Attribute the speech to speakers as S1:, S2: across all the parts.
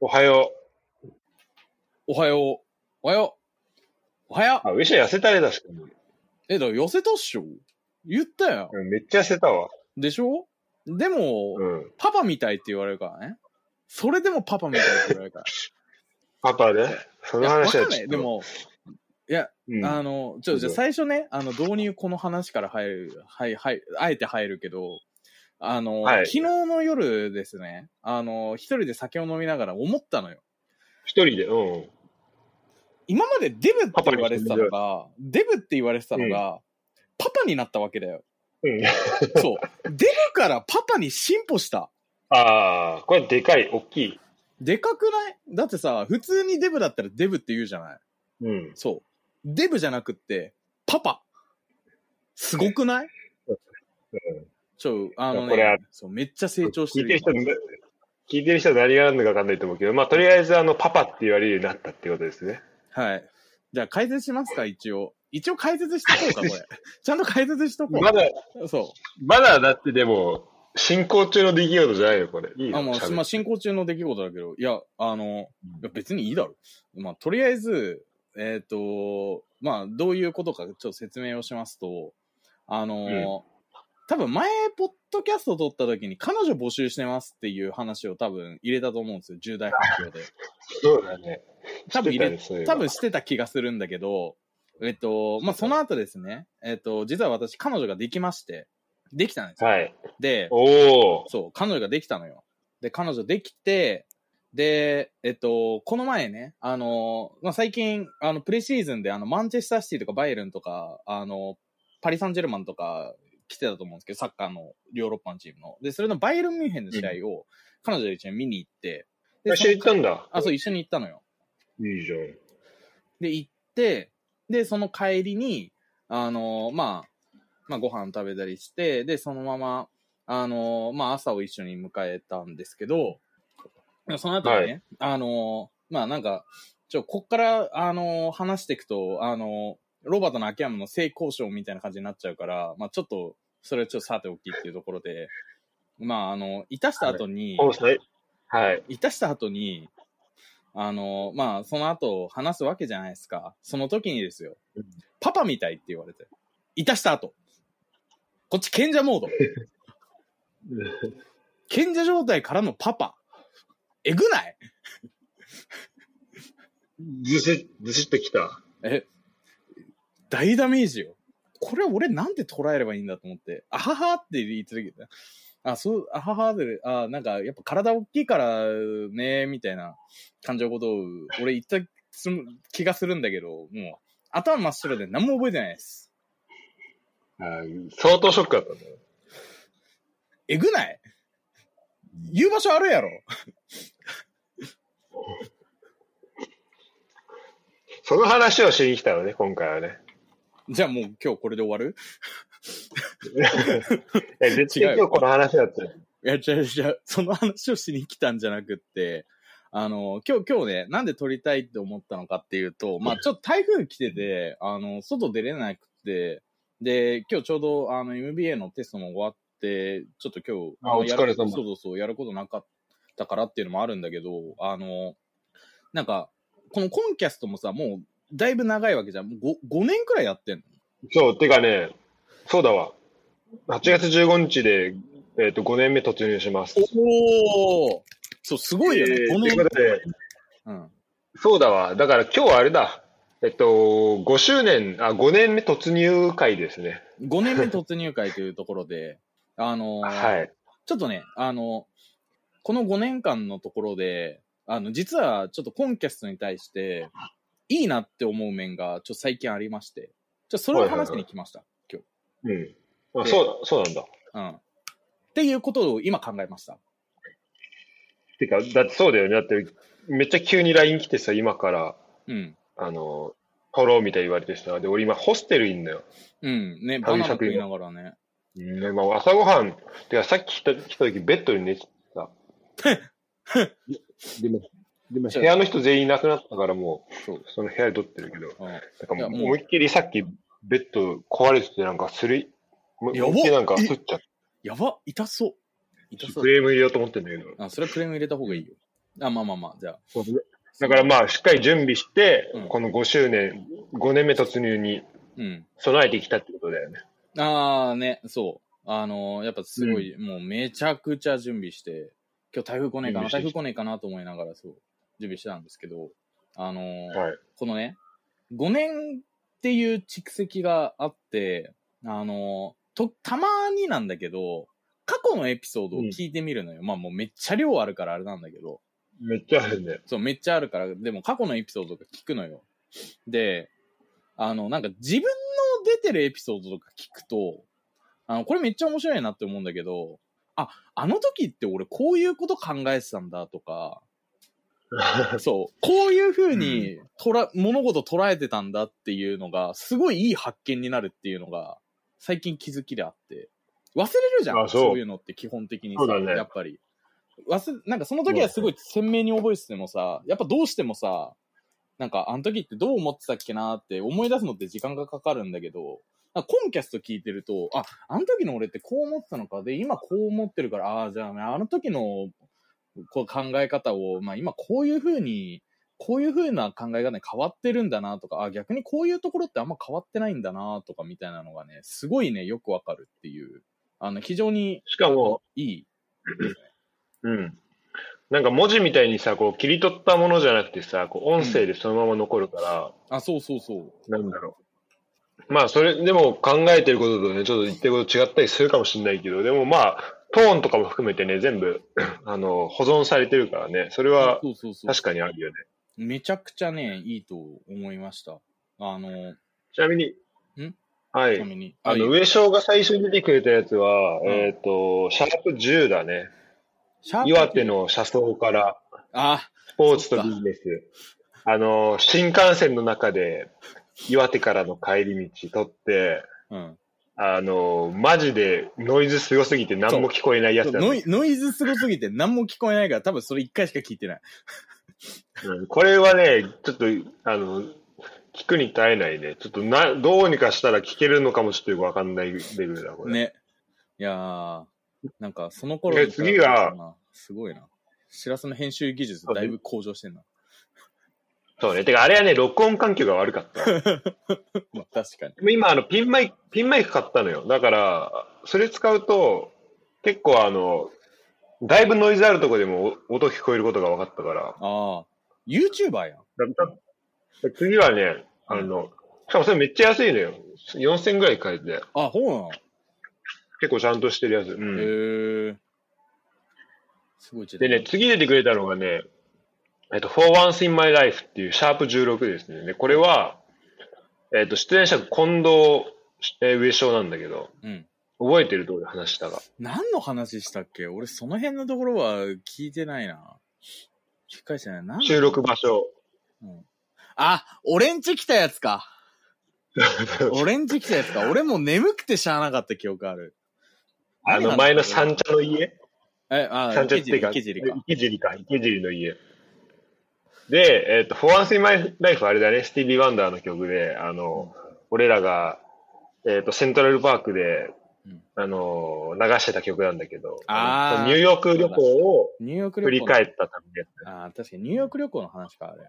S1: おはよ
S2: おはよう。おはよう。おはよ
S1: う。あ、ウィシュ痩せたれだし。
S2: う。え、だから寄せたっしょ言ったよ。
S1: うんめっちゃ痩せたわ。
S2: でしょでも、
S1: うん。
S2: パパみたいって言われるからね。それでもパパみたいって言われるから。
S1: パパで そ
S2: い
S1: の
S2: や、わ
S1: 話
S2: か
S1: は
S2: んな
S1: ちょっ
S2: い。
S1: と。
S2: で、も、
S1: うん、
S2: あの、ちょ、じゃあ最初ね、あの、導入この話から入る、はい、はい、あえて入るけど、あの、
S1: はい
S2: 昨日の夜ですね、あの、一人で酒を飲みながら思ったのよ。
S1: 一人で、うん。
S2: 今までデブって言われてたのが、デブって言われてたのが、パパになったわけだよ。
S1: うん。
S2: そう。デブからパパに進歩した。
S1: ああ、これでかい、大きい。
S2: でかくないだってさ、普通にデブだったらデブって言うじゃない
S1: うん。
S2: そう。デブじゃなくって、パパ。すごくないちょ、あの
S1: これ
S2: ね
S1: は、
S2: そうめっちゃ成長し
S1: 聞
S2: て
S1: いてる。
S2: る
S1: 人、聞いてる人は何があるのか分かんないと思うけど、まあ、とりあえず、あの、パパって言われるようになったっていうことですね。
S2: はい。じゃあ解説しますか、一応。一応解説しとこうか、これ。ちゃんと解説しとこ
S1: まだ、
S2: う。そ。
S1: まだだってでも、進行中の出来事じゃないよ、これ。いいうの
S2: あ、まあ、
S1: 喋る
S2: まあ、進行中の出来事だけど、いや、あの、いや別にいいだろ。まあ、とりあえず、えっ、と、まあ、どういうことかちょっと説明をしますと、あのー
S1: う
S2: 多分前、ポッドキャスト撮った時に彼女募集してますっていう話を多分入れたと思うんですよ、重大発表で。
S1: そうだね。
S2: 多分入れ
S1: してたね
S2: 多分、してた気がするんだけど、えっと、まあ、その後ですね、えっと、実は私、彼女ができまして、できたんです
S1: そういえば
S2: よ。
S1: はい。
S2: で、
S1: おお。
S2: そう、彼女ができたのよ。で、彼女できて、で、えっと、この前ね、あの、まあ、最近、あの、プレシーズンで、あの、マンチェスターシティとかバイエルンとか、あの、パリ・サンジェルマンとか来てたと思うんですけど、サッカーのヨーロッパのチームの。で、それのバイエルン・ミュンヘンの試合を、彼女と一緒に見に行って、で
S1: 一緒に行ったんだ。
S2: あ、そう、一緒に行ったのよ。
S1: いいじゃん。
S2: で、行って、で、その帰りに、あのまあ、まあ、ご飯食べたりして、で、そのまま、あのまあ、朝を一緒に迎えたんですけど、その後にね、あのまあ、なんか、ちょ、こっから、あの話していくと、あのロバートの秋山の性交渉みたいな感じになっちゃうから、まあ、ちょっと、それはちょっとさておきっていうところで、まあ、あの、いたした後に、
S1: おさいはい。
S2: いたした後に、あの、まあ、その後話すわけじゃないですか。その時にですよ
S1: うん。
S2: パパみたいって言われて。いたした後。こっち賢者モー ド。賢者状態からのパパ。えぐない
S1: ずし、ずしっときた。
S2: え、大ダメージよ。これ俺なんて捉えればいいんだと思って。あははって言ってるけど。あ、そう、あははで、あ、なんか、やっぱ体大きいからね、みたいな感じのことを、俺言ったつも気がするんだけど、もう、頭真っ白で何も覚えてないです。
S1: あー相当ショックだったね。
S2: えぐない言う場所あるやろ
S1: その話をしに来たのね、今回は ね。
S2: じゃあもう今日これで終わる
S1: え、絶
S2: 違
S1: 対
S2: う
S1: 今
S2: よ
S1: 日この話だったよ。
S2: いや、違う違う、 その話をしに来たんじゃなくって、あの、今日、今日ね、なんで撮りたいって思ったのかっていうと、まあ、ちょっと台風来てて、あの、外出れなくて、で、今日ちょうど、あの、MBA のテストも終わって、ちょっと今日、
S1: あ
S2: の
S1: お疲れ様
S2: やるそうそうそう、やることなかったからっていうのもあるんだけど、あの、なんか、このコンキャストもさ、もう、だいぶ長いわけじゃん。もう 5, 5年くらいやってんの
S1: そう、てかね、そうだわ。8月15日で、えっ、と、5年目突入します。
S2: おおそう、すごいよね。
S1: えー
S2: この
S1: ということで、
S2: うん。
S1: そうだわ。だから今日はあれだ。えっと、5周年、あ、5年目突入会ですね。
S2: 5年目突入会というところ で、あのー
S1: はい。
S2: ちょっとね、あのこの5年間のところで、あの、実はちょっとコンキャストに対して、いいなって思う面が、ちょっと最近ありまして、ちょっとそれを話しに来ました、
S1: うん。あ、そう、そうなんだ。
S2: うん。っていうことを今考えました。
S1: てか、だってそうだよね。だって、めっちゃ急に LINE 来てさ、今から、
S2: うん。
S1: あの、撮ろうみたいに言われてさ、で、俺今ホステルいんだよ。
S2: うん。
S1: 旅
S2: ね、バナナ
S1: 作
S2: 食
S1: 品
S2: いながらね。
S1: うんでも朝ごはん、てかさっき来た来た時ベッドに寝てた。 でも、でも
S2: ちょ
S1: 部屋の人全員いなくなったからもう、
S2: そう。
S1: その部屋で撮ってるけど、
S2: うんい
S1: な
S2: や
S1: んか
S2: も
S1: も
S2: う
S1: う思いっきりさっきベッド壊れててなんかすり、思い
S2: やば
S1: っきりなんかすっちゃっ
S2: やば、痛そう。痛
S1: て、
S2: そう
S1: ク。レーム入れようと思ってんだけど、
S2: あ、それはクレーム入れた方がいいよ。あ、まあまあまあ、じゃあ。
S1: だからまあ、しっかり準備して、
S2: うん
S1: この5周年、5年目突入に
S2: うん。
S1: 備えてきたってことだよね。
S2: ああね、そう。あのーやっぱすごい、もうめちゃくちゃ準備して、今日台風来ねえかな、
S1: 準備して
S2: 台風来ねえかなと思いながら、そう、準備してたんですけど、あのー
S1: はい。
S2: このね、5年っていう蓄積があって、あのーと、たまになんだけど、過去のエピソードを聞いてみるのよ。まあもうめっちゃ量あるからあれなんだけど、
S1: めっちゃあるね。
S2: そう、めっちゃあるから、でも過去のエピソードとか聞くのよ。で、あの、なんか自分の出てるエピソードとか聞くと、あの、これめっちゃ面白いなって思うんだけど、あ、あの時って俺こういうこと考えてたんだ とか、そう、こういうふうにとら、物事捉えてたんだっていうのが、すごいいい発見になるっていうのが、最近気づきであって、忘れるじゃん、
S1: あそう
S2: そういうのって基本的にさ、
S1: そうだね
S2: やっぱり。忘れ、なんかその時はすごい鮮明に覚えててもさ、やっぱどうしてもさ、なんかあの時ってどう思ってたっけなって思い出すのって時間がかかるんだけど、なんかコンキャスト聞いてると、あ、あの時の俺ってこう思ってたのか、で、今こう思ってるから、ああー、じゃあ、あの時のこう考え方を、まあ今こういうふうに、こういうふうな考え方に変わってるんだなとか、あ逆にこういうところってあんま変わってないんだなとかみたいなのがね、すごいね、よくわかるっていう、あの、非常に
S1: しかも、
S2: いい。
S1: うん。なんか文字みたいにさ、こう切り取ったものじゃなくてさ、こう音声でそのまま残るから、
S2: あ、そうそうそう。
S1: なんだろう。まあ、それでも考えてることとね、ちょっと言ってること違ったりするかもしれないけど、でもまあ、トーンとかも含めてね、全部、 あの、保存されてるからね、それは
S2: そうそうそう。
S1: 確かにあるよね。
S2: めちゃくちゃね、いいと思いました。あの、
S1: ちなみに、
S2: ん
S1: は。
S2: ちないみに。
S1: あ
S2: い
S1: の、上昇が最初に出てくれたやつは、
S2: うん
S1: えっ、と、シャープ10だね。
S2: シャープ
S1: 岩手。の車窓から、
S2: あ、
S1: スポーツとビジネス。あの、新幹線の中で、岩手からの帰り道取って、
S2: うん。
S1: あの、マジでノイズすごすぎて何も聞こえないやつだね
S2: ノイノイズすごすぎて何も聞こえないから、多分それ一回しか聞いてない。
S1: うんこれはね、ちょっと、あの、聞くに耐えないね。ちょっとな、どうにかしたら聞けるのかもちょっとよくわかんないレベルだ、これ。
S2: ね。いやー、なんかその頃
S1: で
S2: に比べ
S1: 次
S2: た
S1: が
S2: らな、すごいな。しらすの編集技術だいぶ向上してんな。
S1: そうね。てか、あれはね、録音環境が悪かった。
S2: まあ確かに。
S1: でも今、あの、ピンマイク、ピンマイク買ったのよ。だから、それ使うと、結構あの、だいぶノイズあるとこでもお音聞こえることが分かったから。
S2: ああ、YouTuber やん。
S1: だだ次はね、あの、しかもそれめっちゃ安いのよ。4000ぐらい買えて、
S2: あ、ほうなの。
S1: 結構ちゃんとしてるやつ。うん
S2: へー。すごい時
S1: で
S2: 代。
S1: ね、次出てくれたのがね、えっと、For Once in My Life っていうシャープ16ですね。で、これは、えっと、出演者近藤、えー上昇なんだけど、
S2: うん。
S1: 覚えてる通り話したが。
S2: 何の話したっけ俺その辺のところは聞いてないな。聞き返してない。なん
S1: 収録場所。
S2: あ、俺んち来たやつ か。俺んち来たやつか。俺もう眠くてしゃあなかった記憶ある。
S1: あの前の三茶の家
S2: え、あ、
S1: 三茶
S2: 池
S1: っていうか、
S2: 尻、池尻か。
S1: 池尻か、池尻の家。で、えっ、と、For Once in My Life あれだね、スティービー・ワンダーの曲で、あの、俺らが、えっ、と、セントラルパークで
S2: うん、
S1: あの、流してた曲なんだけど、
S2: あー
S1: のニューヨーク旅行を
S2: ニューヨーク
S1: 振
S2: 旅
S1: り
S2: 行。
S1: 返ったためで
S2: あー確かにニューヨーク旅行の話か、あれ。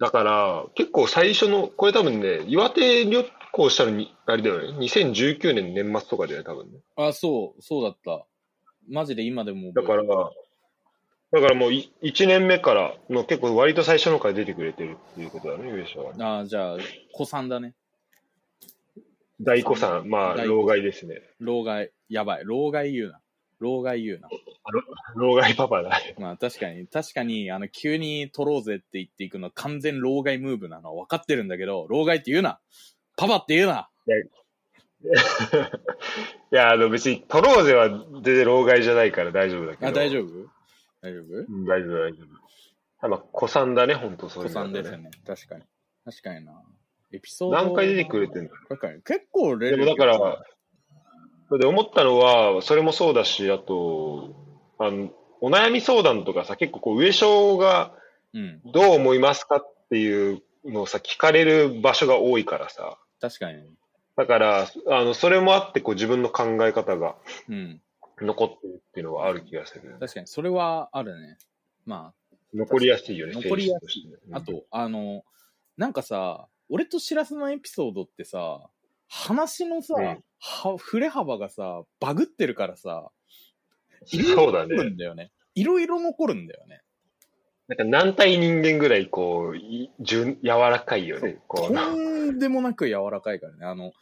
S1: だから、結構最初の、これ多分ね、岩手旅行したのに、あれだよね、2019年の年末とかだよね、多分ね。
S2: あ、そう、そうだった。マジで今でも
S1: だ
S2: 覚えて
S1: から、
S2: る。
S1: だからもうい1年目からの結構割と最初のから出てくれてるっていうことだね、優勝は。
S2: あーじゃあ、子さんだね。
S1: 大子さん、まあ、
S2: 大
S1: 老害ですね。
S2: 老害。やばい。老害言うな。老害言うな。
S1: 老害パパだね。
S2: まあ確かに、確かに、あの、急に取ろうぜって言っていくのは完全老害ムーブなのは分かってるんだけど、老害って言うなパパって言うない
S1: や、あの別に、トローゼは全然老害じゃないから大丈夫だけど。
S2: あ、大丈
S1: 夫。
S2: 夫大丈夫
S1: うん、大丈夫、大丈夫。ただ、子さんだね、本当そうい
S2: 子
S1: う
S2: さ
S1: の
S2: ん
S1: だ
S2: で
S1: ね
S2: すよね。確かに。確かにな。エピソード。
S1: 何回出てくれてんの
S2: 確かに。結構レ
S1: でもだから、それで思ったのは、それもそうだし、あと、あの、お悩み相談とかさ、結構こう、上昇が
S2: うん。
S1: どう思いますかっていうのをさ、聞かれる場所が多いからさ。
S2: 確かに。
S1: だから、あの、それもあって、こう、自分の考え方が
S2: うん。
S1: 残ってるっていうのはある気がする。
S2: 確かに。それはあるね。ま
S1: 残りやすいよね、
S2: 残りやす
S1: い。
S2: あ、あと、あの、なんかさ、俺としらすのエピソードってさ、話のさ、
S1: うん
S2: は触れ幅がさ、バグってるからさ、
S1: そうだ
S2: 残る
S1: ね。
S2: んだよね。いろいろ残るんだよね。
S1: なんか軟体人間ぐらい、こう、い柔柔らかいよね。ことうな、
S2: んでもなく柔らかいからね。あの、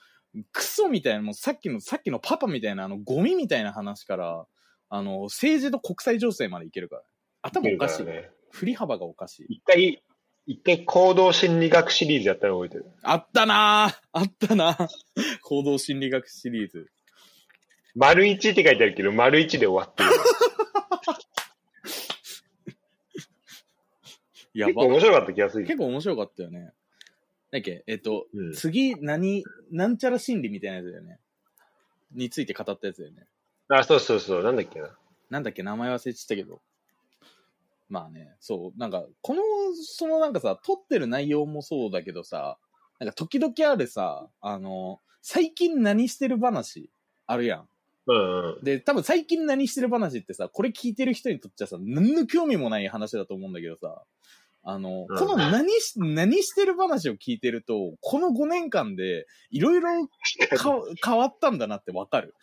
S2: クソみたいな、もうさっきの、さっきのパパみたいな、あの、ゴミみたいな話から、あの、政治と国際情勢までいけるから。頭おかしい。
S1: ね。
S2: 振り幅がおかしい。
S1: 一回、一回行動心理学シリーズやったの覚えてる。
S2: あったなぁあったなぁ行動心理学シリーズ。
S1: 丸一って書いてあるけど、丸一で終わってる。
S2: や
S1: 結
S2: ば
S1: 構。面白かった気がする
S2: 結。構面白かったよね。だっけえっと、
S1: うん
S2: 次、何、なんちゃら心理みたいなやつだよね。について語ったやつだよね。
S1: あ、そうそうそう、なんだっけな。
S2: なんだっけ、名前忘れちゃったけど。まあね、そう、なんか、この、そのなんかさ、撮ってる内容もそうだけどさ、なんか時々あるさ、あの、最近何してる話あるやん。
S1: うん うん。
S2: で、多分最近何してる話ってさ、これ聞いてる人にとっちゃさ、何の興味もない話だと思うんだけどさ、あの、
S1: うん
S2: この何し、何してる話を聞いてると、この5年間で、いろいろか変わったんだなってわかる。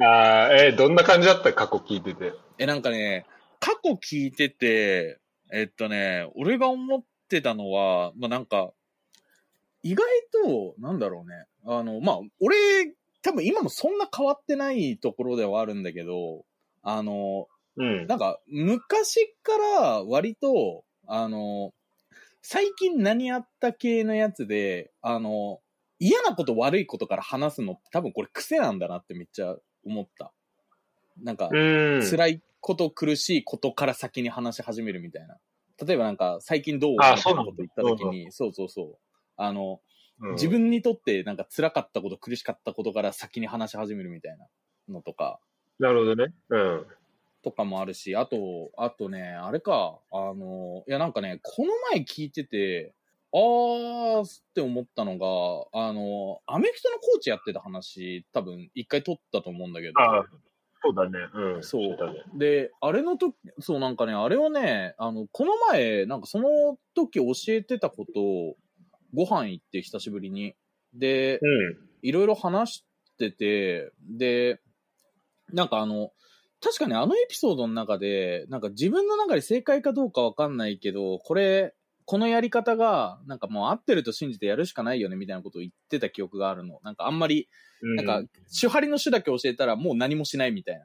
S1: あーえーどんな感じだった過去聞いてて。
S2: え、なんかね、過去聞いてて、えっとね、俺が思ってたのは、まあ、なんか、意外と、なんだろうね。あの、まあ、俺、多分今もそんな変わってないところではあるんだけど、あの、
S1: うん。
S2: なんか、昔から割と、あの、最近何あった系のやつで、あの、嫌なこと悪いことから話すのって多分これ癖なんだなってめっちゃ思った。なんか、
S1: うん。
S2: 辛いこと苦しいことから先に話し始めるみたいな。例えばなんか、最近どうみたい
S1: あ
S2: な
S1: そうな
S2: こ
S1: んだ
S2: と言った時に、そうそうそう。あの、
S1: うん
S2: 自分にとってなんか辛かったこと苦しかったことから先に話し始めるみたいなのとか。
S1: なるほどね。うん。
S2: とかもあるし、あと、あとね、あれか、あの、いやなんかね、この前聞いてて、あーって思ったのが、あの、アメフトのコーチやってた話、多分一回撮ったと思うんだけど、
S1: あーそうだね。うん。
S2: そう
S1: してたね。
S2: で、あれの時、そうなんかね、あれをね、あの、この前、なんかその時教えてたことを、ご飯行って久しぶりに。で、いろいろ話してて、で、なんかあの、確かにあのエピソードの中で、なんか自分の中で正解かどうかわかんないけど、これ、このやり方が、なんかもう合ってると信じてやるしかないよねみたいなことを言ってた記憶があるの。なんかあんまり、
S1: うん。
S2: なんか、主張の種だけ教えたらもう何もしないみたいな。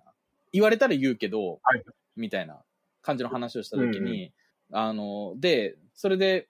S2: 言われたら言うけど、
S1: はい
S2: みたいな感じの話をしたときに、あの、で、それで、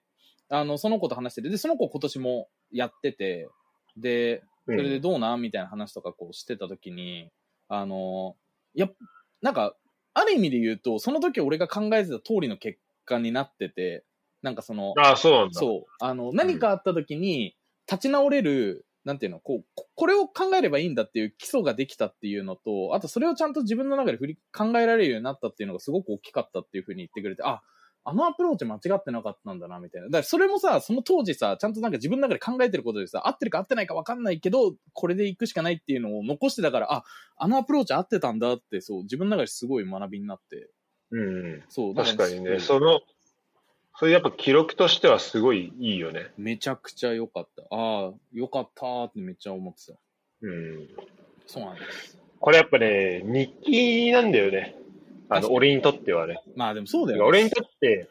S2: あの、その子と話してて、で、その子今年もやってて、で、
S1: そ
S2: それでどうなみたいな話とかこうしてた時に、あの、やっ、なんか、ある意味で言うと、その時俺が考えてた通りの結果になってて、なんかその、
S1: ああ、そうなんだ。
S2: そう、あの、何かあった時に立ち直れる、なんていうの、こう、ここれを考えればいいんだっていう基礎ができたっていうのと、あとそれをちゃんと自分の中で振り考えられるようになったっていうのがすごく大きかったっていうふうに言ってくれて、あ、あのアプローチ間違ってなかったんだな、みたいな。だからそれもさ、その当時さ、ちゃんとなんか自分の中で考えてることでさ、合ってるか合ってないか分かんないけど、これで行くしかないっていうのを残してたから、あ、あのアプローチ合ってたんだって、そう、自分の中ですごい学びになって。
S1: うんうん。
S2: そう、だら
S1: 確かにね、
S2: そう
S1: その、それやっぱ記録としてはすごいいいよね。
S2: めちゃくちゃ良かった。ああ、良かったーってめっちゃ思ってた。
S1: うん。
S2: そうなんです。
S1: これやっぱね、日記なんだよね。あ
S2: 確か
S1: の、
S2: に
S1: 俺にとってはね。
S2: まあでもそうだよ、ね。
S1: 俺にとって、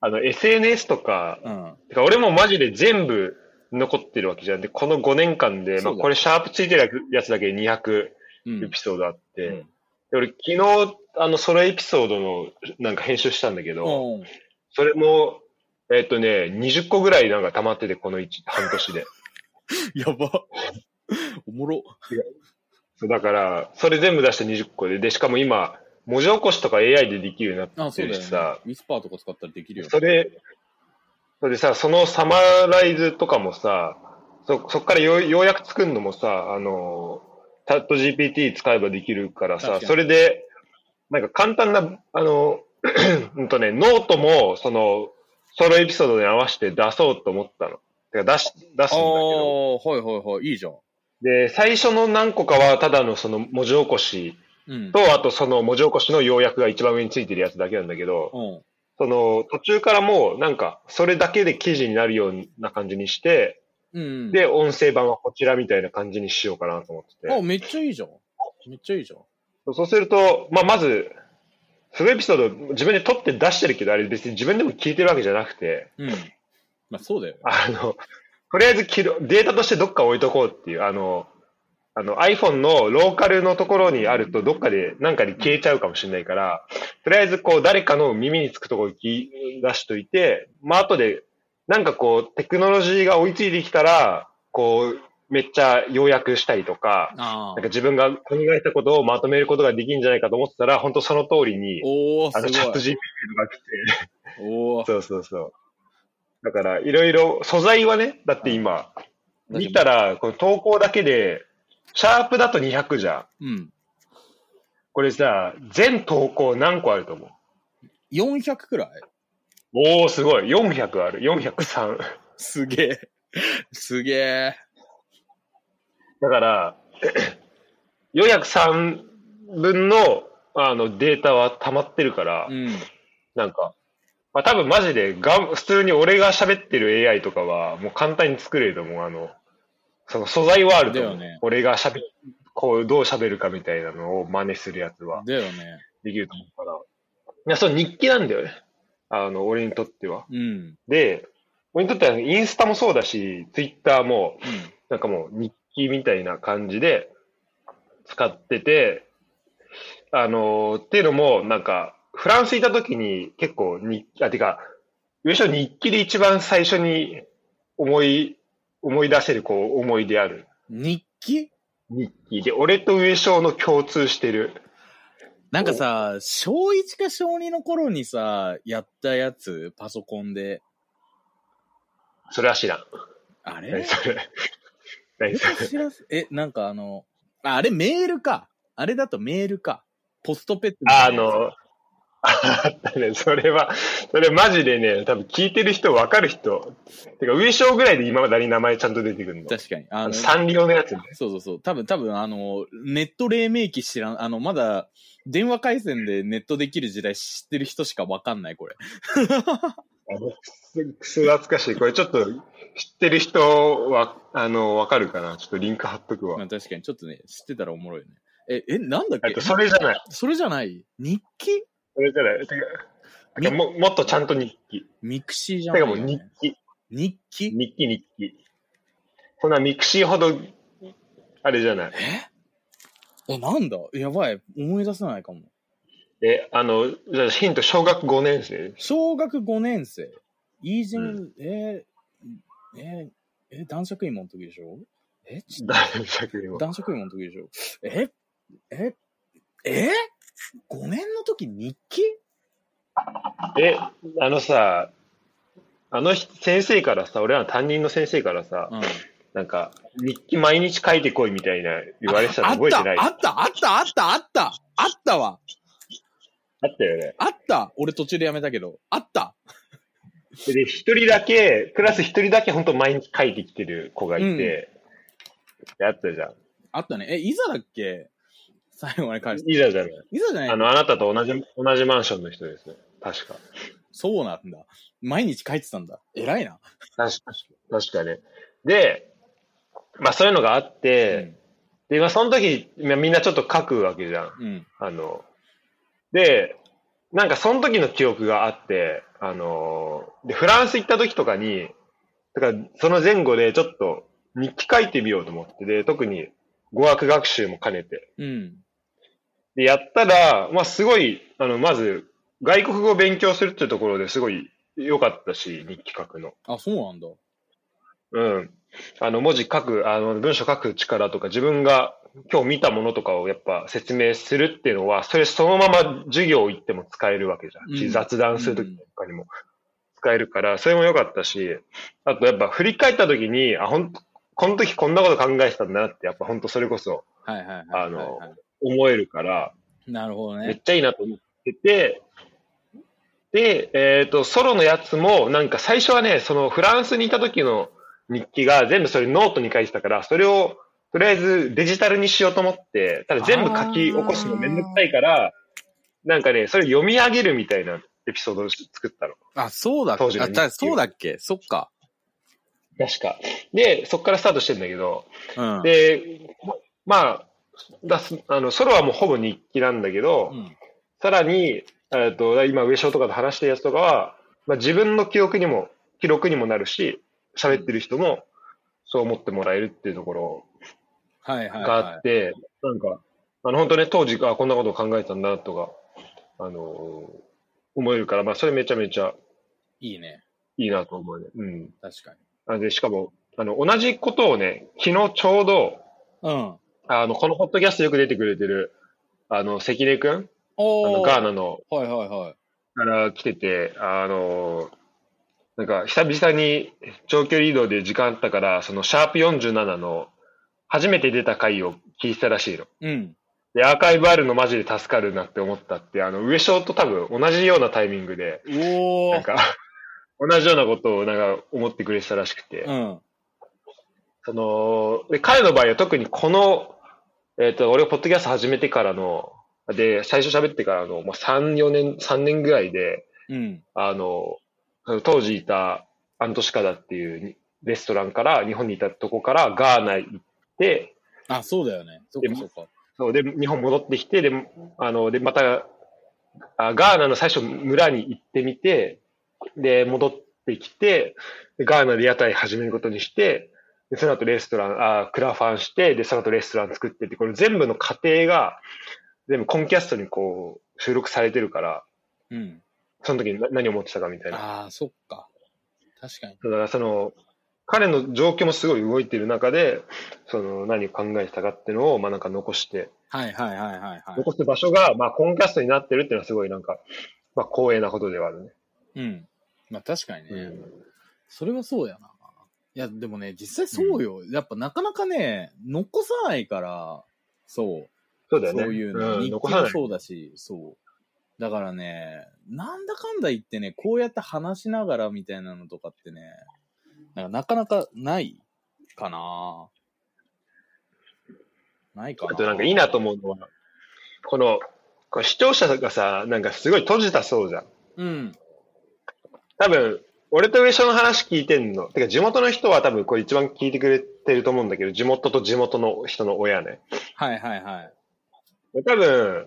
S1: あの、SNS とか、
S2: うん。
S1: てか俺もマジで全部残ってるわけじゃん。で、この5年間で、
S2: そうだ
S1: まあこれシャープついてるやつだけで200
S2: うん。
S1: エピソードあって、
S2: うん
S1: で俺昨日、あの、そのエピソードのなんか編集したんだけど、
S2: うん
S1: それも、えっ、とね、20個ぐらいなんか溜まってて、この1、半年で。
S2: やば。おもろ。
S1: そうだから、それ全部出して20個で、で、しかも今、文字起こしとか AI でできるようにな
S2: あ、
S1: って
S2: そう
S1: る
S2: だよ、
S1: し
S2: ね
S1: さ、。
S2: ウィスパーとか使ったらできるよ、ね。
S1: それ、それでさ、そのサマライズとかもさ、そ、そっからようようやく作るのもさ、あの、チャット GPT 使えばできるから
S2: 確
S1: さ、
S2: かに
S1: それで、なんか簡単な、あの、 うんとね、ノートも、その、ソロエピソードに合わせて出そうと思ったの。てか出し、出すんだけ
S2: ああ
S1: ど。
S2: ー、はいはいはい。いいじゃん。
S1: で、最初の何個かは、ただのその文字起こし
S2: うん。
S1: と、あとその文字起こしの要約が一番上についてるやつだけなんだけど、
S2: うん。
S1: その途中からもうなんかそれだけで記事になるような感じにして、
S2: うん。
S1: で、音声版はこちらみたいな感じにしようかなと思って
S2: あ、
S1: て。
S2: めっちゃいいじゃん。めっちゃいいじゃん。
S1: そうすると、まあ、まず、フルエピソード自分で撮って出してるけど、あれ別に自分でも聞いてるわけじゃなくて、
S2: うん。まあ、そうだよ。
S1: あの、とりあえず記録データとしてどっか置いとこうっていう、あの、あの iPhone のローカルのところにあるとどっかでなんかに消えちゃうかもしれないから、とりあえずこう誰かの耳につくところに聞き出しといて、まあ後でなんかこうテクノロジーが追いついてきたら、こうめっちゃ要約したりとか、
S2: あ
S1: なんか
S2: あ。
S1: 自分が考えたことをまとめることができるんじゃないかと思ってたら、本当その通りに、
S2: おお
S1: あのチャット
S2: す
S1: GPT が来て、
S2: ごい。おお。
S1: そうそうそう。だから、いろいろ、素材はね、だって今、見たら、この投稿だけで、シャープだと200じゃん。
S2: うん。
S1: これさ、全投稿何個あると思う
S2: 400くらい
S1: おー、すごい。400ある。403。
S2: すげえ。すげえ。
S1: だから、403分の、あの、データは溜まってるから、
S2: うん。
S1: なんか、まあ多分マジでが、普通に俺が喋ってる AI とかは、もう簡単に作れると思う。あの、その素材はあると思う。
S2: だよね
S1: 俺が喋る、こう、どう喋るかみたいなのを真似するやつは
S2: だよね。
S1: できると思うから。いや、その日記なんだよね。あの、俺にとっては。
S2: うん。
S1: で、俺にとってはインスタもそうだし、ツイッターも、
S2: うん。
S1: なんかもう日記みたいな感じで使ってて、あのーっていうのも、なんか、フランスいた時に結構日記、あ、てか、よいしょ日記で一番最初に思い、思い出せるこう思い出ある。
S2: 日記
S1: 日記で、俺と上昇の共通してる。
S2: なんかさ、小1か小2の頃にさ、やったやつ、パソコンで。
S1: それは知らん。
S2: あれ
S1: 何それ。何それ。
S2: 知らせえ、なんかあの、ああれメールか。あれだとメールか。ポストペットみた
S1: あ
S2: いなやつ
S1: の、あったね、それは、それマジでね、多分聞いてる人、わかる人。てか、上昇ぐらいで今までに名前ちゃんと出てくるの。
S2: 確かに。あの、
S1: サンリオのやつね。
S2: そうそうそう。多分、多分、あの、ネット黎明期知らん、あの、まだ、電話回線でネットできる時代知ってる人しかわかんない、これ。
S1: あのくすくす懐かしい。これちょっと、知ってる人は、あの、わかるかなちょっとリンク貼っとくわ。
S2: まあ、確かに、ちょっとね、知ってたらおもろいよね。え、え、なんだっ
S1: え
S2: け
S1: っと、それじゃない。
S2: それじゃない日記
S1: それじゃない。てかてかも、もっとちゃんと日記。
S2: ミクシーじゃな
S1: て
S2: い
S1: か
S2: よ
S1: もう
S2: ね、
S1: 日記。
S2: 日記
S1: 日記、日記。そんなミクシーほど、あれじゃない。
S2: え、なんだやばい。思い出せないかも。
S1: え、あの、じゃあヒント、小学5年生。
S2: 小学5年生。イージン、
S1: う
S2: えー、えー、えー、男爵芋の時でしょえ、ちょっと
S1: 大作品は
S2: 男爵芋の時でしょえええ ?5 年の時日記
S1: え、あのさ、あのひ先生からさ、俺らの担任の先生からさ、
S2: うん。
S1: なんか、日記毎日書いてこいみたいな言われてたの
S2: あ
S1: 覚えてない
S2: あった、あった、あった、あった、あったわ。
S1: あったよね。
S2: あった。俺途中でやめたけど。あった。
S1: で、一人だけ、クラス一人だけ本当毎日書いてきてる子がい
S2: うん
S1: て、であったじゃん。
S2: あったね。え、いざだっけ最後まで返して。
S1: いざじゃない。
S2: いざじゃない
S1: あの、あなたと同じ、同じマンションの人ですね。確か。
S2: そうなんだ。毎日書いてたんだ。偉いな。
S1: 確か、確かね。で、まあそういうのがあって、で、まあその時、まあみんなちょっと書くわけじゃん。
S2: うん。うん。
S1: あの、で、なんかその時の記憶があって、あの、で、フランス行った時とかに、だからその前後でちょっと日記書いてみようと思って、で、特に語学学習も兼ねて。
S2: うん。
S1: で、やったら、まあすごい、あの、まず、外国語を勉強するっていうところですごい良かったし、日記書くの。
S2: あ、そうなんだ。
S1: うん。あの、文字書く、あの、文章書く力とか、自分が今日見たものとかをやっぱ説明するっていうのは、それそのまま授業行っても使えるわけじゃん。
S2: うん
S1: 雑談するときとかにも使えるから、それも良かったし、あとやっぱ振り返ったときに、あ、ほんと、この時こんなこと考えてたんだなって、やっぱ本当それこそ
S2: はいはいはいはい、
S1: あの思えるから、
S2: なるほど
S1: めっ
S2: ね。
S1: ちゃいいなと思ってて、で、えっ、と、ソロのやつも、なんか最初はね、そのフランスにいた時の日記が全部それノートに書いてたから、それをとりあえずデジタルにしようと思って、ただ全部書き起こすのめんどくさいから、なんかね、それ読み上げるみたいなエピソードを作ったの。
S2: あ、そうだっ
S1: 当時
S2: け
S1: の
S2: あ、
S1: 日
S2: じゃあ
S1: 記を
S2: そうだっけそっか。
S1: 確か。で、そこからスタートしてんだけど、
S2: うん。
S1: で、まあ、だすあのソロはもうほぼ日記なんだけど、
S2: うん
S1: さらに、えっと、今、上昇とかと話してるやつとかは、まあ、自分の記憶にも、記録にもなるし、喋ってる人も、そう思ってもらえるっていうところ
S2: はいはい、
S1: があ
S2: は
S1: っ
S2: い。
S1: て、なんか、あの、本当ね、当時、あ、こんなことを考えてたんだ、とか、あのー思えるから、まあ、それめちゃめちゃ
S2: いいね。
S1: いいなと思うね。うん。
S2: 確かに。
S1: あで、しかも、あの、同じことをね、昨日ちょうど、
S2: うん。
S1: あの、このホットキャストよく出てくれてる、あの、関根くん、あ
S2: お
S1: の、
S2: お。
S1: ガーナの
S2: はいはいはい。
S1: から来てて、あの、なんか久々に長距離移動で時間あったから、そのシャープ47の初めて出た回を聞いてたらしいの。
S2: うん。
S1: で、アーカイブあるのマジで助かるなって思ったって、あの、上昇と多分同じようなタイミングで、
S2: おお
S1: なん。か、 同じようなことをなんか思ってくれてたらしくて、
S2: うん。
S1: その、で、彼の場合は特にこの、えっ、と、俺がポッドキャスト始めてからの、で、最初喋ってからの、まあ、3、4年、3年ぐらいで、
S2: うん。
S1: あの、その当時いたアントシカダっていうにレストランから、日本にいたとこからガーナ行って、
S2: あ、そうだよね。そっかそっか。
S1: そうで、日本戻ってきて、で、あの、で、また、あガーナの最初村に行ってみて、で、戻ってきて、でガーナで屋台始めることにして、で、その後レストラン、あクラファンして、で、その後レストラン作ってって、これ全部の過程が、全部コンキャストにこう、収録されてるから、
S2: うん。
S1: その時に何を思ってたかみたいな。
S2: ああ、そっか。確かに。
S1: だからその、彼の状況もすごい動いている中で、その何を考えてたかっていうのを、まあなんか残して、
S2: はいはいはいはいはい。
S1: 残す場所が、まあコンキャストになってるっていうのはすごいなんか、まあ光栄なことではあるね。
S2: うん。まあ確かにね。
S1: うん
S2: それはそうやな。いや、でもね、実際そうよ。やっぱなかなかね、残さないから、そう。
S1: そうだよね。
S2: そういうの。
S1: ん、
S2: 日記
S1: 残さ
S2: も
S1: ない。
S2: そうだし、そう。だからね、なんだかんだ言ってね、こうやって話しながらみたいなのとかってね、なんかなかなかないかなないかな
S1: あとなんかいいなと思うのは、この、これ視聴者がさ、なんかすごい閉じたそうじゃん。
S2: うん。
S1: 多分、俺と上昇の話聞いてんの。てか地元の人は多分これ一番聞いてくれてると思うんだけど、地元と地元の人の親ね。
S2: はいはいはい。
S1: 多分、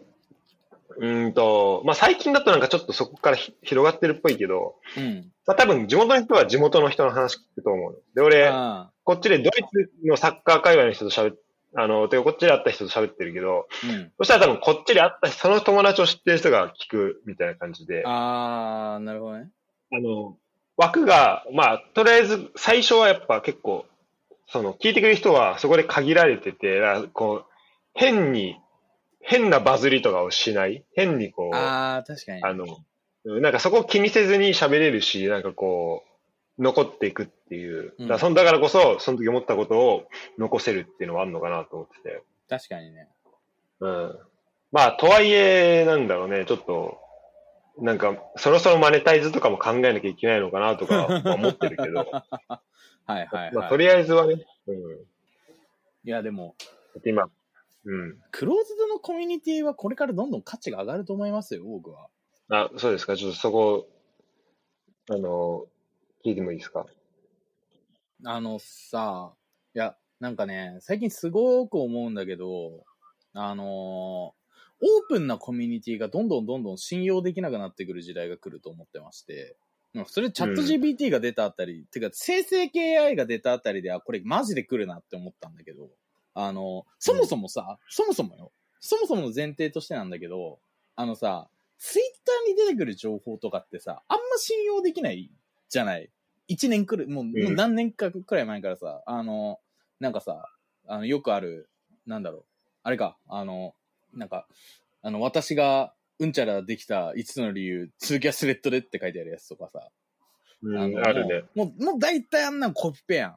S1: うーんと、まあ、最近だとなんかちょっとそこからひ広がってるっぽいけど、
S2: うん。
S1: まあ、多分地元の人は地元の人の話聞くと思うの。で、俺、
S2: あ
S1: こっちでドイツのサッカー界隈の人と喋っあの、てかこっちで会った人と喋ってるけど、
S2: ーうん。
S1: そしたら多分こっちで会ったその友達を知ってる人が聞くみたいな感じで、あ
S2: あー、なるほどね。
S1: の、枠が、まあ、とりあえず最初はやっぱ結構、その、聞いてくれる人はそこで限られてて、だからこう、変に、変なバズりとかをしない。変にこう、
S2: あー、確かに。
S1: あの、うんなんかそこを気にせずに喋れるし、なんかこう、残っていくっていう。だ
S2: うん
S1: からそんだからこそ、その時思ったことを残せるっていうのはあるのかなと思ってて。
S2: 確かにね。
S1: うん。まあ、とはいえ、なんだろうね、ちょっと、なんか、そろそろマネタイズとかも考えなきゃいけないのかなとかは思って るけど、
S2: はいはい
S1: まあ、
S2: は
S1: と
S2: い。
S1: りあえずはね、うん。だ
S2: いや、でも、
S1: って今、うん。
S2: クローズドのコミュニティはこれからどんどん価値が上がると思いますよ、僕は。
S1: あ、そうですか、ちょっとそこ、あの、聞いてもいいですか。
S2: あのさ、いや、なんかね、最近すごく思うんだけど、あのーオープンなコミュニティがどんどんどんどん信用できなくなってくる時代が来ると思ってまして、うんそれチャット GPT が出たあたり、てか生成系 AI が出たあたりでは、これマジで来るなって思ったんだけど、あの、そもそもさ、そもそもよ、そもそもの前提としてなんだけど、あのさ、ツイッターに出てくる情報とかってさ、あんま信用できないじゃない一年くる、もう、もう何年かくらい前からさ、あの、なんかさ、あの、よくある、なんだろう、あれか、あの、なんか、あの、私が、うんちゃらできた5つの理由、ツーキャスレッドでって書いてあるやつとかさ、
S1: うん、
S2: の
S1: あるね。。
S2: もう、もう大体あんなんコピペやん。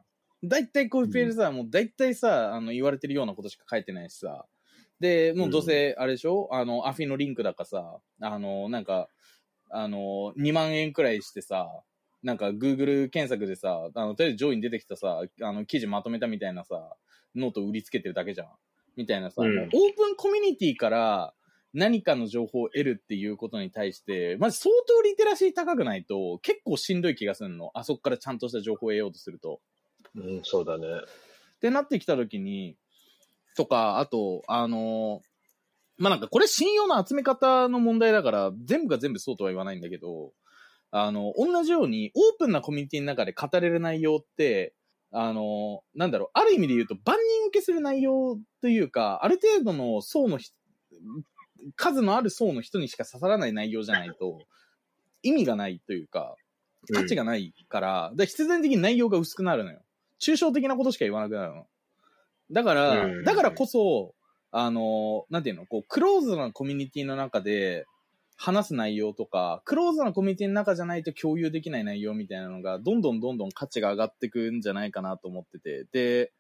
S2: 大体コピペでさ、もう大体さ、あの、言われてるようなことしか書いてないしさ。で、もうどうせ、あれでしょ、あの、アフィのリンクだかさ、あの、なんか、あの、2万円くらいしてさ、なんか Google 検索でさ、あの、とりあえず上位に出てきたさ、あの、記事まとめたみたいなさ、ノートを売りつけてるだけじゃん。みたいなさ、
S1: うん
S2: もうオープンコミュニティから何かの情報を得るっていうことに対して、まず相当リテラシー高くないと結構しんどい気がするの。あそこからちゃんとした情報を得ようとすると。
S1: うん、そうだね。
S2: ってなってきた時に、とか、あと、あの、まあ、なんかこれ信用の集め方の問題だから、全部が全部そうとは言わないんだけど、あの、同じようにオープンなコミュニティの中で語れる内容って、あの、なんだろう、ある意味で言うと万人受けする内容というか、ある程度の層のひ、数のある層の人にしか刺さらない内容じゃないと、意味がないというか、価値
S1: が。
S2: がないから、だから必然的に内容が薄くなるのよ。抽象的なことしか言わなくなるの。だから、
S1: うん
S2: だからこそ、あの、なんていうの、こう、クローズなコミュニティの中で話す内容とか、クローズなコミュニティの中じゃないと共有できない内容みたいなのが、どんどんどんどん価値が上がってくんじゃないかなと思ってて。で、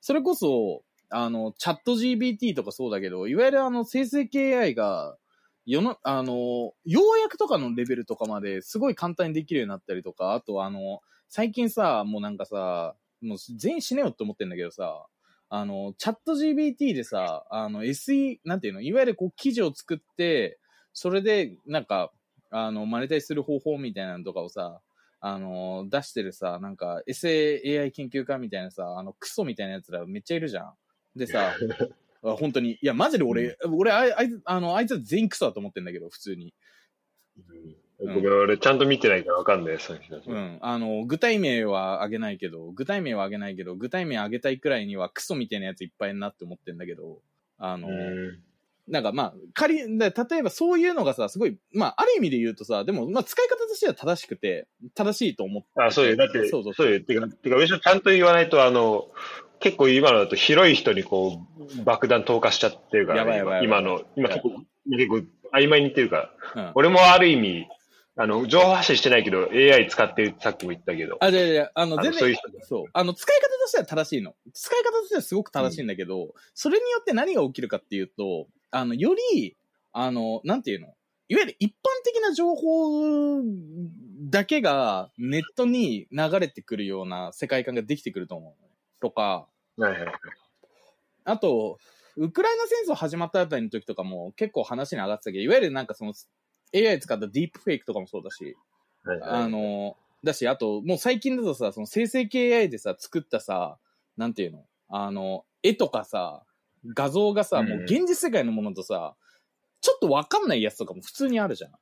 S2: それこそ、あの、チャット GBT とかそうだけど、いわゆるあの、生成系 AI が、世の、あの、要約とかのレベルとかまですごい簡単にできるようになったりとか、あとあの、最近さ、もうなんかさ、もう全員死ねよって思ってんだけどさ、あの、チャット GBT でさ、あの、SE、なんていうの、いわゆるこう記事を作って、それで、なんか、あの、マネタイズする方法みたいなのとかをさ、あの、出してるさ、なんか、エセ AI 研究家みたいなさ、あの、クソみたいなやつらめっちゃいるじゃん。でさ、あ本当に、いや、マジで俺、俺、あいあいつ、あの、あいつは全員クソだと思ってんだけど、普通に。
S1: うんごめん、俺ちゃんと見てないからわかんない、その人たち。
S2: うん。あの、具体名はあげないけど、具体名はあげないけど、具体名あげたいくらいにはクソみたいなやついっぱいになって思ってんだけど、あの、
S1: うん
S2: なんかまあ、仮、だ例えばそういうのがさ、すごい、まあ、ある意味で言うとさ、でも、まあ、使い方としては正しくて、正しいと思って、
S1: あ、そうよ。だって、
S2: そ
S1: そうう
S2: そう
S1: よ。てか、てか、むしろちゃんと言わないと、あの、結構今のだと広い人にこう、爆弾投下しちゃってるから、ね、
S2: やばいやばい
S1: 今今の、今結構、結構曖昧に言ってるから。
S2: うん。
S1: 俺もある意味、あの、情報発信してないけど、AI 使ってるってさっきも言ったけど。
S2: あ、じゃじゃあの、
S1: あの
S2: 全
S1: そういう
S2: 然
S1: 人、
S2: そう。あの、使い方としては正しいの。使い方としてはすごく正しいんだけど、それによって何が起きるかっていうと、あの、より、あの、なんていうのいわゆる一般的な情報だけがネットに流れてくるような世界観ができてくると思うのね。とか、
S1: はいはいはい。
S2: あと、ウクライナ戦争始まったあたりの時とかも結構話に上がってたけど、いわゆるなんかその AI 使ったディープフェイクとかもそうだし、
S1: はいはい
S2: あの、だし、あと、もう最近だとさ、その生成系 AI でさ、作ったさ、なんていうのあの、絵とかさ、画像がさ、
S1: うん
S2: もう現実世界のものとさ、ちょっとわかんないやつとかも普通にあるじゃん。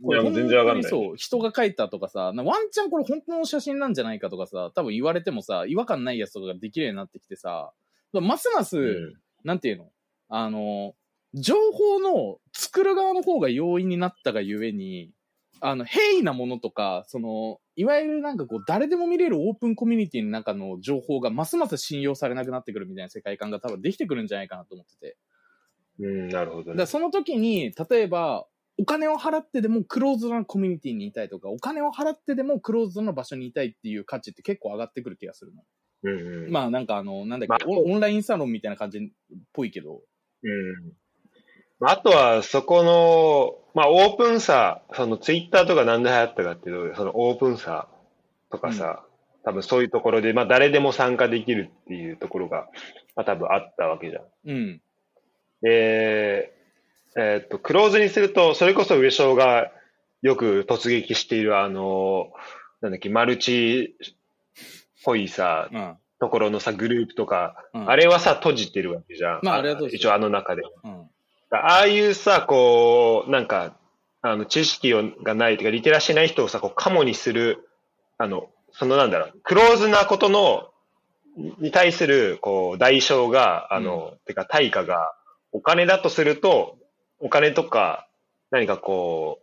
S1: いや、もう全然わかんない。
S2: そう、人が描いたとかさ、なワンチャンこれ本当の写真なんじゃないかとかさ、多分言われてもさ、違和感ないやつとかができるようになってきてさ、ますます、
S1: うん
S2: なんていうのあの、情報の作る側の方が容易になったがゆえに、あの、平易なものとか、その、いわゆるなんかこう、誰でも見れるオープンコミュニティの中の情報がますます信用されなくなってくるみたいな世界観が多分できてくるんじゃないかなと思ってて。
S1: うん、なるほど
S2: だから
S1: ね。
S2: その時に、例えば、お金を払ってでもクローズドなコミュニティにいたいとか、お金を払ってでもクローズドな場所にいたいっていう価値って結構上がってくる気がするの。
S1: うんうん。
S2: まあなんかあの、なんだっけ、
S1: まあ
S2: オンオンラインサロンみたいな感じっぽいけど。
S1: うん。まああとは、そこの、まあ、オープンさ、そのツイッターとかなんで流行ったかっていうと、そのオープンさとかさ、多分そういうところで、まあ、誰でも参加できるっていうところが、まあ、多分あったわけじゃん。
S2: うん。
S1: で、えーっと、クローズにすると、それこそ上昇がよく突撃している、あの、なんだっけ、マルチっぽいさ、
S2: うん。
S1: ところのさ、グループとか、
S2: うん
S1: あれはさ、閉じてるわけじゃん。
S2: まああれは閉じてる
S1: 一応あの中で。
S2: うん。
S1: だああいうさ、こう、なんか、あの、知識をがないというか、リテラシーない人をさ、こう、カモにする、あの、そのなんだろう、クローズなことの、にに対する、こう、代償が、あの、てか、対価が、お金だとすると、お金とか、何かこ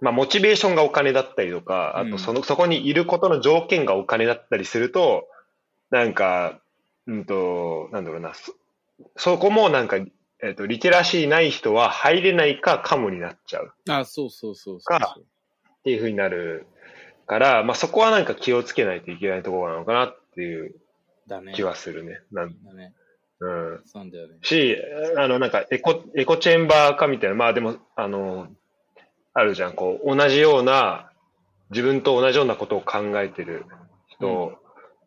S1: う、まあ、モチベーションがお金だったりとか、あ
S2: うん
S1: と、その、そこにいることの条件がお金だったりすると、なんか、うんと、なんだろうな、そそこもなんか、えっと、リテラシーない人は入れないかカモになっちゃう
S2: あ、そうそうそうそう
S1: か
S2: そう。
S1: っていう風になるから、まあ、そこはなんか気をつけないといけないところなのかなっていう
S2: だね。
S1: 気はするね。なん
S2: だね。
S1: うん、
S2: そうなんだよね。
S1: し、あの、なんかエコ、エコチェンバー化みたいな、まあでも、あの、あるじゃん、こう、同じような、自分と同じようなことを考えてる人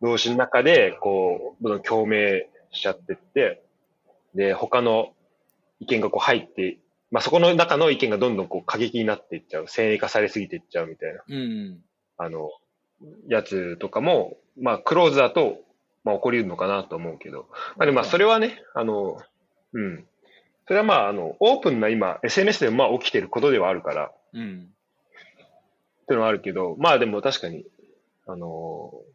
S1: 同士の中で、こう、どんどん共鳴しちゃってって、で、他の意見がこう入って、まあ、そこの中の意見がどんどんこう過激になっていっちゃう。先鋭化されすぎていっちゃうみたいな、
S2: うん。
S1: あの、やつとかも、まあ、クローズだと、まあ、起こり得るのかなと思うけど。まあ、でもまあ、それはね、あの、うん。それはまあ、あの、オープンな今、SNS でもまあ起きてることではあるから、
S2: うん。
S1: っていうのはあるけど、まあでも確かに、あのー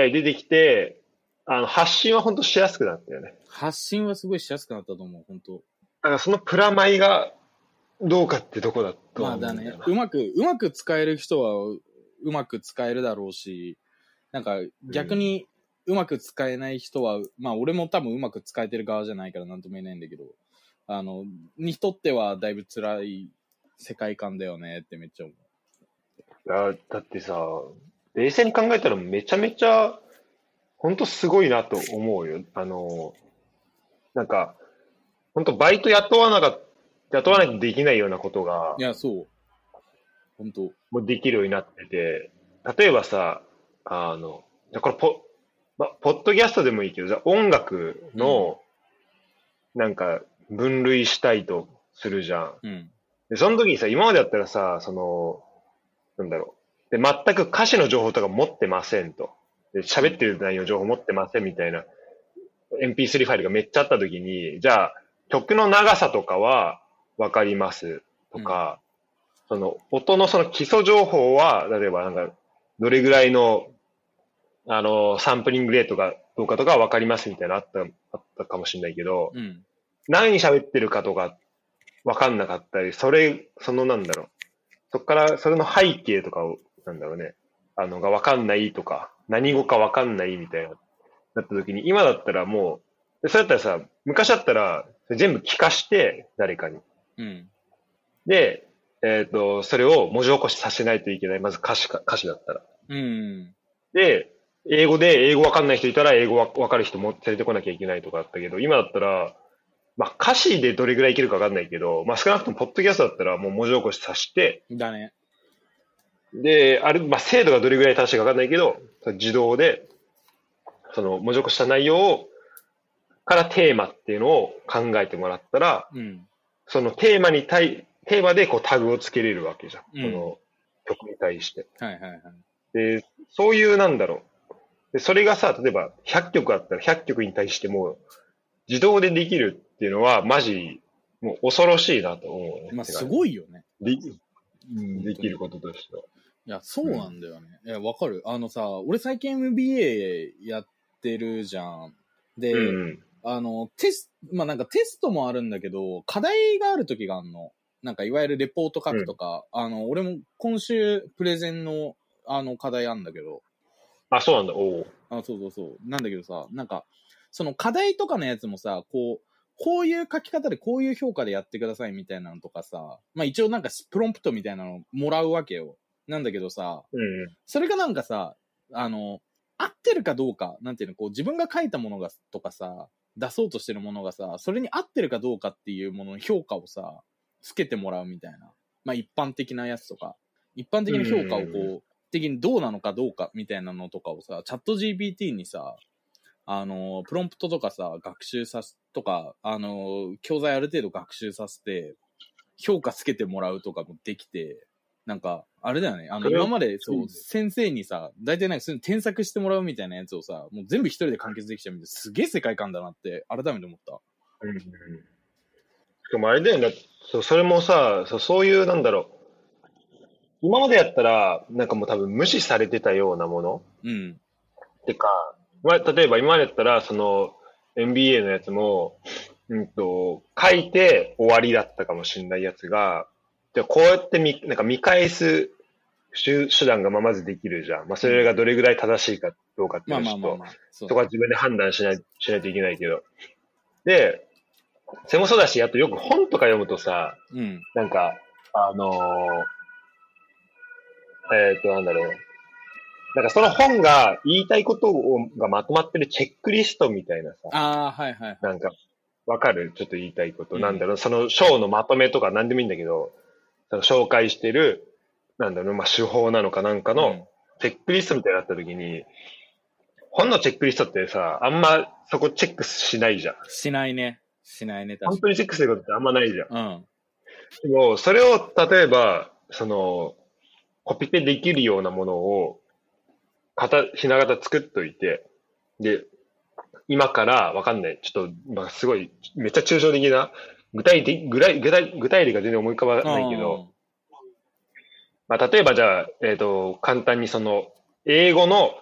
S1: AI 出てきて、あの、発信は本当しやすくなったよね。
S2: 発信はすごいしやすくなったと思う、本当
S1: だからそのプラマイがどうかってとこだと
S2: ま
S1: は
S2: あ
S1: 思
S2: だ
S1: うんだ
S2: ね
S1: よな。。
S2: うまく、うまく使える人は、うまく使えるだろうし、なんか逆に、うまく使えない人は、まあ俺も多分うまく使えてる側じゃないからなんとも言えないんだけど、あの、にとってはだいぶ辛い世界観だよねってめっちゃ思う。
S1: いやだってさ、冷静に考えたらめちゃめちゃ、本当すごいなと思うよ。あのーなんか、本当バイト雇わなか雇わないとできないようなことが
S2: い、や、そう。本当
S1: もうできるようになってて、例えばさ、あの、じゃあこれポ、ま、ポッドキャストでもいいけど、じゃあ音楽の、なんか、分類したいとするじゃん。
S2: うん。
S1: で、その時にさ、今までだったらさ、その、なんだろう。で、全く歌詞の情報とか持ってませんと。で、喋ってる内容情報持ってませんみたいな、MP3 ファイルがめっちゃあった時に、じゃあ、曲の長さとかはわかりますとか、その、音のその基礎情報は、例えばなんか、どれぐらいの、あの、サンプリングレートがどうかとかはわかりますみたいなのあった、あったかもしれないけど、
S2: うん。
S1: 何喋ってるかとか分かんなかったり、それ、そのなんだろう。そっから、それの背景とかを、なんだろうね。あの、が分かんないとか、何語か分かんないみたいな、なった時に、今だったらもう、でそれだったらさ、昔だったら、全部聞かして、誰かに。
S2: うん。
S1: で、えっ、と、それを文字起こしさせないといけない。まず歌詞か、歌詞だったら。
S2: うん。
S1: で、英語で英語わかんない人いたら英語わわかる人も連れてこなきゃいけないとかだったけど、今だったら、まあ歌詞でどれぐらいいけるかわかんないけど、まあ少なくともポッドキャストだったらもう文字起こしさして、
S2: だね。
S1: で、あれ、まあ精度がどれぐらい正しいかわかんないけど、その自動で、その文字起こした内容を、からテーマっていうのを考えてもらったら、
S2: うん。
S1: そのテーマに対、テーマでこうタグをつけれるわけじゃん。
S2: うん
S1: この曲に対して。
S2: はいはいはい。
S1: で、そういうなんだろう。で、それがさ、例えば100曲あったら100曲に対してもう自動でできるっていうのはマジ、もう恐ろしいなと思うね。
S2: まあ、す
S1: い。
S2: ごいよね。
S1: できうんできることとしては。
S2: いや、そうなんだよね。いや、わかる。あのさ、俺最近 MBA やってるじゃん。で、
S1: うん。
S2: あの、テスト、まあ、なんかテストもあるんだけど、課題がある時があんの。なんか、いわゆるレポート書くとか、あの、俺も今週プレゼンの、あの、課題あんだけど、
S1: あ、そうなんだ。おう
S2: あ、そうそうそう。なんだけどさ、なんか、その課題とかのやつもさ、こう、こういう書き方でこういう評価でやってくださいみたいなのとかさ、まあ一応なんかプロンプトみたいなのもらうわけよ。なんだけどさ、
S1: うん。
S2: それがなんかさ、あの、合ってるかどうか、なんていうの、こう自分が書いたものが、とかさ、出そうとしてるものがさ、それに合ってるかどうかっていうものの評価をさ、つけてもらうみたいな。まあ一般的なやつとか、一般的な評価を
S1: うんうん
S2: こう、的にどうなのかどうかみたいなのとかをさ、チャット GPT にさ、あの、プロンプトとかさ、学習さす、とか、あの、教材ある程度学習させて、評価つけてもらうとかもできて、なんか、あれだよね。あの、
S1: それは
S2: 今まで、そ
S1: うん
S2: う、先生にさ、大体なんか、そういうの添削してもらうみたいなやつをさ、もう全部一人で完結できちゃうみたいな、すげえ世界観だなって、改めて思った。
S1: うん。しかもあれだよね。そうそれもさそう、そういうなんだろう。今までやったら、なんかもう多分無視されてたようなもの。
S2: うん。
S1: てか、まあ、例えば今までだったら、その、NBA のやつも、うんと、書いて終わりだったかもしれないやつが、じゃあこうやってみ、なんか見返す手手段がまあまずできるじゃん。まあ、それがどれぐらい正しいかどうかっていう
S2: まあ
S1: の
S2: ま
S1: はち
S2: あま
S1: ょ
S2: あ
S1: っ
S2: まあ。そ
S1: と、
S2: う
S1: そこは自分で判断しない、しないといけないけど。で、それもそうだし、あとよく本とか読むとさ、
S2: うん。
S1: なんか、あのーえっ、と、なんだろう。なんかその本が言いたいことをがまとまってるチェックリストみたいなさ、
S2: ああ、はいはい。
S1: なんか、わかるちょっと言いたいこと。
S2: うん
S1: なんだろう、その章のまとめとか何でもいいんだけど、その紹介してる、なんだろう、まあ、手法なのかなんかの、
S2: うん
S1: チェックリストみたいなのあった時に、本のチェックリストってさ、あんまそこチェックしないじゃん。
S2: しないね。しないね、
S1: 本
S2: 確か
S1: 当にチェックすることってあんまないじゃん。
S2: に。うん。
S1: でも、それを例えば、その、コピペできるようなものを、型、ひな形作っといて、で、今からわかんない。ちょっと、まあ、すごい、めっちゃ抽象的な、具体的、具体、具体具体例が全然思い浮かばないけど、まあ、例えばじゃあ、えっ、と、簡単にその、英語の、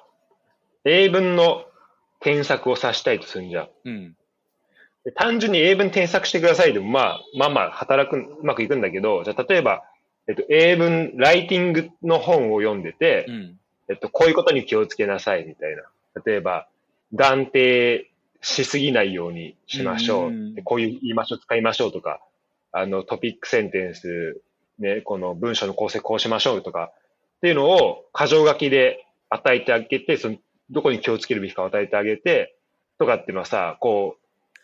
S1: 英文の添削をさしたいとするんじゃん。
S2: うん。うん。
S1: で単純に英文添削してくださいでも、まあ、まあまあ、働く、うまくいくんだけど、じゃあ、例えば、えっと、英文、ライティングの本を読んでて、
S2: うん。
S1: えっと、こういうことに気をつけなさい、みたいな。例えば、断定しすぎないようにしましょ
S2: う
S1: う。
S2: ん
S1: でこういう言いましょう、使いましょうとか、あの、トピックセンテンス、ね、この文章の構成こうしましょうとか、っていうのを箇条書きで与えてあげて、その、どこに気をつけるべきかを与えてあげて、とかっていうのはさ、こ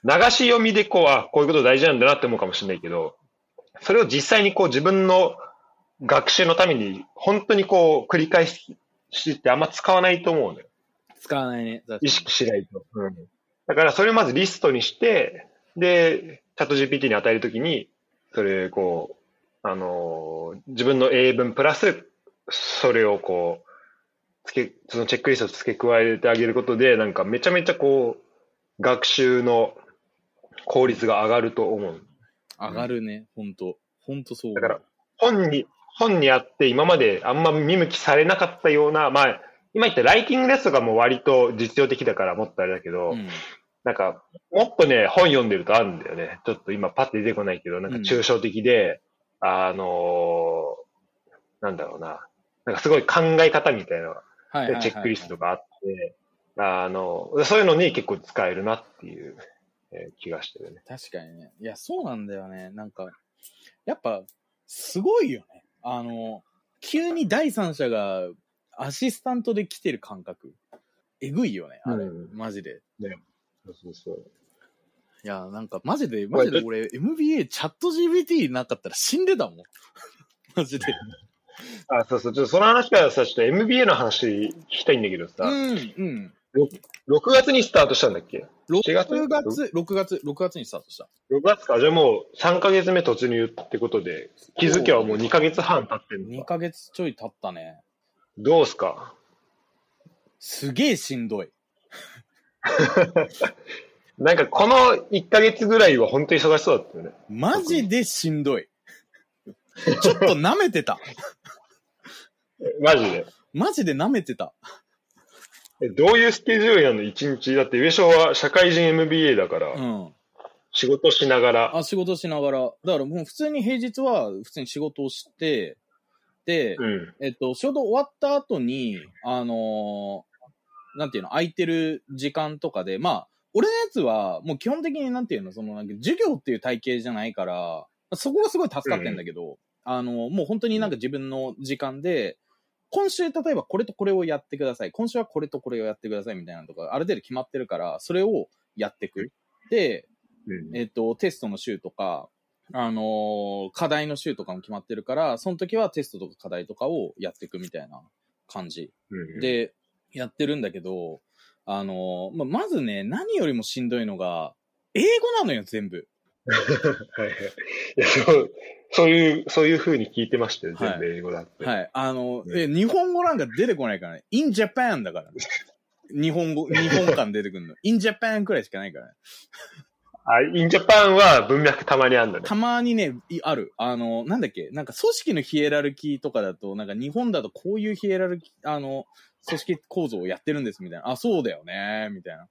S1: う、流し読みでこう、あ、こういうこと大事なんだなって思うかもしれないけど、それを実際にこう自分の学習のために、本当にこう繰り返ししってあんま使わないと思うのよ。
S2: 使わないね。確かに
S1: 意識しないと。うん、だからそれをまずリストにして、で、チャット GPT に与えるときに、それこう、あのー自分の英文プラス、それをこう、つけ、そのチェックリストを付け加えてあげることで、なんかめちゃめちゃこう、学習の効率が上がると思う。
S2: 上がるね、ほんと。ほんとそう。
S1: だから、本に、本にあって今まであんま見向きされなかったような、まあ、今言ったライティングですとかも割と実用的だからもっとあれだけど、
S2: うん。
S1: なんか、もっとね、本読んでるとあるんだよね。ちょっと今パッて出てこないけど、なんか抽象的で、あのーなんだろうな。なんかすごい考え方みたいなのが
S2: はいはいはいはい、
S1: チェックリストとかあって、あの、そういうのに結構使えるなっていう、えー気がしてるね。
S2: 確かにね。いや、そうなんだよね。なんか、やっぱ、すごいよね。あの、急に第三者がアシスタントで来てる感覚。えぐいよね、あれ。
S1: うん
S2: マジで。
S1: そうそうそう。
S2: いや、なんか、マジで、マジで俺、MBA、チャット GPT なかったら死んでたもん。 マジで。
S1: あ、そうそう。ちょっとその話からさ、ちょっと MBA の話聞きたいんだけどさ、
S2: うん、うん。
S1: 6月にスタートしたんだっけ
S2: 6
S1: 4
S2: 月
S1: 月、
S2: 6月、6月にスタートした。
S1: ?6 月か。じゃあもう3ヶ月目突入ってことで、気づきはもう2ヶ月半経ってるの
S2: 2
S1: か。
S2: ヶ月ちょい経ったね。
S1: どうっすか
S2: すげえしんどい。
S1: なんかこの1ヶ月ぐらいは本当に忙しそうだったよね。
S2: マジでしんどい。ちょっと舐めてた。
S1: マジで。
S2: マジで舐めてた。
S1: えどういうスケジュールなの ?1 日。だって上昇は社会人 MBA だから、
S2: うん。
S1: 仕事しながら。
S2: あ、仕事しながら。だからもう普通に平日は普通に仕事をして、で
S1: う、ん。
S2: えっと、仕事終わった後に、あのーなんていうの、空いてる時間とかで、まあ、俺のやつは、もう基本的になんていうの、その、なんか授業っていう体系じゃないから、そこがすごい助かってんだけど、あのーもう本当になんか自分の時間で、今週例えばこれとこれをやってください。今週はこれとこれをやってくださいみたいなのとか、ある程度決まってるから、それをやってく。で、
S1: うん
S2: えっと、テストの週とか、あのー課題の週とかも決まってるから、その時はテストとか課題とかをやっていくみたいな感じ
S1: うん、
S2: でやってるんだけど、あのーままずね、何よりもしんどいのが、英語なのよ、全部。
S1: はいはいいやそうそういう、そういう風に聞いてましたよ。
S2: はい
S1: 全部英語だって。
S2: はい。あのー
S1: ね
S2: え日本語なんか出てこないからね。in Japan だから、ね。日本語、日本感出てくるの。in Japan くらいしかないからね。
S1: あ、インジャパンは文脈たまにあんだね。
S2: たまにね、いある。あの、なんだっけ、なんか組織のヒエラルキーとかだと、なんか日本だとこういうヒエラルキー、あの、組織構造をやってるんですみたいな。あ、そうだよね、みた いな。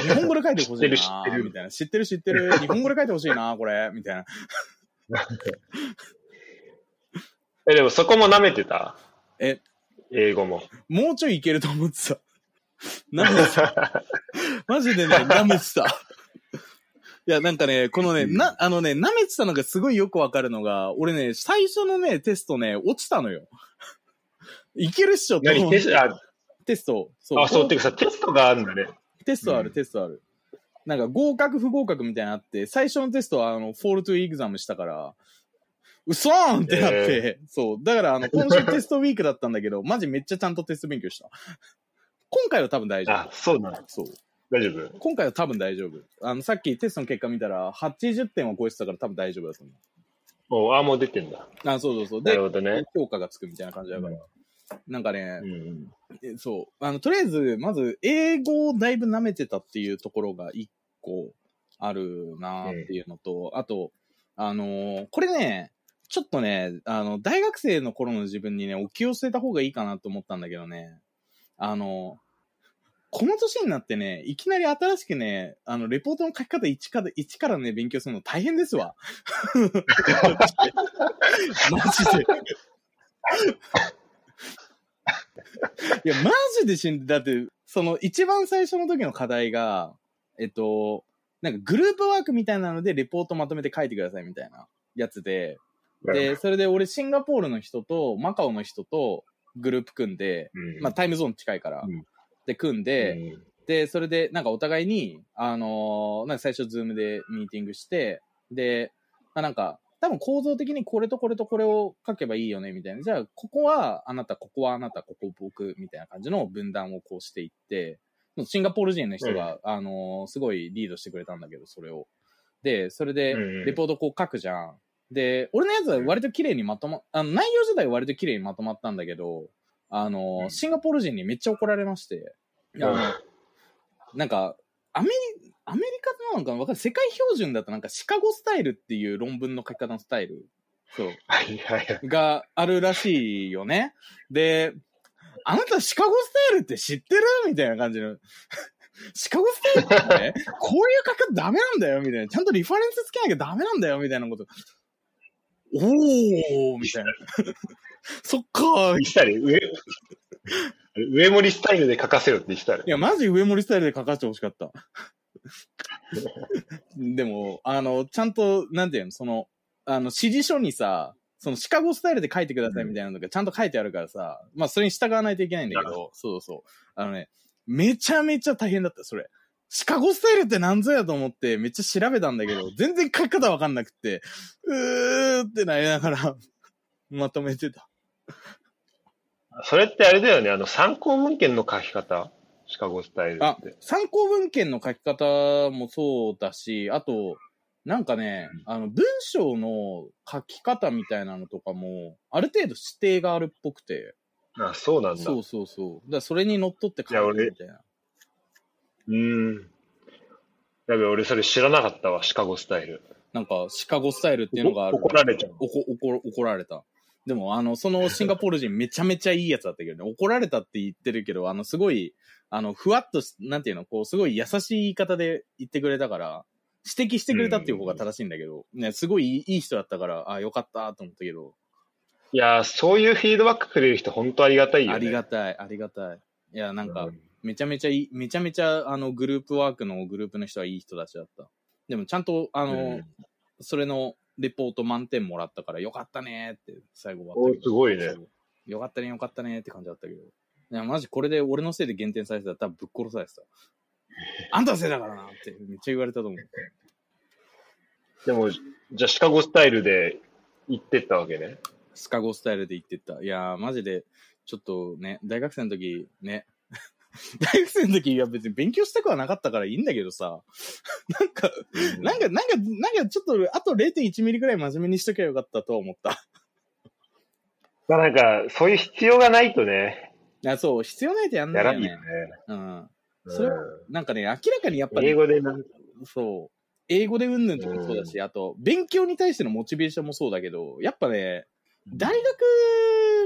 S2: 日本語で書いてほしい
S1: 知ってる
S2: な、
S1: 知ってる
S2: みたいな。知ってる知ってる。日本語で書いてほしいな、これ、みたいな。
S1: え、でもそこも舐めてた
S2: え、
S1: 英語も。
S2: もうちょいいけると思ってた。なんで マジでね、舐めてた。いや、なんかね、このね、
S1: うん
S2: な、あのね、舐めてたのがすごいよくわかるのが、俺ね、最初のね、テストね、落ちたのよ。 いけるっしょって思
S1: 何
S2: う
S1: テスト、あ、
S2: テスト。そう。
S1: あそう、
S2: 合
S1: ってかさ、テストがあるんだね。
S2: テストあ
S1: う
S2: る、
S1: ん
S2: テストある。なんか合格不合格みたいなのあって、最初のテストはあの、フォールトゥエグザムしたから、うそーんってなって、そう。だからあの、今週テストウィークだったんだけど、マジめっちゃちゃんとテスト勉強した。今回は多分大丈
S1: あ、そうなの。
S2: 夫。そう。
S1: 大丈夫
S2: 今回は多分大丈夫。あの、さっきテストの結果見たら、80点を超えてたから多分大丈夫だと思
S1: おあ、もう出てんだ。
S2: う。あ、そうそうそう。
S1: な
S2: で
S1: る、ほどね。
S2: 評価がつくみたいな感じだから。なんかね
S1: う、ん。
S2: えそう。あの、とりあえず、まず、英語をだいぶ舐めてたっていうところが一個あるなっていうのと、あと、あのーこれね、ちょっとね、あの、大学生の頃の自分にね、お気を据えた方がいいかなと思ったんだけどね、あのこの年になってね、いきなり新しくね、あの、レポートの書き方一から、一からね、勉強するの大変ですわ。 マジで。いや、マジでしんどいだって、その一番最初の時の課題が、えっと、なんかグループワークみたいなのでレポートまとめて書いてくださいみたいなやつで、で、それで俺シンガポールの人とマカオの人とグループ組んで、
S1: うん、
S2: まあタイムゾーン近いから、
S1: うん
S2: で、組ん
S1: う
S2: で、
S1: ん、
S2: で、それで、なんかお互いに、あのーなんか最初、ズームでミーティングして、で、あなんか、多分構造的にこれとこれとこれを書けばいいよね、みたいな。じゃあ、ここはあなた、ここはあなた、ここ僕、みたいな感じの分断をこうしていって、シンガポール人の人が、あのーすごいリードしてくれたんだけど、それを。で、それで、
S1: うんうん
S2: レポートこう書くじゃん。で、俺のやつは割と綺麗にまとま、あの、内容自体は割と綺麗にまとまったんだけど、あのー
S1: うん
S2: シンガポール人にめっちゃ怒られまして、あの、なんか、アメリ、アメリカなのかなわかんない。世界標準だとなんかシカゴスタイルっていう論文の書き方のスタイル。そう。
S1: はいはいはい。
S2: があるらしいよね。で、あなたシカゴスタイルって知ってるみたいな感じの。 シカゴスタイルって ね、こういう書き方ダメなんだよみたいな。ちゃんとリファレンスつけなきゃダメなんだよみたいなこと。おーみた いな。そっかー
S1: ミスタリ上、上森スタイルで書かせよって言ってたら
S2: い。や、マジ上森スタイルで書かせてほしかった。 でも、あの、ちゃんと、なんていうの、その、あの、指示書にさ、そのシカゴスタイルで書いてくださいみたいなのがちゃんと書いてあるからさ、まあ、それに従わないといけないんだけど、そうそう。あのね、めちゃめちゃ大変だった、それ。シカゴスタイルって何ぞやと思って、めっちゃ調べたんだけ ど、全然書き方わかんなくって、うーってなりながら、まとめてた。
S1: それってあれだよね、あの、参考文献の書き方、シカゴスタイル
S2: あ
S1: って。
S2: 参考文献の書き方もそうだし、あと、なんかね、あの、文章の書き方みたいなのとかも、ある程度指定があるっぽくて。
S1: あそうなんだ。
S2: そううそうそう。だからそれにのっとって書いてるみたいな。
S1: ーん。やべ、俺それ知らなかったわ、シカゴスタイル。
S2: なんか、シカゴスタイルっていうのがある。
S1: お怒られちゃう
S2: おこ怒怒られた。でも、あの、そのシンガポール人めちゃめちゃいいやつだったけどね、怒られたって言ってるけど、あの、すごい、あの、ふわっとし、なんていうの、こう、すごい優しい言い方で言ってくれたから、指摘してくれたっていう方が正しいんだけど、ね、すごいいいいい人だったから、あ、よかったと思ったけど、
S1: いやー、そういうフィードバックくれる人、本当ありがたいよね。
S2: ありが
S1: た
S2: たい、ありがたい。いや、なんか
S1: う、ん
S2: めちゃめちゃいい、めちゃめちゃ、あの、グループワークのグループの人はいい人たちだった。でも、ちゃんと、あの、
S1: うん
S2: それのレポート満点もらったから、よかったねーって、最後終わ
S1: お
S2: ったけ
S1: ー、す
S2: ど。
S1: ごいね。
S2: よかったね、よかったねって感じだったけど。いや、マジこれで俺のせいで減点されてたら多分ぶっ殺 されてた。あんたのせいだからなってめっちゃ言われたと思う。
S1: でも、じゃあシカゴスタイルで行ってったわけね。
S2: スカゴスタイルで言ってった。いやー、マジで、ちょっとね、大学生の時ね、 大学生の時、いや別に勉強したくはなかったからいいんだけどさ、なんか、なんか、なんか、なんかちょっと、あと0.1ミリぐらい真面目にしときゃよかったとは思った。
S1: まあなんか、そういう必要がないとね、
S2: いや、そう、必要ないとやんな
S1: や
S2: いよ
S1: らない
S2: ね。
S1: よね。
S2: うん。
S1: うん
S2: それなんかね、明らかにやっぱり
S1: 英語でなんか、
S2: そう。英語でうんぬんとかもそうだし、あと、勉強に対してのモチベーションもそうだけど、やっぱね、大学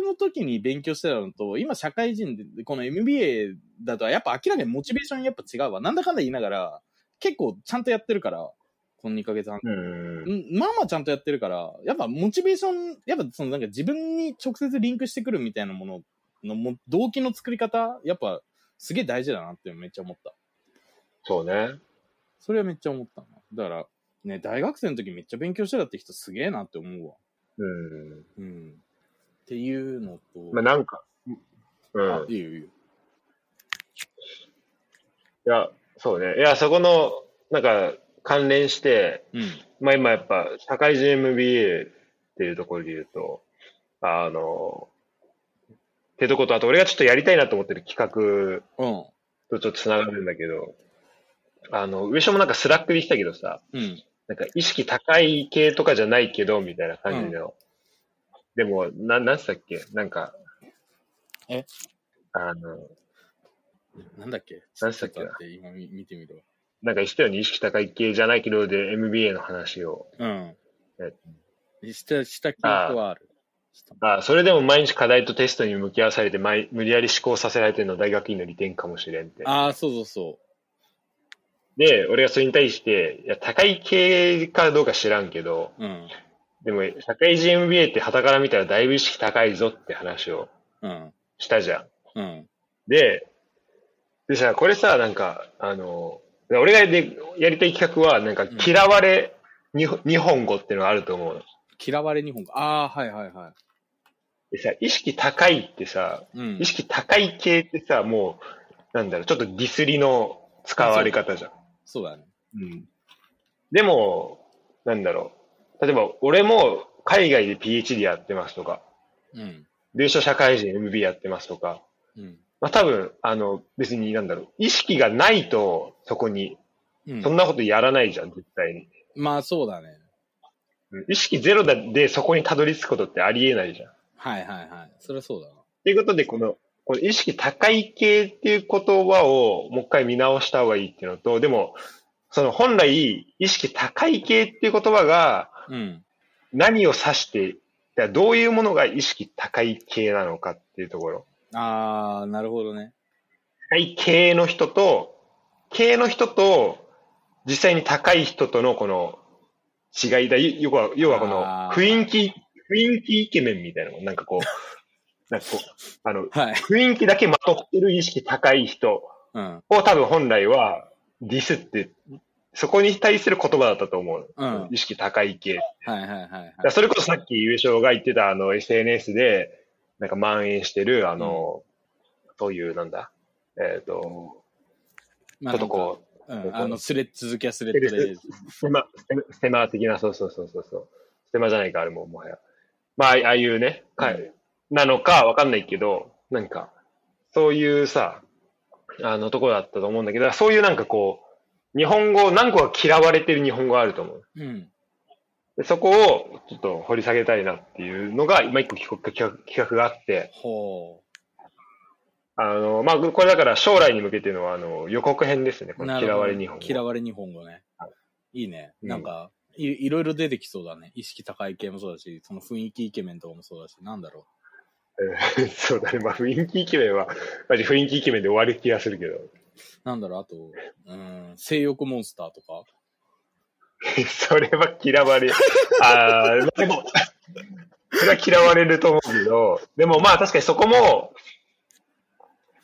S2: の時に勉強してたのと、今社会人で、この MBA だと、やっぱ明らかにモチベーションやっぱ違うわ。なんだかんだ言いながら、結構ちゃんとやってるから、この2ヶ月半。
S1: うん
S2: うんまあまあちゃんとやってるから、やっぱモチベーション、やっぱそのなんか自分に直接リンクしてくるみたいなもののも動機の作り方、やっぱすげえ大事だなってめっちゃ思った。
S1: そうね。
S2: それはめっちゃ思ったな。だから、ね、大学生の時めっちゃ勉強してたって人すげえなって思うわ。
S1: うん。
S2: うん。っていうのと、
S1: まあなんか、う
S2: あ
S1: ん。
S2: いいよいいよ。
S1: いや、そうね。いや、そこの、なんか、関連して、
S2: うん。
S1: まあ今やっぱ、社会人 MBA っていうところで言うと、あの、ってとこと、あと俺がちょっとやりたいなと思ってる企画
S2: うん。
S1: とちょっと繋がるんだけど、あの、上下もなんかスラックで来たけどさ、
S2: うん。
S1: なんか意識高い系とかじゃないけど、みたいな感じの。でも、な、なんつったっけなんか。
S2: え
S1: あの、
S2: なんだっけ
S1: 何でしたっけ
S2: ちょと待って今見見てみる
S1: なんか言ってたように意識高い系じゃないけど、で、MBA の話を。
S2: わ。
S1: え
S2: うん。した、した記憶はある。した
S1: あそれでも毎日課題とテストに向き合わされて、毎無理やり思考させられてるのは大学院の利点かもしれんって。
S2: ああ、そうそうそ
S1: で、俺がそれに対して、いや、高い系かどうか知らんけど、
S2: う。うん。
S1: でも、社会人 MBA って旗から見たらだいぶ意識高いぞって話を
S2: うん。
S1: したじゃん。
S2: うん。
S1: で、でさ、これさ、なんか、あの、俺がでやりたい企画は、なんか
S2: ん、
S1: 嫌われに、日本語っていうのがあると思うの。
S2: 嫌われ日本語。ああ、はいはいは
S1: でさ、意識高いってさ、
S2: い。うん
S1: 意。識高い系ってさ、もう、なんだろう、ちょっとディスりの使われ方じゃん。
S2: そうだね。
S1: うん。でも、なんだろう。例えば、俺も海外で PhD やってますとか、
S2: うん。
S1: で、一緒社会人 MB やってますとか、
S2: うん。
S1: まあ多分、あの、別になんだろう、意識がないと、そこに
S2: うん
S1: そんなことやらないじゃん、絶対に。
S2: まあそうだね。
S1: うん意識ゼロだでそこにたどり着くことってありえないじゃん。っ
S2: はいはいはい。それはそうだな。
S1: ていうことで、この、この意識高い系っていう言葉をもう一回見直した方がいいっていうのと、でも、その本来、意識高い系っていう言葉が
S2: うん。
S1: 何を指して、だからどういうものが意識高い系なのかっていうところ。
S2: ああ、なるほどね。
S1: 高い系の人と、系の人と、実際に高い人とのこの違いだ。よ要は、要はこの
S2: あー
S1: 雰囲気、雰囲気イケメンみたいなもん。なんかこう、なんかこう、あの、
S2: はい。
S1: 雰囲気だけまとってる意識高い人
S2: うん。
S1: を多分本来はディスって、そこに対する言葉だったと思う。
S2: うん
S1: 意識高い系。
S2: はいはいはいは
S1: だ
S2: い
S1: から。それこそさっき優勝が言ってたあの SNS でなんか蔓延してる、あの、そういうなんだ、えっ、と、ち
S2: ま
S1: ょ
S2: あ
S1: っとこう、
S2: なんかうん、あの、スレッ、続きはスレッド
S1: スレ
S2: で
S1: ッ。ステマ、ステマステマ的な、そうそうそうそうそう。ステマじゃないか、あれも、もはや。まあ、あああいうね、か
S2: う
S1: なのかわかんないけど、なんか、そういうさ、あの、ところだったと思うんだけど、そういうなんかこう、日本語、何個か嫌われてる日本語があると思う。
S2: うん。
S1: でそこを、ちょっと掘り下げたいなっていうのが、今一個企画企画企画があって、
S2: ほ
S1: あの、まあ、これだから将来に向けての、あの、予告編ですね、こ
S2: う。
S1: の
S2: なるほ
S1: 嫌
S2: ど
S1: われ日本語。
S2: 嫌われ日本語ね。いいね。
S1: うん
S2: なんか、いいろいろ出てきそうだね。意識高い系もそうだし、その雰囲気イケメンとかもそうだし、なんだろ
S1: うん そうだね。まあ、雰囲気イケメンは、マジ雰囲気イケメンで終わる気がするけど。
S2: う。なんだろう、あと、うん、性欲モンスターとか。
S1: それは嫌われ、あーまあ、でも、それは嫌われると思うけど、でもまあ確かにそこも、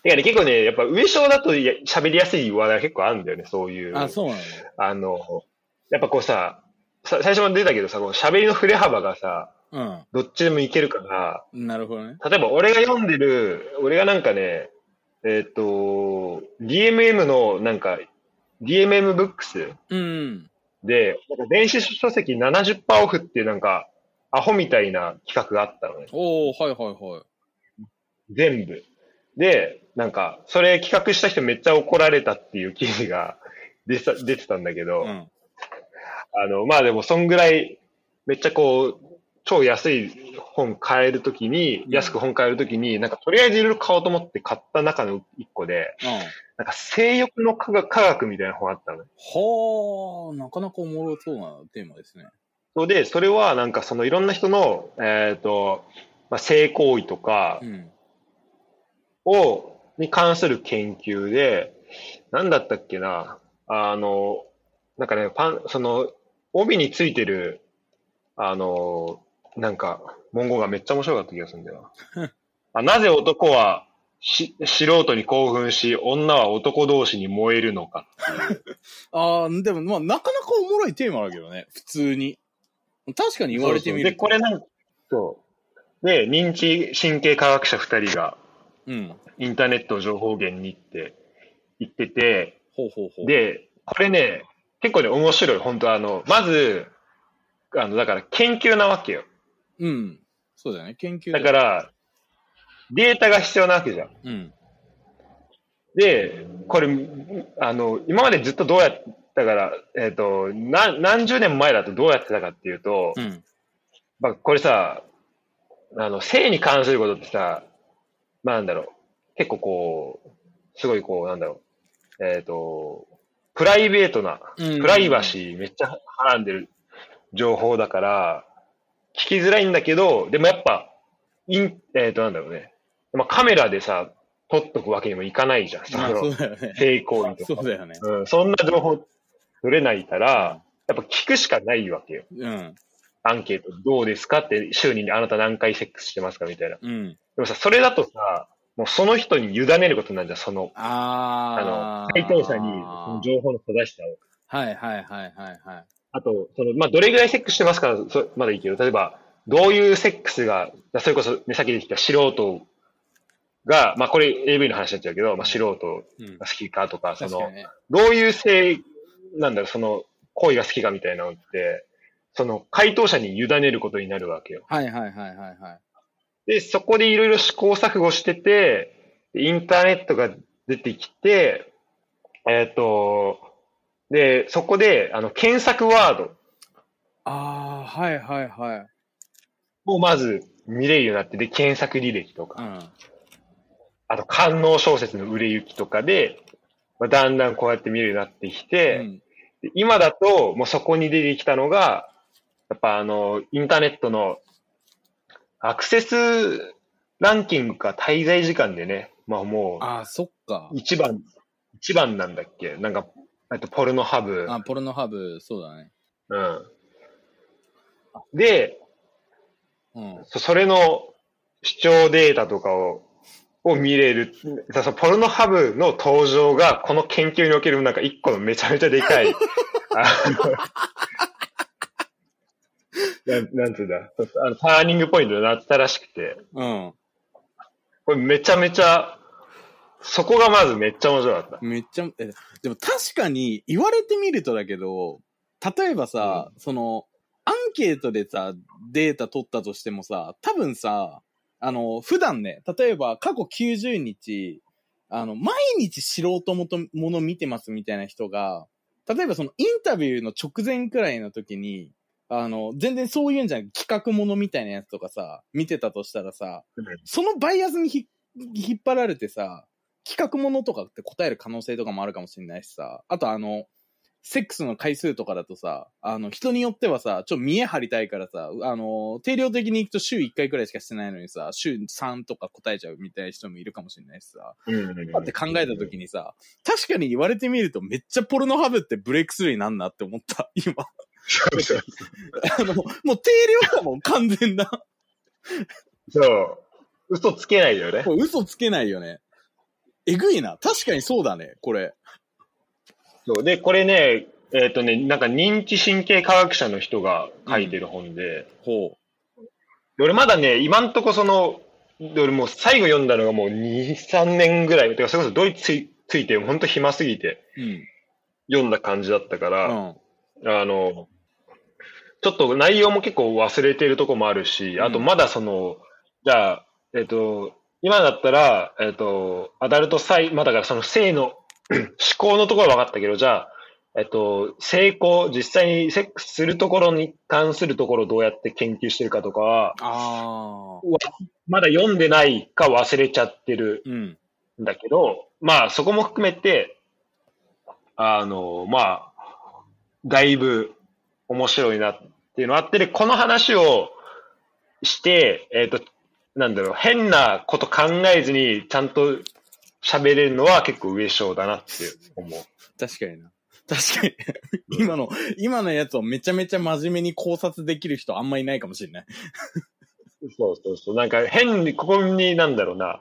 S1: いやね、結構ね、やっぱ上昇だとや喋りやすい話題が結構あるんだよね、そういう。
S2: あ、そうなのね
S1: あの、やっぱこうさ、さ最初も出たけどさ、この喋りの振れ幅がさ、どっちでもいけるから、
S2: うん。なるほどね。
S1: 例えば俺が読んでる、俺がなんかね、えっ、と、DMM のなんか、DMM ブックス
S2: うん。
S1: で、なんか電子書籍70%オフっていうなんか、アホみたいな企画があったのね。
S2: おー、はいはいはい。
S1: 全部。で、なんか、それ企画した人めっちゃ怒られたっていう記事が出てた出てたんだけど、
S2: うん。
S1: あの、まあでも、そんぐらい、めっちゃこう、超安い本買えるときに、
S2: うん
S1: 安く本買えるときに、なんか、とりあえずいろいろ買おうと思って買った中の一個で、
S2: うん。
S1: なんか、性欲の科学科学みたいな本あったのね。
S2: はあ、なかなかおもろそうなテーマですね。
S1: それで、それはなんか、そのいろんな人の、えっ、と、まあ、性行為とか
S2: うん。
S1: を、に関する研究で、なんだったっけな、あの、なんかね、パン、その、帯についてる、あの、なんか、文言がめっちゃ面白かった気がするんだよ な。あなぜ男はし、素人に興奮し、女は男同士に燃えるのか。
S2: ああ、でも、まあ、なかなかおもろいテーマだけどね、普通に。確かに言われてみ
S1: そうそうで、
S2: ると。
S1: これなんか、そう。で、認知神経科学者二人が、
S2: うん。
S1: インターネットを情報源にって言ってて、
S2: ほうほうほう。、
S1: で、これね、結構ね、面白い。本当あの、まず、あの、だから研究なわけよ。
S2: うん。そうだよね、研究、
S1: だからら、データが必要なわけじゃん。
S2: うん。
S1: で、これ、あの、今までずっとどうやったから、えっ、と、な、何十年前だとどうやってたかっていうと、
S2: うん。
S1: まあ、これさ、あの、性に関することってさ、まあ、なんだろう、結構こう、すごいこう、なんだろう、えっ、と、プライベートな、
S2: うん
S1: プライバシーめっちゃはらんでる情報だから、聞きづらいんだけど、でもやっぱ、イン、えっ、と、なんだろうね、まあ、カメラでさ、撮っとくわけにもいかないじゃん、そ
S2: まあ、そう
S1: の、
S2: だよね。
S1: 性行為と
S2: そ
S1: か
S2: う。だよね。
S1: うん、そんな情報取れないから、やっぱ聞くしかないわけよ。
S2: うん。
S1: アンケートどうですかって、週にあなた何回セックスしてますかみたいな。
S2: うん。
S1: でもさ、それだとさ、もうその人に委ねることになるじゃん、その、
S2: あ
S1: あの、
S2: ー。
S1: 回答者にその情報の正しさを。
S2: はいはいはいはいはい。
S1: あと、その、まあ、どれぐらいセックスしてますかそまだいいけど、例えば、どういうセックスが、それこそ、ね、さっき出てきた素人が、まあ、これ AV の話になっちゃうけど、まあ、素人
S2: うん
S1: が。好きかとか、そ
S2: 確か
S1: の
S2: に、ね。
S1: どういう性、なんだろう、その、行為が好きかみたいなのって、その、回答者に委ねることになるわけよ。
S2: はいはいはいはいはい。
S1: で、そこでいろいろ試行錯誤してて、インターネットが出てきて、えっ、と、で、そこで、あの、検索ワード
S2: あー、はいはいはい。
S1: をまず見れるようになって、で、検索履歴と
S2: う
S1: か、
S2: ん。
S1: あと、官能小説の売れ行きとかで、まあ、だんだんこうやって見るようになってきて、
S2: うん
S1: で今だと、もうそこに出てきたのが、やっぱあの、インターネットのアクセスランキングか滞在時間でね、まあも
S2: あー、そっか
S1: う、。一番、一番なんだっけなんか、えっと、ポルノハブ。
S2: あ、ポルノハブ、そうだね。
S1: うん。で、
S2: うん。
S1: そそれの視聴データとかを、を見れる。さそのポルノハブの登場が、この研究におけるなんか一個のめちゃめちゃで かい。あのなんなんつうんだそうあの、ターニングポイントになったらしくて、
S2: うん。
S1: これめちゃめちゃ、そこがまずめっちゃ面白かった。
S2: めっちゃ、え、でも確かに言われてみるとだけど、例えばさ、その、アンケートでさ、データ取ったとしてもさ、多分さ、あの、普段ね、例えば過去90日、あの、毎日素人もともの見てますみたいな人が、例えばそのインタビューの直前くらいの時に、あの、全然そういうんじゃない企画ものみたいなやつとかさ、見てたとしたらさ
S1: うん、
S2: そのバイアスにひ引っ張られてさ、企画ものとかって答える可能性とかもあるかもしれないしさ、あとあの、セックスの回数とかだとさ、あの、人によってはさ、ちょ、見え張りたいからさ、あの、定量的に行くと週1回くらいしかしてないのにさ、週3とか答えちゃうみたいな人もいるかもしれないしさ、だって考えた時にさ、確かに言われてみるとめっちゃポルノハブってブレイクスルーになんなって思った、 今。
S1: そうそう
S2: あの、もう定量だもん、完全な。
S1: そう。嘘つけないよね
S2: こ。れ嘘つけないよね。えぐいな。確かにそうだね、これ。
S1: そう。で、これね、えっ、とね、なんか認知神経科学者の人が書いてる本で、
S2: ほ
S1: で俺まだね、今んとこその、で俺もう最後読んだのがもう2、3年ぐらい。てか、それこそドイツついついて、ほんと暇すぎて
S2: う。うん。
S1: 読んだ感じだったか
S2: う
S1: ら、
S2: ん。
S1: あの、ちょっと内容も結構忘れてるとこもあるし、あとまだその、じゃあ、えっ、と、今だったら、えっ、と、アダルトサイ、まあだからその性の 思考のところは分かったけど、じゃあ、えっ、と、成功、実際にセックスするところに関するところをどうやって研究してるかとかは、
S2: ああ。
S1: まだ読んでないか忘れちゃってる
S2: うん。
S1: んだけど、まあそこも含めて、あの、まあ、だいぶ面白いなっていうのがあって、で、この話をして、えっ、と、なんだろう、変なこと考えずにちゃんと喋れるのは結構上昇だなって思う。
S2: 確かにな。確かに。今の、今のやつをめちゃめちゃ真面目に考察できる人あんまいないかもしれない。
S1: そうそうそう。なんか変に、ここになんだろうな。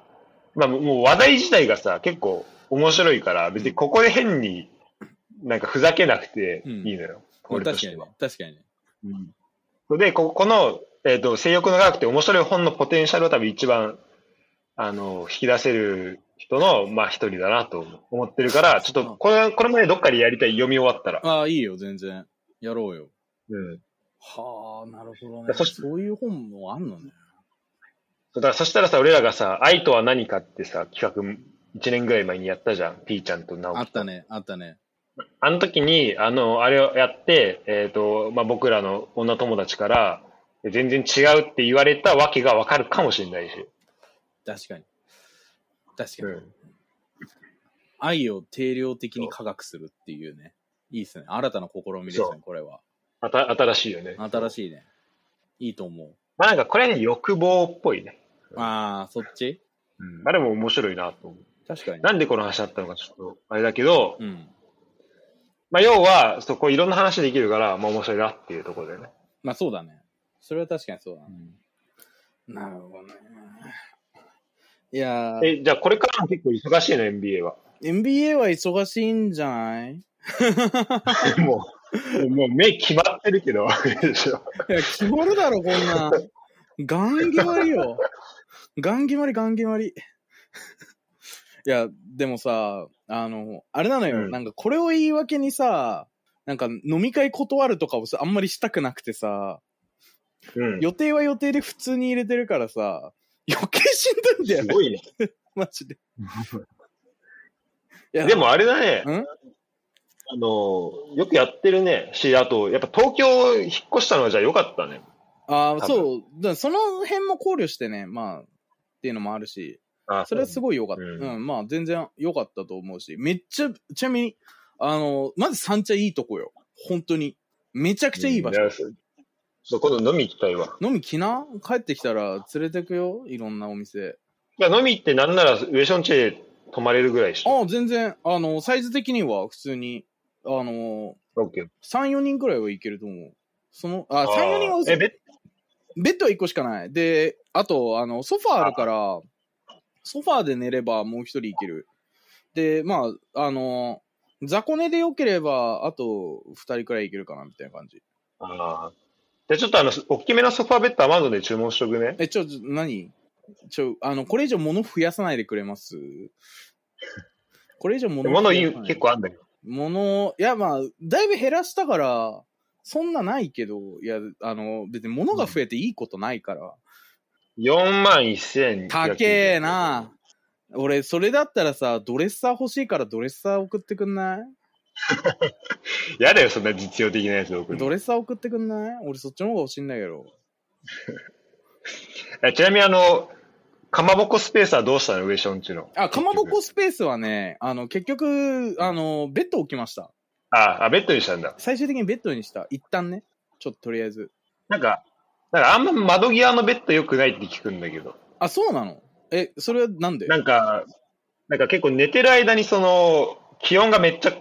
S1: まあもう話題自体がさ、結構面白いから、別にここで変になんかふざけなくていいのよ。
S2: 確
S1: 俺
S2: か
S1: として
S2: に
S1: は
S2: ね。。確かにね。
S1: うん、で、ここの、えっと性欲の科学って面白い本のポテンシャルを多分一番あの引き出せる人の、まあ、一人だなと思ってるから、ちょっとこれこれもね、どっかでやりたい、読み終わったら。
S2: ああ、いいよ、全然。やろうよ。
S1: うん
S2: はあ、なるほどね。
S1: そし
S2: そういう本もあんのね。
S1: だからそしたらさ、俺らがさ、愛とは何かってさ、企画1年ぐらい前にやったじゃん。ピーちゃんと直
S2: あ
S1: 樹
S2: ったね、あったね。
S1: あの時に、あの、あれをやって、えっ、と、まあ、僕らの女友達から、全然違うって言われたわけがわかるかもしれないし。
S2: 確かに。確かに。愛を定量的に科学するっていうね。いいですね。新たな試みです
S1: そう
S2: ね、これは。
S1: あた新しいよね。
S2: 新しいね。いいと思う。
S1: まあ、なんかこれはね欲望っぽいね。
S2: ああ、そっち
S1: まあ、でも面白いなと思う。
S2: 確かに。
S1: なんでこの話だったのかちょっと、あれだけど、
S2: うん。
S1: まあ、要は、そこいろんな話できるから、まあ、面白いなっていうところでね。
S2: まあそうだね。それは確かにそうだね。なるほどね。いやー、
S1: え、じゃあこれからも結構忙しいの、NBA は。
S2: NBA は忙しいんじゃない
S1: もう、もう目決まってるけど、あれでしょ。
S2: いや、決まるだろ、こんなん。ガン決まりよ。ガン決まり、ガン決まり。いや、でもさ、あの、あれなのよ、
S1: うん
S2: なんかこれを言い訳にさ、なんか飲み会断るとかをさ、あんまりしたくなくてさ、
S1: うん。
S2: 予定は予定で普通に入れてるからさ、余計しんどいんだよ
S1: す
S2: ね、
S1: ごいね。
S2: マジで。いや
S1: でもあれだね。
S2: ん
S1: あの、よくやってるね。し、あと、やっぱ東京引っ越したのはじゃあ良かったね。多
S2: ああ、
S1: 分
S2: そう。だからその辺も考慮してね、まあ、っていうのもあるし、
S1: あ
S2: それはす
S1: ごい。
S2: ごい良かった。
S1: う
S2: うんん、まあ、全然良かったと思うし、めっちゃ、ちなみに、あの、まず三茶いいとこよ。本当に。めちゃくちゃいい場所。
S1: うん。そうそう今度飲み行きたいわ。
S2: 飲み来な帰ってきたら連れてくよ。いろんなお店。
S1: いや、飲み行ってなんならウエションチェで泊まれるぐらいでしょ。
S2: ああ、全然、あの、サイズ的には普通に、あの、
S1: オッケー。
S2: 3、4人くらいはいけると思う。その、あ、
S1: あ
S2: 3、4人は嘘
S1: え、別
S2: ベッドは1個しかない。で、あと、あの、ソファーあるから、ソファーで寝ればもう一人いける。で、まあ、あの、雑魚寝で良ければ、あと二人くらいいけるかな、みたいな感じ。
S1: ああ。じゃあちょっとあの、大きめのソファーベッドアマゾンで注文しとくね。
S2: え、ちょ、ちょ何ちょ、あの、これ以上物増やさないでくれますこれ以上物増やさ
S1: 物
S2: ない
S1: いい、結構あんだけど。
S2: 物、いや、まあ、だいぶ減らしたから、そんなないけど、いや、あの、別に物が増えていいことないから。
S1: 4万1000。
S2: 高えな。俺、それだったらさ、ドレッサー欲しいからドレッサー送ってくんない
S1: やだよ、そんな実用的なやつで送るの
S2: ドレッサー送ってくんない俺そっちの方が欲しいんだけど。
S1: えちなみにあの、かまぼこスペースはどうしたのウエションちの。
S2: あ、かまぼこスペースはね、あの、結局、あの、ベッド置きました。
S1: ああ、ベッドにしたんだ。
S2: 最終的にベッドにした。一旦ね。ちょっととりあえず。
S1: なんか、なんかあんま窓際のベッド良くないって聞くんだけど。
S2: あ、そうなのえ、それはなんで
S1: なんか、なんか結構寝てる間にその、気温がめっちゃ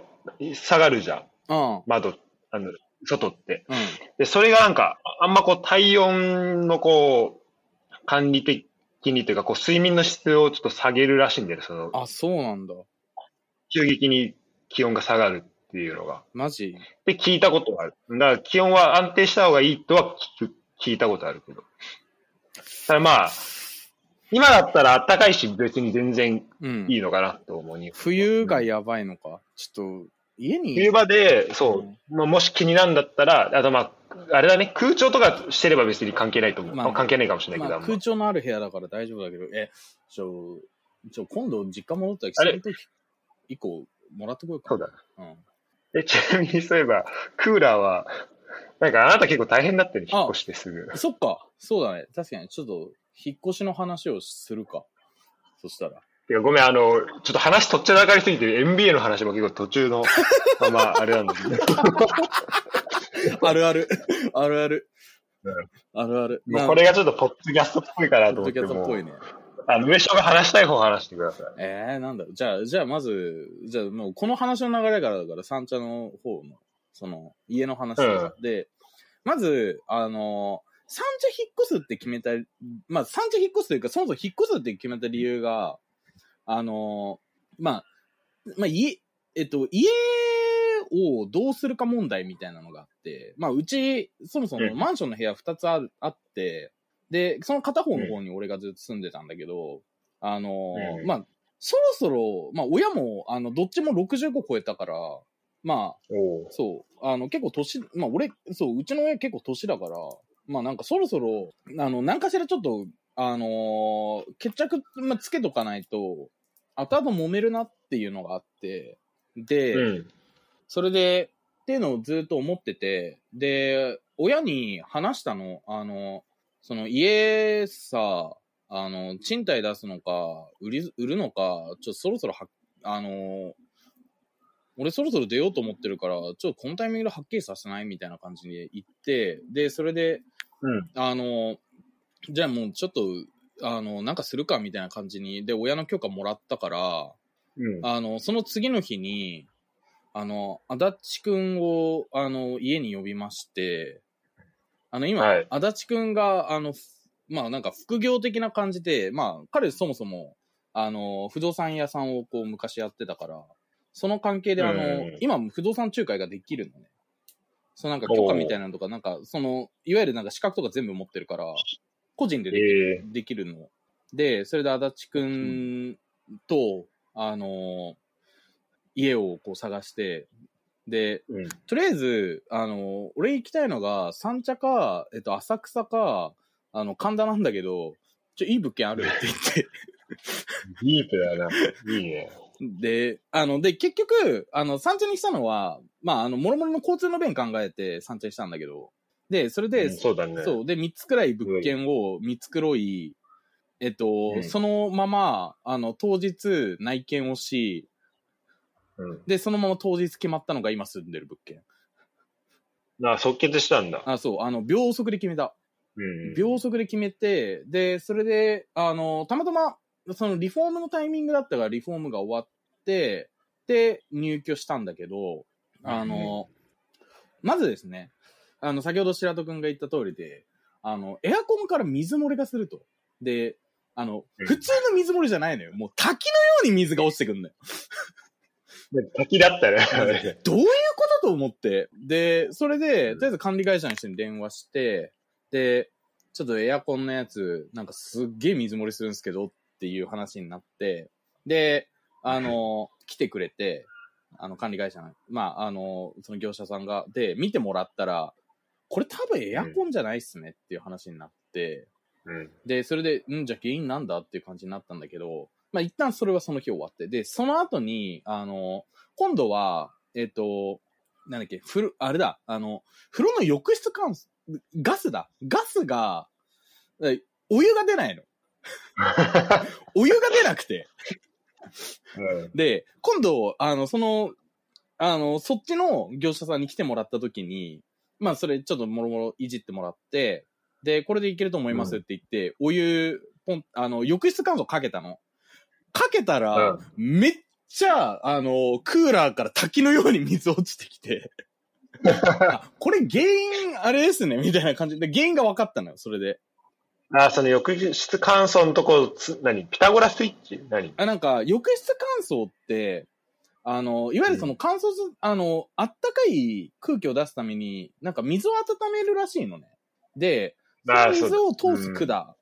S1: 下がるじゃん。
S2: うん。
S1: 窓、あの、外って。
S2: うん。
S1: で、それがなんか、あんまこう体温のこう、管理的にというか、こう睡眠の質をちょっと下げるらしいんだよね。その、
S2: あ、そうなんだ。
S1: 急激に気温が下がるっていうのが。
S2: マジ
S1: って聞いたことがある。だから気温は安定した方がいいとは聞く、聞いたことあるけど。ただまあ、今だったら暖かいし別に全然
S2: うん。
S1: いいのかなと思うに。
S2: 冬がやばいのか。ちょっと、家に。
S1: 冬場で、そうう、まあ、もし気になんだったら、あとまあ、あれだね、空調とかしてれば別に関係ないと思う。
S2: まあ
S1: 関係ないかもしれないけ
S2: ま
S1: ど、
S2: あ、
S1: あんま
S2: 空調のある部屋だから大丈夫だけど、え、ちょ、ちょ、今度実家戻ったら、
S1: あ
S2: そ
S1: れ
S2: の時以降、もらってこようか。
S1: そうだ。
S2: うん。
S1: え、ちなみにそういえば、クーラーは、なんかあなた結構大変だったね、
S2: あ
S1: 引っ越してすぐ。
S2: そっか、そうだね。確かに、ちょっと、引っ越しの話をするか。そし たら。
S1: いや、ごめん、あの、ちょっと話とっちゃらかりすぎて、NBA の話も結構途中 の、まあまあ、あれなんだけど。
S2: あるある。 あるある
S1: うん。
S2: あるある。
S1: もうこれがちょっとポッドキャストっぽいかなと
S2: ポッ
S1: 思っ
S2: ドキ
S1: て
S2: ャストっ
S1: も
S2: ぽ
S1: う
S2: いね。
S1: あの、上昇が話したい方話してください。
S2: えー、なんだろう。じゃあ、じゃあ、まず、じゃあ、もう、この話の流れからだから、三茶の方の、その、家の話とかで、まず、あの、三茶引っ越すって決めた、まあ、三茶引っ越すというか、そもそも引っ越すって決めた理由が、あの、まあ、まあ、家、えっと、家をどうするか問題みたいなのがあって、まあ、うち、そもそもマンションの部屋2つあるあって、で、その片方の方に俺がずっと住んでたんだけど、あの
S1: う、ん
S2: まあ、そろそろ、まあ、親も、あの、どっちも65超えたから、まあ、
S1: お
S2: そう、あの、結構年、まあ、俺、そう、うちの親結構年だから、まあ、なんかそろそろ、あの、何かしらちょっと、あのー決着、まあ、つけとかないと、後々揉めるなっていうのがあって、で、
S1: うん。
S2: それで、っていうのをずっと思ってて、で、親に話したの、あの、その家さ、あの、賃貸出すのか、売り、売るのか、ちょっとそろそろは、あの、俺そろそろ出ようと思ってるから、ちょっとこのタイミングではっきりさせないみたいな感じで言って、で、それで、
S1: うん。
S2: あの、じゃあもうちょっと、あの、なんかするかみたいな感じに、で、親の許可もらったから、
S1: うん。
S2: あの、その次の日に、あの、足立くんを、あの、家に呼びまして、あの、今、
S1: はい
S2: 足立くんが、あの、ふまあ、なんか副業的な感じで、まあ、彼そもそも、あの、不動産屋さんをこう、昔やってたから、その関係で、あ
S1: う
S2: の
S1: ん、
S2: 今、不動産仲介ができるのね。そのなんか許可みたいなのとか、なんか、その、いわゆるなんか資格とか全部持ってるから、個人でできる
S1: ええ
S2: できるの。で、それで足立くんと、あの、家をこう探して、で、
S1: うん。
S2: とりあえず、あの、俺行きたいのが、三茶か、えっと、浅草か、あの、神田なんだけど、ちょ、いい物件あるって言って、
S1: ディープだな。いいね。
S2: で、あの、で、結局、あの、三茶にしたのは、まあ、あの、もろもろの交通の便考えて三茶にしたんだけど、で、それで、
S1: うんそうだね
S2: そう、で、3つくらい物件を見繕い、えっと、
S1: うん
S2: そのまま、あの、当日内見をし、
S1: うん。
S2: で、そのまま当日決まったのが今住んでる物件。
S1: あ、即決したんだ。
S2: あ、そう、あの、秒速で決めた。
S1: うん。
S2: 秒速で決めて、で、それで、あの、たまたま、そのリフォームのタイミングだったから、リフォームが終わって、で、入居したんだけど、あの、まずですね、あの、先ほど白戸くんが言った通りで、あの、エアコンから水漏れがすると。で、あの、
S1: うん
S2: 普通の水漏れじゃないのよ。もう滝のように水が落ちてくんのよ。
S1: 滝だったね。
S2: どういうことと思って。で、それで、とりあえず管理会社の人に電話して、で、ちょっとエアコンのやつ、なんかすっげえ水漏れするんですけどっていう話になって、で、あの、来てくれて、あの、管理会社の、まあ、あの、その業者さんが、で、見てもらったら、これ多分エアコンじゃないっすねっていう話になって、
S1: うん。
S2: で、それで、んじゃあ原因なんだっていう感じになったんだけど、まあ一旦それはその日終わって、で、その後に、あの、今度は、えっ、と、なんだっけ、風呂、あれだ、あの、風呂の浴室乾燥、ガスだ、ガスが、えお湯が出ないの。お湯が出なくて。
S1: うん。
S2: で、今度、あの、その、あの、そっちの業者さんに来てもらった時に、まあ、それちょっともろもろいじってもらって、で、これでいけると思いますって言って、お湯、ポン、あの、浴室乾燥かけたの。かけたら、
S1: うん
S2: めっちゃ、あの、クーラーから滝のように水落ちてき て、あこれ原因、あれですね、みたいな感じで、原因が分かったのよ、それで。
S1: あ、その浴室乾燥のとこ、つ何ピタゴラスイッチ何
S2: あなんか、浴室乾燥って、あの、いわゆるその乾燥す、あの、あったかい空気を出すために、なんか水を温めるらしいのね。で、そ
S1: あ
S2: の
S1: ーそう
S2: 水を通す管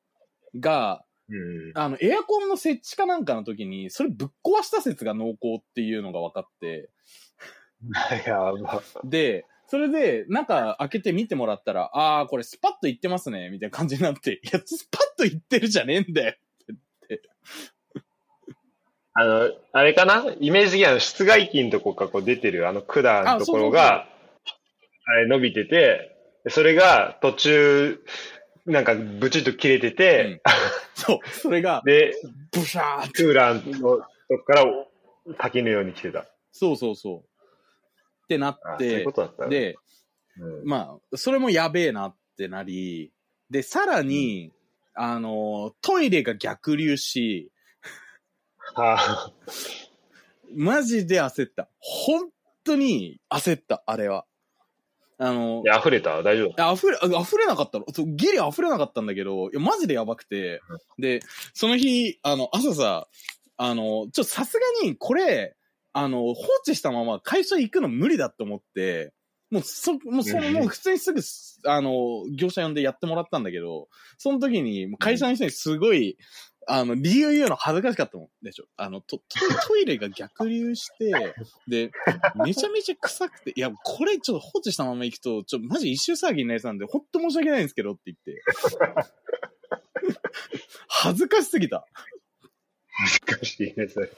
S2: が、
S1: うん。
S2: あの、エアコンの設置かなんかの時に、それぶっ壊した説が濃厚っていうのが分かって、
S1: やば。
S2: で、それで、中開けて見てもらったら、あー、これスパッといってますね、みたいな感じになって、いや、スパッといってるじゃねえんだよ。
S1: あの、あれかなイメージ的には室外機のとこからこう出てるあの管のところが、あれ伸びてて、それが途中、なんかブチッと切れてて、
S2: そう、それが、
S1: で、
S2: ブシャーって
S1: クーラーのとこから滝のように来てた。
S2: そうそうそう。ってな
S1: あ
S2: っ
S1: そういう
S2: て
S1: こ、とだったの、
S2: で、
S1: うん
S2: まあ、それもやべえなってなり、で、さらに、あの、トイレが逆流し、
S1: あー
S2: マジで焦った。本当に焦った、あれは。あの
S1: い、や溢れた大丈夫。
S2: 溢れ、あ溢れなかったのそうギリ溢れなかったんだけど、いや、マジでやばくて。で、その日、あの、朝さ、あの、ちょ、さすがに、これ、あの、放置したまま会社行くの無理だって思って、もう、そ、もう、そ
S1: うん
S2: もう普通にすぐ、あの、業者呼んでやってもらったんだけど、その時に、もう会社の人にすごい、あの、理由言うの恥ずかしかったもん。でしょ。あの、ト、トトイレが逆流して、で、めちゃめちゃ臭くて、いや、これちょっと放置したまま行くと、ちょ、マジ一周騒ぎになりそうなんで、ほんと申し訳ないんですけどって言って。恥ずかしすぎた。
S1: 難しいね、それ。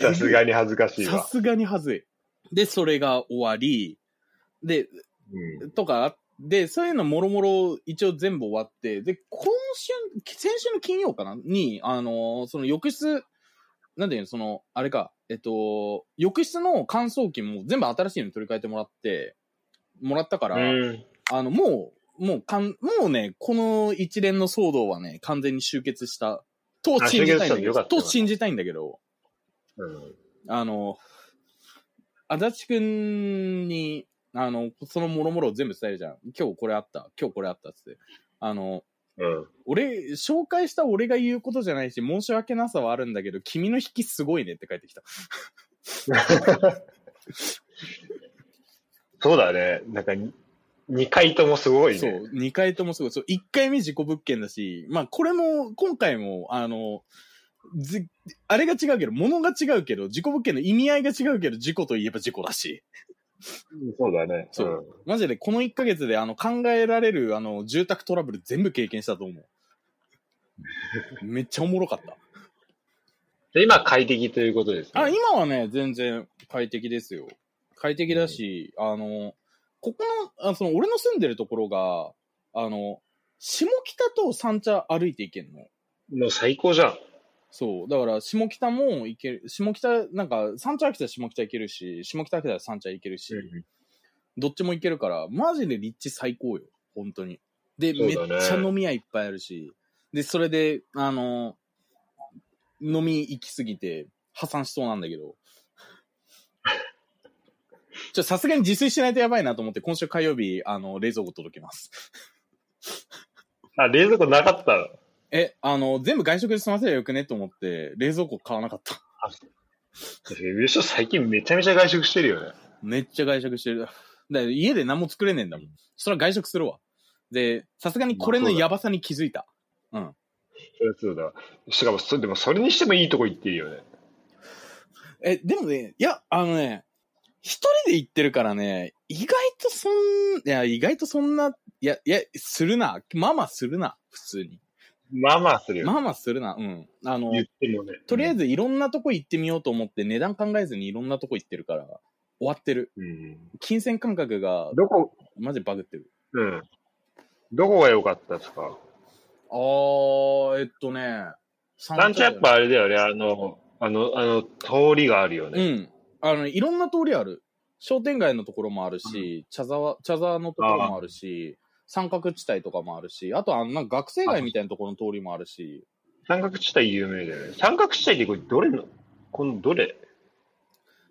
S1: さすがに恥ずかしい
S2: さ
S1: わ。
S2: すがに恥ずい。で、それが終わり、で、
S1: うん。
S2: とか、で、そういうのもろもろ一応全部終わって、で、今週、先週の金曜かなに、あのーその浴室、なんていうの、その、あれか、えっと、浴室の乾燥機も全部新しいのに取り替えてもらって、もらったから、
S1: うん。
S2: あの、もう、もうかん、もうね、この一連の騒動はね、完全に終結した。と
S1: あ
S2: 信じた
S1: 終結し
S2: いんだ
S1: たの
S2: け
S1: よか
S2: ど、
S1: ったよ
S2: と
S1: かった
S2: 信じたいんだけど、
S1: うん
S2: あの、足立くんに、あの、そのもろもろを全部伝えるじゃん。今日これあった、今日これあったっつって。あの、
S1: うん。
S2: 俺、紹介した俺が言うことじゃないし、申し訳なさはあるんだけど、君の引きすごいねって返ってきた。
S1: そうだね。なんか、2回ともすごいね。
S2: そう、2回ともすごい。そう、1回目事故物件だし、まあこれも、今回も、あの、ずあれが違うけど、物が違うけど、事故物件の意味合いが違うけど、事故といえば事故だし。
S1: そうだね。
S2: そうマジでこの1ヶ月であの考えられるあの住宅トラブル全部経験したと思う。めっちゃおもろかった。
S1: で今、快適ということです、ね。
S2: あ、今はね、全然快適ですよ。快適だし、あの、ここの、あその俺の住んでるところが、あの、下北と三茶歩いていけんの。
S1: もう最高じゃん。
S2: そう。だから、下北も行ける、下北、なんか、三茶飽きたら下北行けるし、下北飽きたら三茶行けるし、どっちも行けるから、マジで立地最高よ。本当に。で、
S1: そう
S2: めっ
S1: だね
S2: ちゃ飲み屋いっぱいあるし、で、それで、あの、飲み行きすぎて、破産しそうなんだけど。 ちょ、さすがに自炊しないとやばいなと思って、今週火曜日、あの、冷蔵庫届けます。
S1: あ、冷蔵庫なかったの
S2: え、あの、全部外食で済ませりゃよくねと思って、冷蔵庫買わなかった。
S1: レビュー書最近めちゃめちゃ外食してるよね。
S2: めっちゃ外食してる。だから家で何も作れねえんだもん。それは外食するわ。で、さすがにこれのやばさに気づいた。
S1: そりゃそうだ。しかも、そでもそれにしてもいいとこ行ってるよね。
S2: え、でもね、いや、あのね、一人で行ってるからね、意外とそん、いや、意外とそんな、いや、いや、するな。まあまあするな。普通に。
S1: まあまあするよ。
S2: まあまあするな。うん。あの、
S1: 言ってもね。
S2: とりあえ
S1: ず。
S2: ずいろんなとこ行ってみようと思って値段考えずにいろんなとこ行ってるから、終わってる。
S1: うん。
S2: 金銭感覚が、
S1: どこ、
S2: マジバグってる。
S1: うん。どこが良かったですか
S2: あー、えっとね、
S1: ランチやっぱあれだよね、あの、あの、あの、通りがあるよ
S2: う
S1: ね。
S2: ん。あの、いろんな通りある。商店街のところもあるし、茶沢、茶沢のところもあるし、三角地帯とかもあるし、あとあの、なんか学生街みたいなところの通りもあるし、
S1: 三角地帯有名だよね。三角地帯ってこれどれの、このどれ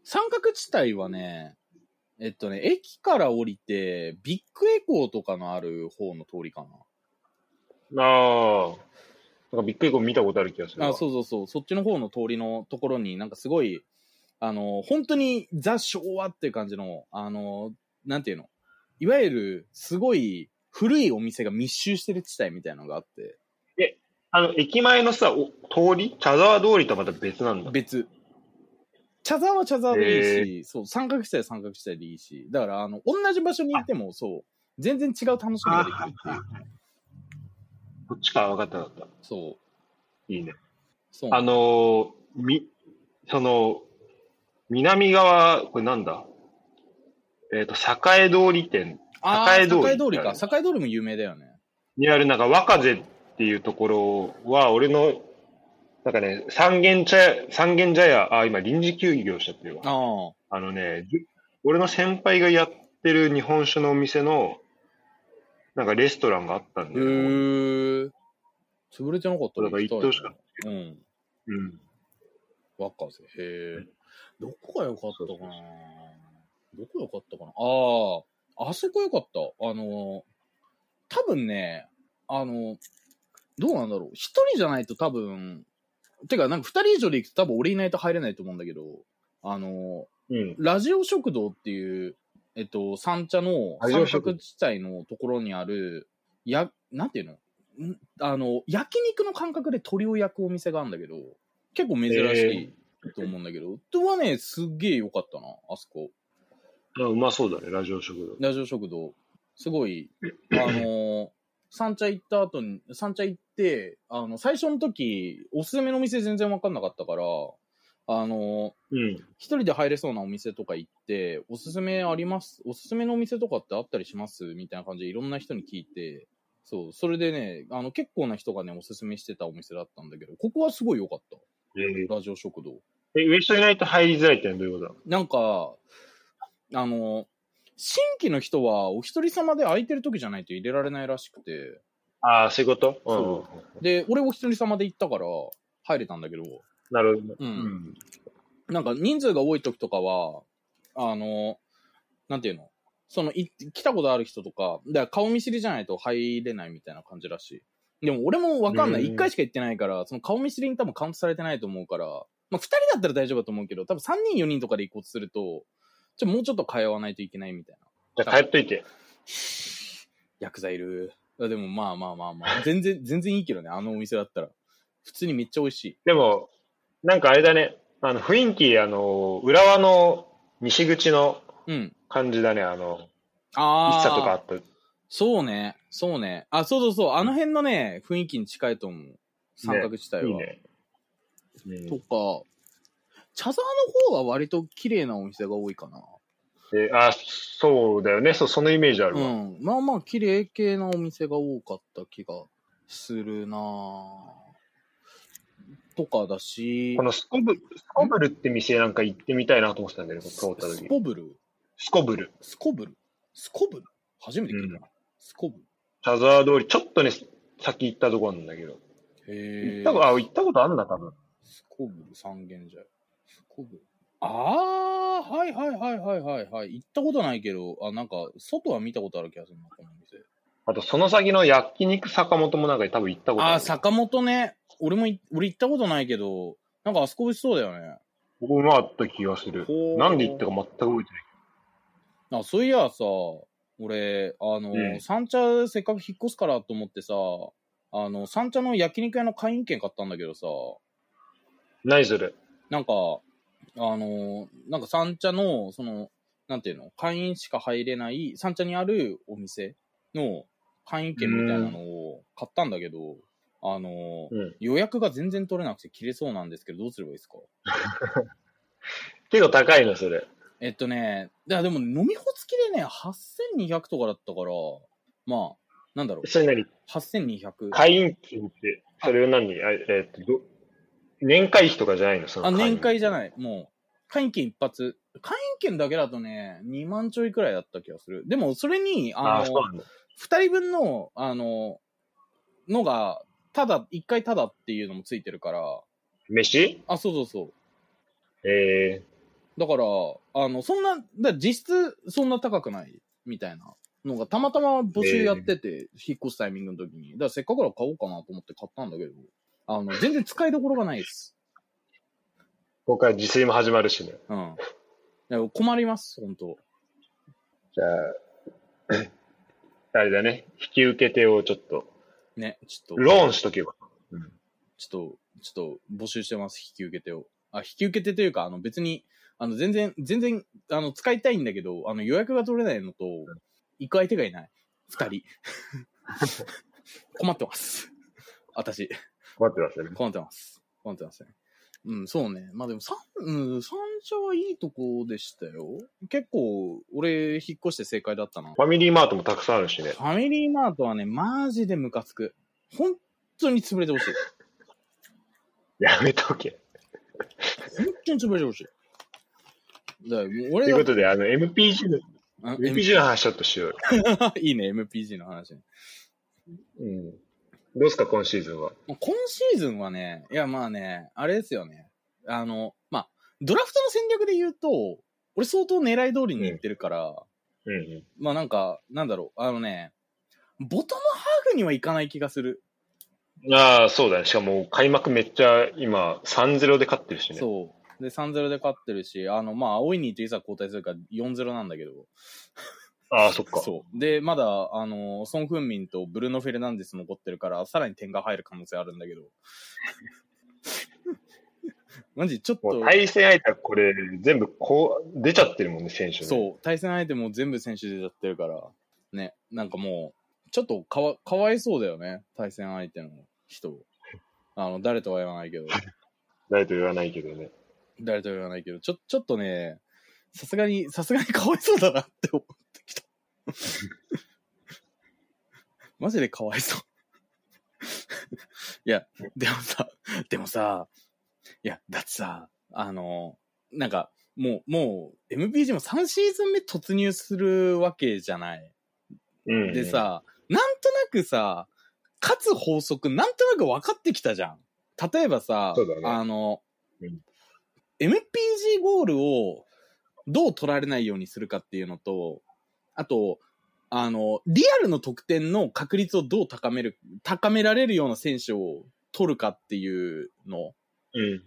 S2: 三角地帯はね、えっとね、駅から降りて、ビッグエコーとかのある方の通りか
S1: ああ。なんかびっくりこ見たことある気がする
S2: な。
S1: わ。
S2: あ、そうそうそう、そっちの方の通りのところになんかすごい、あの、本当にザ昭和っていう感じの、あの、なんていうの、いわゆるすごい古いお店が密集してる地帯みたいなのがあって、
S1: あの、駅前のさ、お通り茶沢通りとはまた別なんだ。
S2: 別。茶沢は茶沢でいいし、そう、三角地帯は三角地帯でいいし、だから、あの、同じ場所にいても、そう、全然違う楽しみができるっていう。
S1: こっちか、分かった分かっ
S2: そう。
S1: た。いいね。
S2: そう。
S1: あのー、み、その、南側、これなんだえっ、と、栄通り店
S2: あー、
S1: 栄通り
S2: 栄通りか。栄通りも有名だよね。
S1: にある、なんか、若瀬っていうところは、俺の、なんかね、三軒茶屋、三軒茶屋、あ、今、臨時休業しちゃってるわ。
S2: ああ。
S1: あのね、じ俺の先輩がやってる日本酒のお店の、なんかレストランがあったん
S2: へ
S1: だ
S2: え
S1: よ。
S2: ー。潰れてなかった
S1: だから行ってほしかっ
S2: った。うん。
S1: うん。
S2: 若瀬。へえ。どこが良かったかなどこ良かったかなああ、あそこ良かった。あのー、多分ね、あのー、どうなんだろう。一人じゃないと多分、てか、なんか二人以上で行くと多分俺いないと入れないと思うんだけど、あの
S1: うん
S2: ー、。ラジオ食堂っていう、えっと、三茶の
S1: ラジオ
S2: 三
S1: 食堂
S2: 角地帯のところにある、や、なんていうのんあの、焼肉の感覚で鳥を焼くお店があるんだけど、結構珍しいと思うんだけど、とはね、すっげえ良かったな、あそこ。
S1: あうまそうだね、ラジオ食堂。
S2: ラジオ食堂。すごい、あのー三茶行った後に、三茶行って、あの、最初の時、おすすめのお店全然わかんなかったから、あの、
S1: うん。
S2: 一人で入れそうなお店とか行って、おすすめありますおすすめのお店とかってあったりしますみたいな感じでいろんな人に聞いて、そう、それでね、あの、結構な人がね、おすすめしてたお店だったんだけど、ここはすごい良かった。
S1: え
S2: ラジオ食堂。
S1: ーえ、上人いないと入りづらいってのはどういうことだ
S2: なんか、あの、新規の人はお一人様で空いてる時じゃないと入れられないらしくて、
S1: ああ、仕事うん
S2: そで、俺お一人様で行ったから入れたんだけど、
S1: なるほど。
S2: う。
S1: うんん。
S2: なんか人数が多い時とかは、あの、なんていうのその、い来たことある人とか、だから顔見知りじゃないと入れないみたいな感じらしい。でも俺もわかんない。
S1: うん
S2: 一回しか行ってないから、その顔見知りに多分カウントされてないと思うから、まあ二人だったら大丈夫だと思うけど、多分三人四人とかで行こうとすると、ちょ、もうちょっと通わないといけないみたいな。
S1: じゃあ、帰っといて。
S2: 薬剤いる。あでもまあまあまあまあ、全然、全然いいけどね、あのお店だったら。普通にめっちゃ美味しい。
S1: でも、なんかあれだね。あの、雰囲気、あの、浦和の西口の
S2: うん。
S1: 感じだね。あの、
S2: ああ。
S1: 一茶とかあった。
S2: そうね。そうね。あ、そうそうそう。あの辺のね、雰囲気に近いと思う。三角地帯
S1: い
S2: は。
S1: いね。うん
S2: とか、茶沢の方が割と綺麗なお店が多いかな。
S1: であ、そうだよね。そう、そのイメージある
S2: う
S1: わ。
S2: ん。まあまあ、綺麗系なお店が多かった気がするなぁとかだし
S1: こ、のスコブ、スコブルって店なんか行ってみたいなと思ってたんだけど、通った
S2: ス
S1: 時。
S2: コブル
S1: スコブル。
S2: スコブルスコブル初めて聞いたな。スコブル
S1: 茶沢通り、ちょっとね、先行ったとこなんだけど。行
S2: へえ。
S1: ったこと、あ、行ったことあるんだ、多分。
S2: スコブル三軒茶屋。スコブル。ああ、はいはいはいはいはいはい。行ったことないけど、あ、なんか、外は見たことある気がするな、この店。
S1: あと、その先の焼肉坂本もなんか多分行ったことある。
S2: ああ、坂本ね。俺もい、俺行ったことないけど、なんかあそこ美味しそうだよね。
S1: ここもあった気がする
S2: ほう。
S1: なんで行ったか全く覚えてない。
S2: あ、そういやさ、俺、あの、
S1: うん
S2: 三茶せっかく引っ越すからと思ってさ、あの、三茶の焼肉屋の会員券買ったんだけどさ、
S1: 何それ。
S2: なんか、あのーなんか三茶の、その、なんていうの、会員しか入れない、三茶にあるお店の会員券みたいなのを買ったんだけど、あのー
S1: うん。
S2: 予約が全然取れなくて切れそうなんですけど、どうすればいいですか
S1: 結構高いの、それ。
S2: えっとね、いやでも飲み放付きでね、8200とかだったから、まあ、なんだろう、
S1: それ何
S2: 8200。
S1: 会員金って、それを何あえーっと、ど年会費とかじゃないのその
S2: あ、年会じゃ
S1: い。
S2: ない。もう、会員券一発。会員券だけだとね、2万ちょいくらいだった気がする。でも、それに、あの
S1: ああ、そうなんだ。
S2: 二人分の、あの、のが、ただ、一回ただっていうのもついてるから、
S1: 飯
S2: あ、そうそうそう。
S1: え
S2: だから、あの、そんな、だから実質そんな高くないみたいなのが、たまたま募集やってて、引っ越すタイミングの時に。だからせっかくだから買おうかなと思って買ったんだけど、あの、全然使いどころがないです。
S1: ー、ここから自炊も始まるしね。
S2: うん。だから困ります、本当
S1: じゃあ、あれだね。引き受け手をちょっと、
S2: ね、ちょっと。
S1: ローンしとけば。
S2: ちょっと、ちょっと募集してます、引き受け手を。あ、引き受け手というか、あの別に、あの全然、全然、あの使いたいんだけど、あの予約が取れないのと、行く相手がいない。二人。困ってます。私、
S1: 待ってくださいね。
S2: 困ってます。困ってますね。うん、そうね。まあでも、三、うん、三社はいいとこでしたよ。結構、俺、引っ越して正解だったな。
S1: ファミリーマートもたくさんあるしね。
S2: ファミリーマートはね、マジでムカつく。本当に潰れてほしい。
S1: やめとけ。
S2: 本当に潰れてほしい。だからもう
S1: と
S2: 俺
S1: いう
S2: が
S1: こ、とで、あの、MPG の、
S2: あ
S1: MPG の話ちょっとしようよ。
S2: M- いいね、MPG の話ね。
S1: うん。どうすか、今シーズンは。
S2: もう今シーズンはね、いやまあね、あれですよね。あの、まあ、ドラフトの戦略で言うと、俺相当狙い通りにいってるから、
S1: うんうん。
S2: まあなんか、なんだろう、あのね、ボトムハーフにはいかない気がする。
S1: ああ、そうだね。しかも、開幕めっちゃ今、3-0で勝ってるしね。
S2: そう。で、3-0で勝ってるし、あの、まあ、青いにといざ交代するから4-0なんだけど。
S1: ああ、そっか。
S2: そう。で、まだ、あの、ソン・フンミンとブルーノ・フェルナンデス残ってるから、さらに点が入る可能性あるんだけど。 マジ、ちょっ
S1: も
S2: と
S1: う、対戦相手はこれ、全部こう、出ちゃってるもんね、選手ね。
S2: そう、対戦相手も全部選手でやってるから、ね、なんかもう、ちょっとかわかわいそうだよね。対戦相手の人を。あの、誰とは言わないけど、
S1: 誰と言わないけどね。
S2: 誰とは言わないけど、ちょ、ちょっとね、さすがに、さすがに かわいそうだなって思ってきた。 マジでかわいそう。いや、でもさ、でもさ、いや、だってさ、あの、なんか、もう、もう、MPG も3シーズン目突入するわけじゃない。
S1: うん。
S2: で、さ、なんとなくさ、勝つ法則、なんとなく分かってきたじゃん。例えばさ、
S1: そうだね
S2: あの、
S1: うん
S2: MPG ゴールをどう取られないようにするかっていうのと、あと、あの、リアルの得点の確率をどう高める、高められるような選手を取るかっていうの、
S1: うん。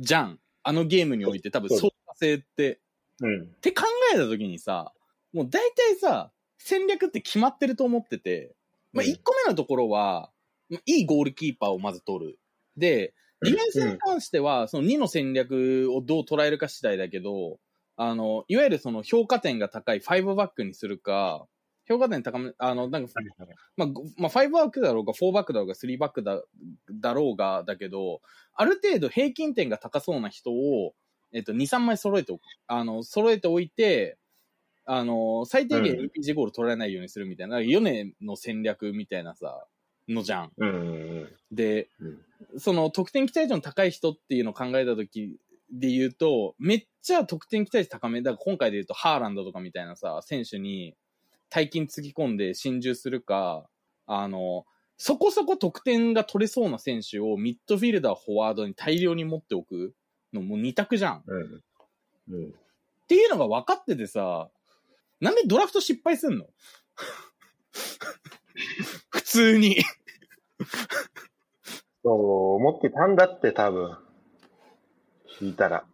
S2: じゃん。あのゲームにおいて多分
S1: そう
S2: 相関性って
S1: うん
S2: っ。て考えた時にさ、もう大体さ、戦略って決まってると思ってて、まあ、
S1: うん
S2: 1個目のところは、まあいいゴールキーパーをまず取る。で、ディフェンスに関しては、その2の戦略をどう捉えるか次第だけど、あの、いわゆるその評価点が高い5バックにするか、評価点高め、あの、なんか、まあ、ごまあ、5バックだろうが、4バックだろうが、3バックだ、だろうが、だけど、ある程度平均点が高そうな人を、えっと、2、3枚揃えておく、あの、揃えておいて、あの、最低限
S1: う
S2: LPG ゴール取られないようにするみたいな、ヨネの戦略みたいなさ、のじゃん。
S1: うんうん
S2: で、
S1: うん
S2: その得点期待値の高い人っていうのを考えた時で言うと、めっちゃ得点期待値高め、だから今回で言うとハーランドとかみたいなさ、選手に大金突き込んで進駐するか、あの、そこそこ得点が取れそうな選手をミッドフィルダー、フォワードに大量に持っておくのもう二択じゃん。っ
S1: うん。うん。
S2: ていうのが分かっててさ、なんでドラフト失敗すんの 普通に。
S1: そう思ってたんだって、多分。聞いたら。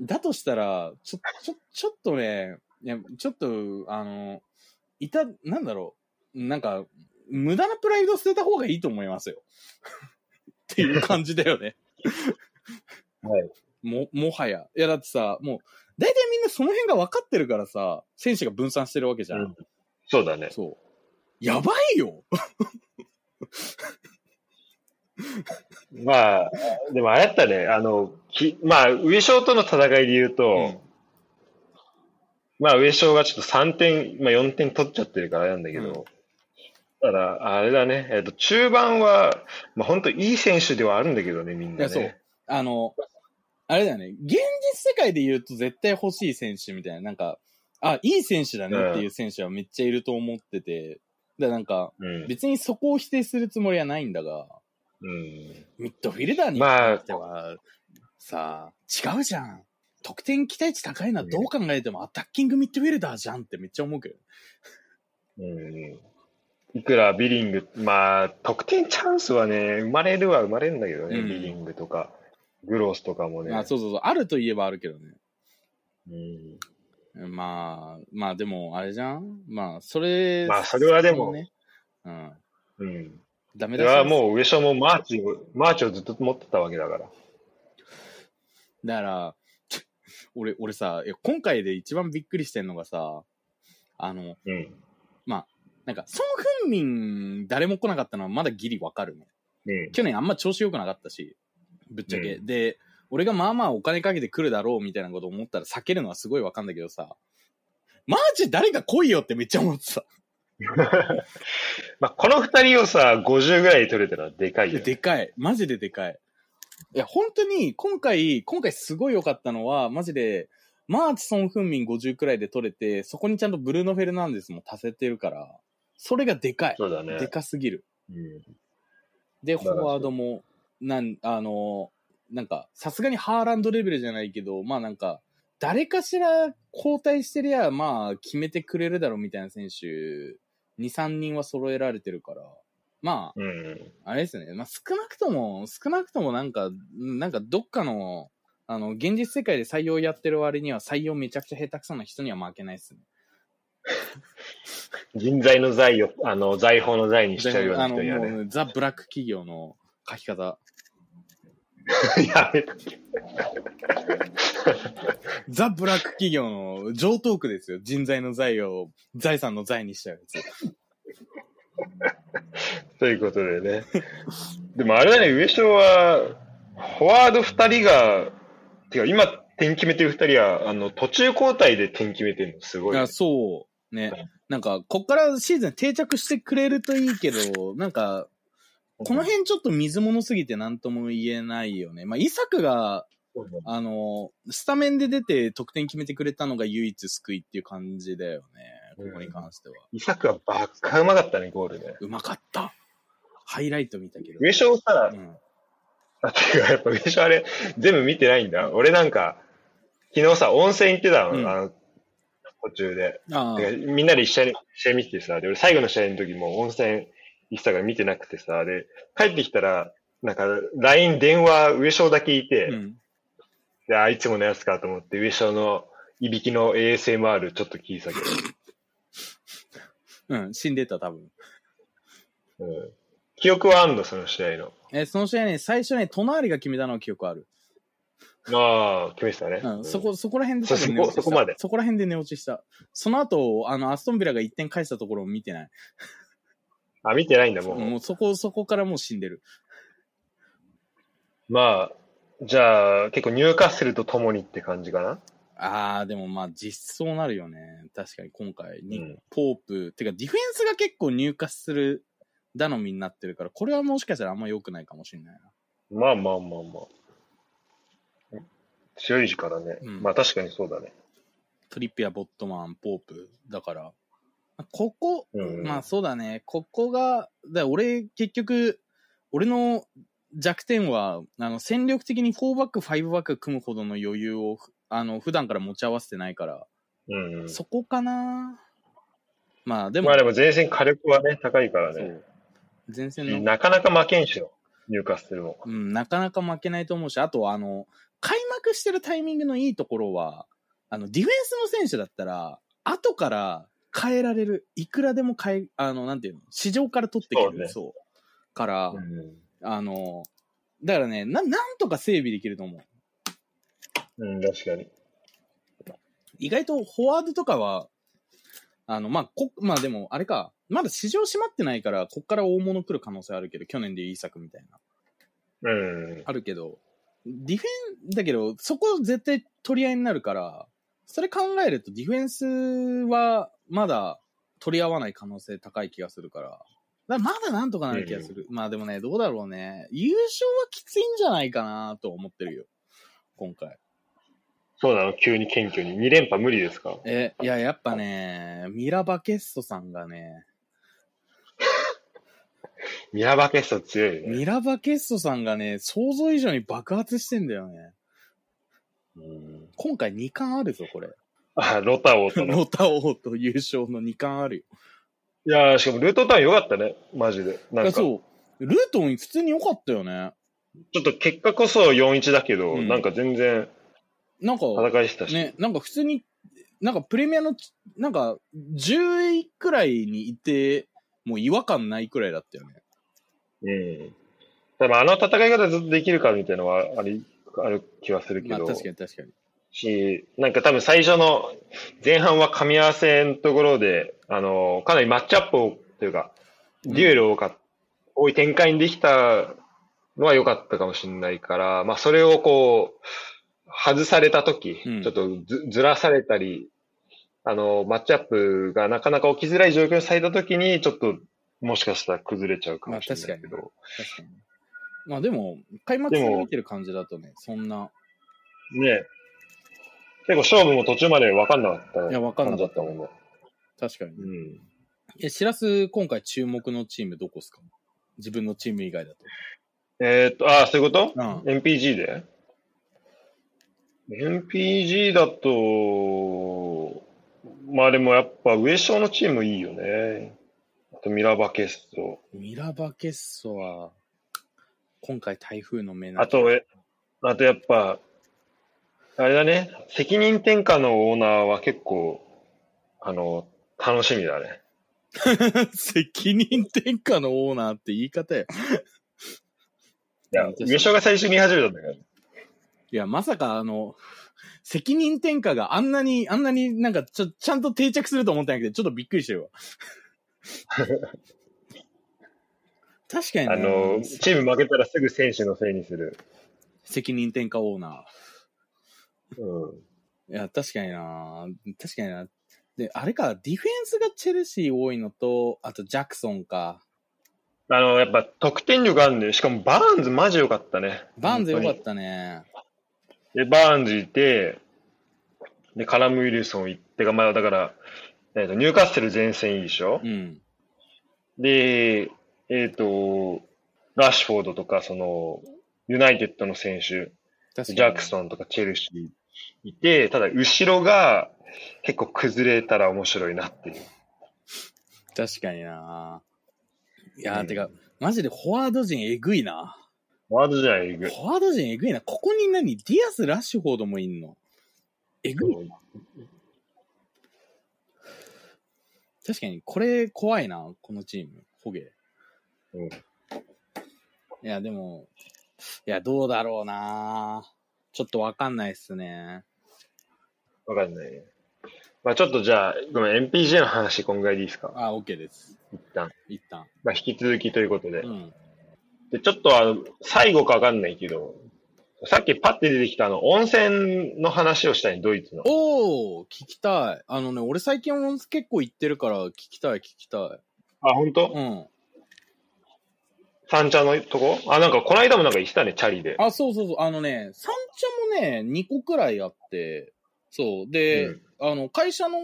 S2: だとしたら、ちょ、ちょ、ちょっとね、いや、ちょっと、あの、いた、なんだろう、なんか、無駄なプライド捨てた方がいいと思いますよ。 っていう感じだよね。
S1: はい。
S2: も、もはや。いや、だってさ、もう、大体みんなその辺が分かってるからさ、選手が分散してるわけじゃん。
S1: うんそうだね。
S2: そう。やばいよ
S1: まあ、でもあれやったね、あの、きまあ、上昇との戦いで言うと、まあ、上昇がちょっと3点、まあ4点取っちゃってるからあれなんだけど、
S2: うん
S1: ただ、あれだね、えっと、中盤は、まあ本当いい選手ではあるんだけどね、みん
S2: い
S1: な
S2: や、そう
S1: ね。。
S2: あの、あれだよね。現実世界で言うと絶対欲しい選手みたいな、なんか、あ、いい選手だねっていう選手はめっちゃいると思ってて、だからなんか、
S1: うん
S2: 別にそこを否定するつもりはないんだが、
S1: うん。
S2: ミッドフィルダーに
S1: まあ
S2: 関しては、さあ、違うじゃん。得点期待値高いのはどう考えてもアタッキングミッドフィルダーじゃんってめっちゃ思うけど。
S1: うん。いくらビリング、まあ、得点チャンスはね、生まれるは生まれるんだけどね、
S2: うん
S1: ビリングとか、グロスとかもね。
S2: まあ、そうそうそう。あるといえばあるけどね。
S1: うん。
S2: まあ、まあでも、あれじゃんまあ、それ、
S1: まあそれはでも
S2: のね、うん。
S1: うん。
S2: ダメ
S1: そ
S2: だ
S1: れはもう上昇もマーチを、マーチをずっと持ってたわけだから。
S2: だから、俺、俺さ、いや今回で一番びっくりしてんのがさ、あの、
S1: うん。
S2: なんか、ソン・フンミン、誰も来なかったのはまだギリわかるね。
S1: うん。
S2: 去年あんま調子良くなかったし、ぶっちゃけ。
S1: う
S2: で、俺がまあまあお金かけて来るだろうみたいなこと思ったら避けるのはすごいわかんだけどさ、マーチ誰か来いよってめっちゃ思ってた。
S1: まあ、この二人をさ、50ぐらい取れたらでかい
S2: い
S1: よ
S2: や、
S1: ね。
S2: でかい。マジででかい。いや、本当に、今回、今回すごい良かったのは、マジで、マーチソン・フンミン50くらいで取れて、そこにちゃんとブルーノ・フェルナンデスも足せてるから、それがでかい。
S1: そうだね。
S2: でかすぎる。
S1: うん
S2: で、
S1: 素
S2: フ
S1: 晴ら
S2: ォ
S1: しい
S2: ワードも、なん、あの、なんか、さすがにハーランドレベルじゃないけど、まあなんか、誰かしら交代してりゃ、まあ、決めてくれるだろうみたいな選手、2、3人は揃えられてるから、まあ、
S1: うん。
S2: あれですね、まあ、少なくとも、少なくともなんか、なんかどっかの、あの、現実世界で採用やってる割には採用めちゃくちゃ下手くそな人には負けないっすね。
S1: 人材の財を、あの、財宝の財にしちゃうよう
S2: あ
S1: な
S2: の、
S1: 人には
S2: も
S1: ね。
S2: う、ザ・ブラック企業の書き方。
S1: やめとけ
S2: ザ・ブラック企業の上等区ですよ。人材の財を財産の財にしちゃうやつ。
S1: ということでね。でもあれだね、上昇は、フォワード2人が、てか今点決めてる2人は、あの、途中交代で点決めてるの、すごい
S2: い
S1: ね、
S2: や、そう。ね。なんか、こっからシーズン定着してくれるといいけど、なんか、この辺ちょっと水物すぎて何とも言えないよね。まあ、イサクが、あの、スタメンで出て得点決めてくれたのが唯一救いっていう感じだよね。ここに関しては。
S1: イサクはばっかうまかったね、ゴールね。
S2: うまかった。ハイライト見たけど。
S1: 上昇さ、
S2: うん、
S1: あ、てか、やっぱ上昇あれ、全部見てないんだ。俺なんか、昨日さ、温泉行ってたの、
S2: うん
S1: あの、途中で。
S2: ああ、
S1: てかみんなで一緒に試合見ててさ、で、俺最後の試合の時も温泉行ってたから見てなくてさ、で、帰ってきたら、なんか、LINE 電話、上昇だけいて、
S2: うん。
S1: で、あ、いつものやつかと思って、上昇のいびきの ASMR ちょっと聞いてたけ
S2: うん、死んでた、多分。
S1: ど、うん。記憶はあんの、その試合の。
S2: えーその試合ね、最初ね、隣が決めたのは記憶ある。
S1: ああ、決めてたね。
S2: うん、そ
S1: うん
S2: こ、そこら辺で多分寝落ちした
S1: そそこそこまで
S2: そこら辺で寝落ちした。その後、あの、アストンビラが1点返したところを見てない。
S1: あ、見てないんだ、もう。
S2: もうそこ、そこからもう死んでる。
S1: まあ、じゃあ、結構入荷するとともにって感じかな。
S2: ああ、でもまあ実そうなるよね。確かに今回、に
S1: うん
S2: ポープ、てかディフェンスが結構入荷する頼みになってるから、これはもしかしたらあんま良くないかもしれないな。
S1: まあまあまあまあ。強い時からね。
S2: うん
S1: まあ確かにそうだね。
S2: トリッピア、ボットマン、ポープ。だから、まあここ、
S1: うん
S2: まあそうだね。ここが、だ俺、結局、俺の弱点は、あの、戦力的に4バック、5バック組むほどの余裕を、あの、普段から持ち合わせてないから、
S1: うん、うん。
S2: そこかな。まあでも、
S1: まあでも前線火力はね、高いから
S2: そ
S1: ね。
S2: う前線の
S1: なかなか負けんしよ。入荷するも。
S2: うん、なかなか負けないと思うし、あとはあの、開幕してるタイミングのいいところは、あの、ディフェンスの選手だったら、後から変えられる。いくらでも変え、あの、なんていうの、市場から取ってく
S1: そう
S2: る。
S1: ね
S2: そう,、から、
S1: うん。
S2: あの、だからね、な、なんとか整備できると思う。
S1: うん、確かに。
S2: 意外とフォワードとかは、あの、まあ、こ、まあでも、あれか、まだ市場閉まってないから、こっから大物来る可能性あるけど、去年でいい作みたいな。
S1: うん。
S2: あるけど、ディフェン、だけど、そこ絶対取り合いになるから、それ考えるとディフェンスはまだ取り合わない可能性高い気がするから、だからまだなんとかなる気がする。まあでもね、どうだろうね。優勝はきついんじゃないかなと思ってるよ。今回。
S1: そうなの急に謙虚に。2連覇無理ですか
S2: え、いや、やっぱね、ミラバケッソさんがね、
S1: ミラバケスト強いよね。
S2: ミラバケッソさんがね、想像以上に爆発してんだよね。
S1: うん、
S2: 今回2冠あるぞ、これ。
S1: あ、ロタオとの。
S2: ロタオと優勝の2冠あるよ
S1: いやー、しかもルートタウン良かったね。マジで。ない
S2: や
S1: んか、ちょ
S2: そう。ルートン普通に良かったよね。
S1: っと結果こそ4-1だけど、
S2: うん
S1: なんか全然
S2: なんか、
S1: 戦いしてたし。
S2: ね、なんか普通に、なんかプレミアの、なんか、10位くらいにいて、もう違和感ないくらいだったよね。
S1: うん。多分あの戦い方ずっとできるかみたいなのはあり、ある気はするけ
S2: まあ
S1: ど。
S2: 確かに確かに。
S1: し、なんか多分最初の前半は噛み合わせのところで、あの、かなりマッチアップを、というか、デュエルを多か、多い展開にできたのは良かったかもしれないから、まあそれをこう、外された時、
S2: うん
S1: ちょっとずずらされたり、あの、マッチアップがなかなか起きづらい状況にされた時に、ちょっと、もしかしたら崩れちゃうかもしれないけど。
S2: ま確かに。まあでも、開幕戦見てる感じだとね、そんな、
S1: ね結構勝負も途中まで分かんなかった
S2: いや分かんなか
S1: 感じだ
S2: った
S1: ったもんね。
S2: 確かに。
S1: うん。
S2: え、しらす、今回注目のチームどこっすか自分のチーム以外だと。
S1: えーっと、ああ、そういうこと
S2: うん。
S1: ?MPG で ?MPG だと、まあでもやっぱ上昇のチームいいよね。あとミラバケスト。
S2: ミラバケッソは、今回台風の目な
S1: あと、えあとやっぱ、あれだね、責任転嫁のオーナーは結構、あの、楽しみだね。
S2: 責任転嫁のオーナーって言い方よ。
S1: いや
S2: うん、
S1: 上昇が最初に言い始めたんだから。
S2: いや、まさかあの、責任転嫁があんなに、あんなになんかちょ、ちゃんと 定着すると思ったんやけど、ちょっとびっくりしてるわ。確かにね、
S1: あの、チーム負けたらすぐ選手のせいにする。
S2: 責任転嫁オーナ
S1: うん。
S2: ー。いや、確かにな。確かにな。で、あれか、ディフェンスがチェルシー多いのと、あとジャクソンか。
S1: あの、やっぱ得点力あるんで、しかもバーンズマジ良かったね。
S2: バーンズ良か
S1: 本当に
S2: ったね。
S1: で、バーンズいて、で、カラム・ウィルソン行ってが、まあだから、えっと、ニューカッスル前線いいでしょ
S2: う、ん。
S1: で、えっ、と、ラッシュフォードとか、その、ユナイテッドの選手、
S2: 確かに。
S1: ジャクソンとかチェルシーいて、ただ後ろが結構崩れたら面白いなっていう。
S2: 確かにな。いやー、
S1: うん
S2: てか、マジでフォワード陣えぐいな。
S1: ワードじゃないえ
S2: フ
S1: ぐい
S2: ォワード陣えぐいな。ここに何ディアス、ラッシュフォードもいんのえぐい。確かに、これ怖いな、このチーム。ホゲ。
S1: うん
S2: いや、でも、いや、どうだろうなちょっとわかんないっすね。
S1: わかんないね。まあちょっとじゃあ、ごめん、MPJ の話こんぐらいでいいですか
S2: あ、OK です。
S1: 一旦。
S2: 一旦。
S1: まあ引き続きということで。
S2: うん。
S1: で、ちょっとあの、最後かわかんないけど、さっきパッて出てきたあの、温泉の話をしたい、ドイツの。
S2: おー聞きたい。あのね、俺最近温泉結構行ってるから、聞きたい、聞きたい。
S1: あ、本当？
S2: うん。
S1: 三茶のとこあ、なんかこの間もなんか言ってたね、チャリで。
S2: あ、そうそうそう。あのね、三茶もね、2個くらいあって、そう。で、
S1: うん
S2: あの、会社の、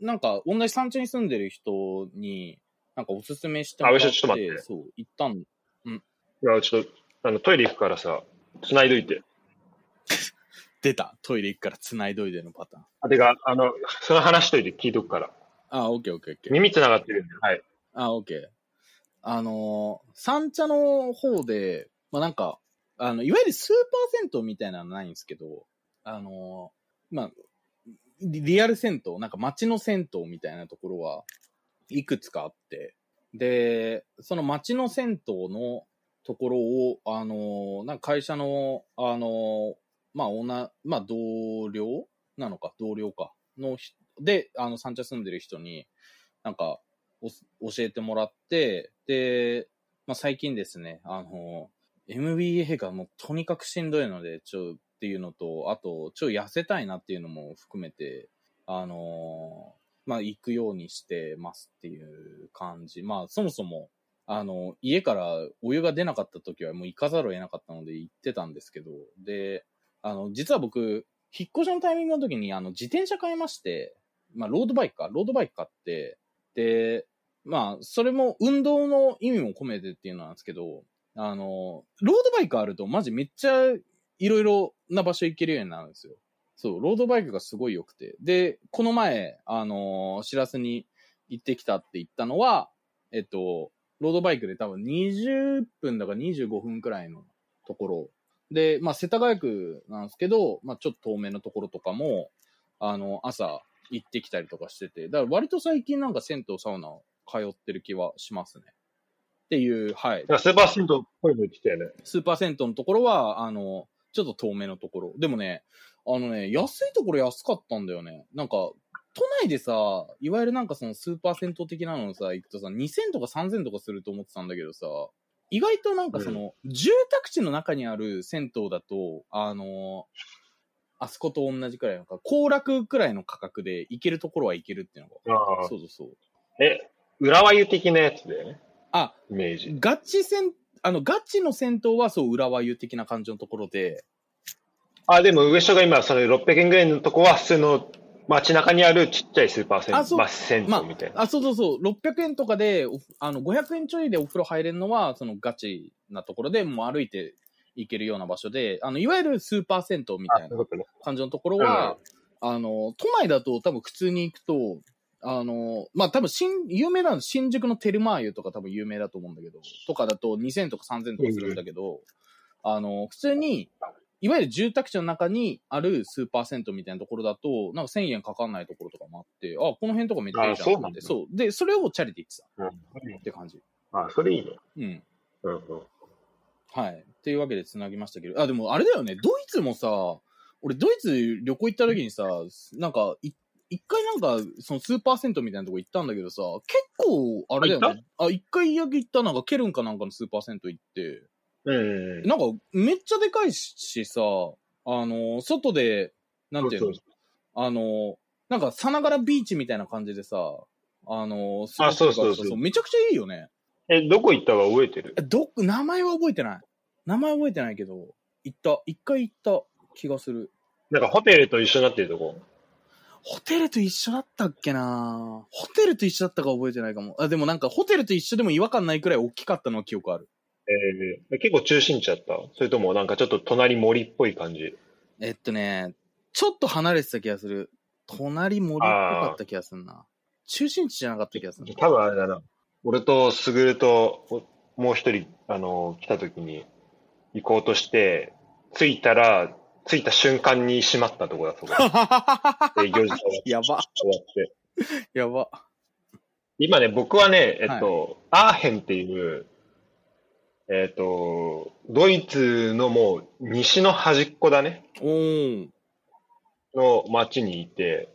S2: なんか、同じ三茶に住んでる人に、なんかおすすめしてもらって、
S1: あちょっと待って
S2: そう、行ったん
S1: いや、ちょっと、あの、トイレ行くからさ、繋いどいて。
S2: 出た。トイレ行くから繋いどいでのパターン。
S1: あ、てか、あの、その話しといて聞いとくから。
S2: あ、オッケーオッケーオッケー。
S1: 耳繋がってるんで、はい。
S2: あ、オッケー。あのー三茶の方で、まあ、なんか、あの、いわゆるスーパー銭湯みたいなのはないんですけど、あのーまあ、リリアル銭湯、なんか街の銭湯みたいなところはいくつかあって、で、その街の銭湯のところを、あのーなんか会社の、あのーまあ、女、まあ、同僚なのか、同僚か、のひ、で、あの、三茶住んでる人に、なんか、おす教えてもらって、で、まあ、最近ですね、あの、MBA がもうとにかくしんどいので、ちょ、っていうのと、あと、ちょ、痩せたいなっていうのも含めて、あのーまあ、行くようにしてますっていう感じ。まあ、そもそも、あの、家からお湯が出なかった時はもう行かざるを得なかったので行ってたんですけど、で、あの、実は僕、引っ越しのタイミングの時に、あの、自転車買いまして、まあ、ロードバイクか、ロードバイク買って、で、まあ、それも運動の意味も込めてっていうのなんですけど、あの、ロードバイクあるとマジめっちゃいろいろな場所行けるようになるんですよ。そう、ロードバイクがすごい良くて。で、この前、あの、知らせに行ってきたって言ったのは、えっと、ロードバイクで多分20分だから25分くらいのところ。で、まあ、世田谷区なんですけど、まあ、ちょっと遠めのところとかも、あの、朝行ってきたりとかしてて、だから割と最近なんか銭湯サウナ通ってる気はしますね。っていう、はい。
S1: なんかスーパー銭湯っぽいの言ってたよね。
S2: スーパー銭湯のところは、あの、ちょっと遠めのところ。でもね、あのね、安いところ安かったんだよね。なんか、都内でさ、いわゆるなんかそのスーパー銭湯的なのさ、行くとさ、2000とか3000とかすると思ってたんだけどさ、意外となんかその、住宅地の中にある銭湯だと、あの、あそこと同じくらいのか、行楽くらいの価格で行けるところは行けるっていうのが。
S1: ああ。
S2: そうそうそう。
S1: え、浦和湯的なやつだよね。
S2: あ、
S1: イメージ。
S2: ガチ戦、あの、ガチの戦闘はそう、浦和湯的な感じのところで、
S1: あ、でも上所が今、それ600円ぐらいのとこは、普通の街中にあるちっちゃいスーパー銭
S2: あそ
S1: 湯、
S2: う
S1: バス銭
S2: ま
S1: 湯みたいな。
S2: あ、あ、そうそうそう、600円とかで、おあの、500円ちょいでお風呂入れるのは、そのガチなところで、もう歩いて行けるような場所で、あの、いわゆるスーパー銭湯み
S1: あ、そうい
S2: たい
S1: う
S2: な
S1: ことね。
S2: 感じのところは、あの、都内だと多分普通に行くと、あの、まあ、多分新、有名なの、新宿のテルマー湯とか多分有名だと思うんだけど、とかだと2000とか3000とかするんだけど、あの、普通に、いわゆる住宅地の中にあるスーパー銭湯みたいなところだと、なんか1000円かかんないところとかもあって、あ、この辺とかめっちゃいいじゃん
S1: あそう
S2: って
S1: な
S2: 思っ
S1: んだ
S2: て。そう。で、それをチャリで行ってた
S1: うん
S2: って感じ。
S1: あ、それいいね。
S2: うん。
S1: うんうん。
S2: はい。っていうわけで繋ぎましたけど、あ、でもあれだよね、ドイツもさ、俺ドイツ旅行行った時にさ、なんかい、一回なんか、そのスーパー銭湯みたいなとこ行ったんだけどさ、結構、あれだよね。あ、一回だけ行ったなんか、ケルンかなんかのスーパー銭湯行って、
S1: うんうんうん。
S2: なんか、めっちゃでかいしさ、あの、外で、なんていうの
S1: そう
S2: あの、なんか、さながらビーチみたいな感じでさ、あの、
S1: あ
S2: すごく
S1: そうそう
S2: さ
S1: そう
S2: めちゃくちゃいいよね。
S1: え、どこ行ったか覚えてる
S2: えど、名前は覚えてない。名前覚えてないけど、行った、一回行った気がする。
S1: なんかホテルと一緒になってるとこ。
S2: ホテルと一緒だったっけなホテルと一緒だったか覚えてないかも。あ、でもなんかホテルと一緒でも違和感ないくらい大きかったのは記憶ある。
S1: えー、結構中心地だったそれともなんかちょっと隣森っぽい感じ
S2: えっとね、ちょっと離れてた気がする。隣森っぽかった気がするな。中心地じゃなかった気がするな。
S1: 多分あれだな。俺とすぐると、おもう一人、あの、来た時に行こうとして、着いたら、着いた瞬間に閉まったとこだ、そこ。 営業時間終わっ
S2: やば、
S1: 終わって。
S2: やば。
S1: 今ね、僕はね、えっと、アーヘンっていう、えっと、ドイツのもう西の端っこだね、
S2: おーん。
S1: の町にいて、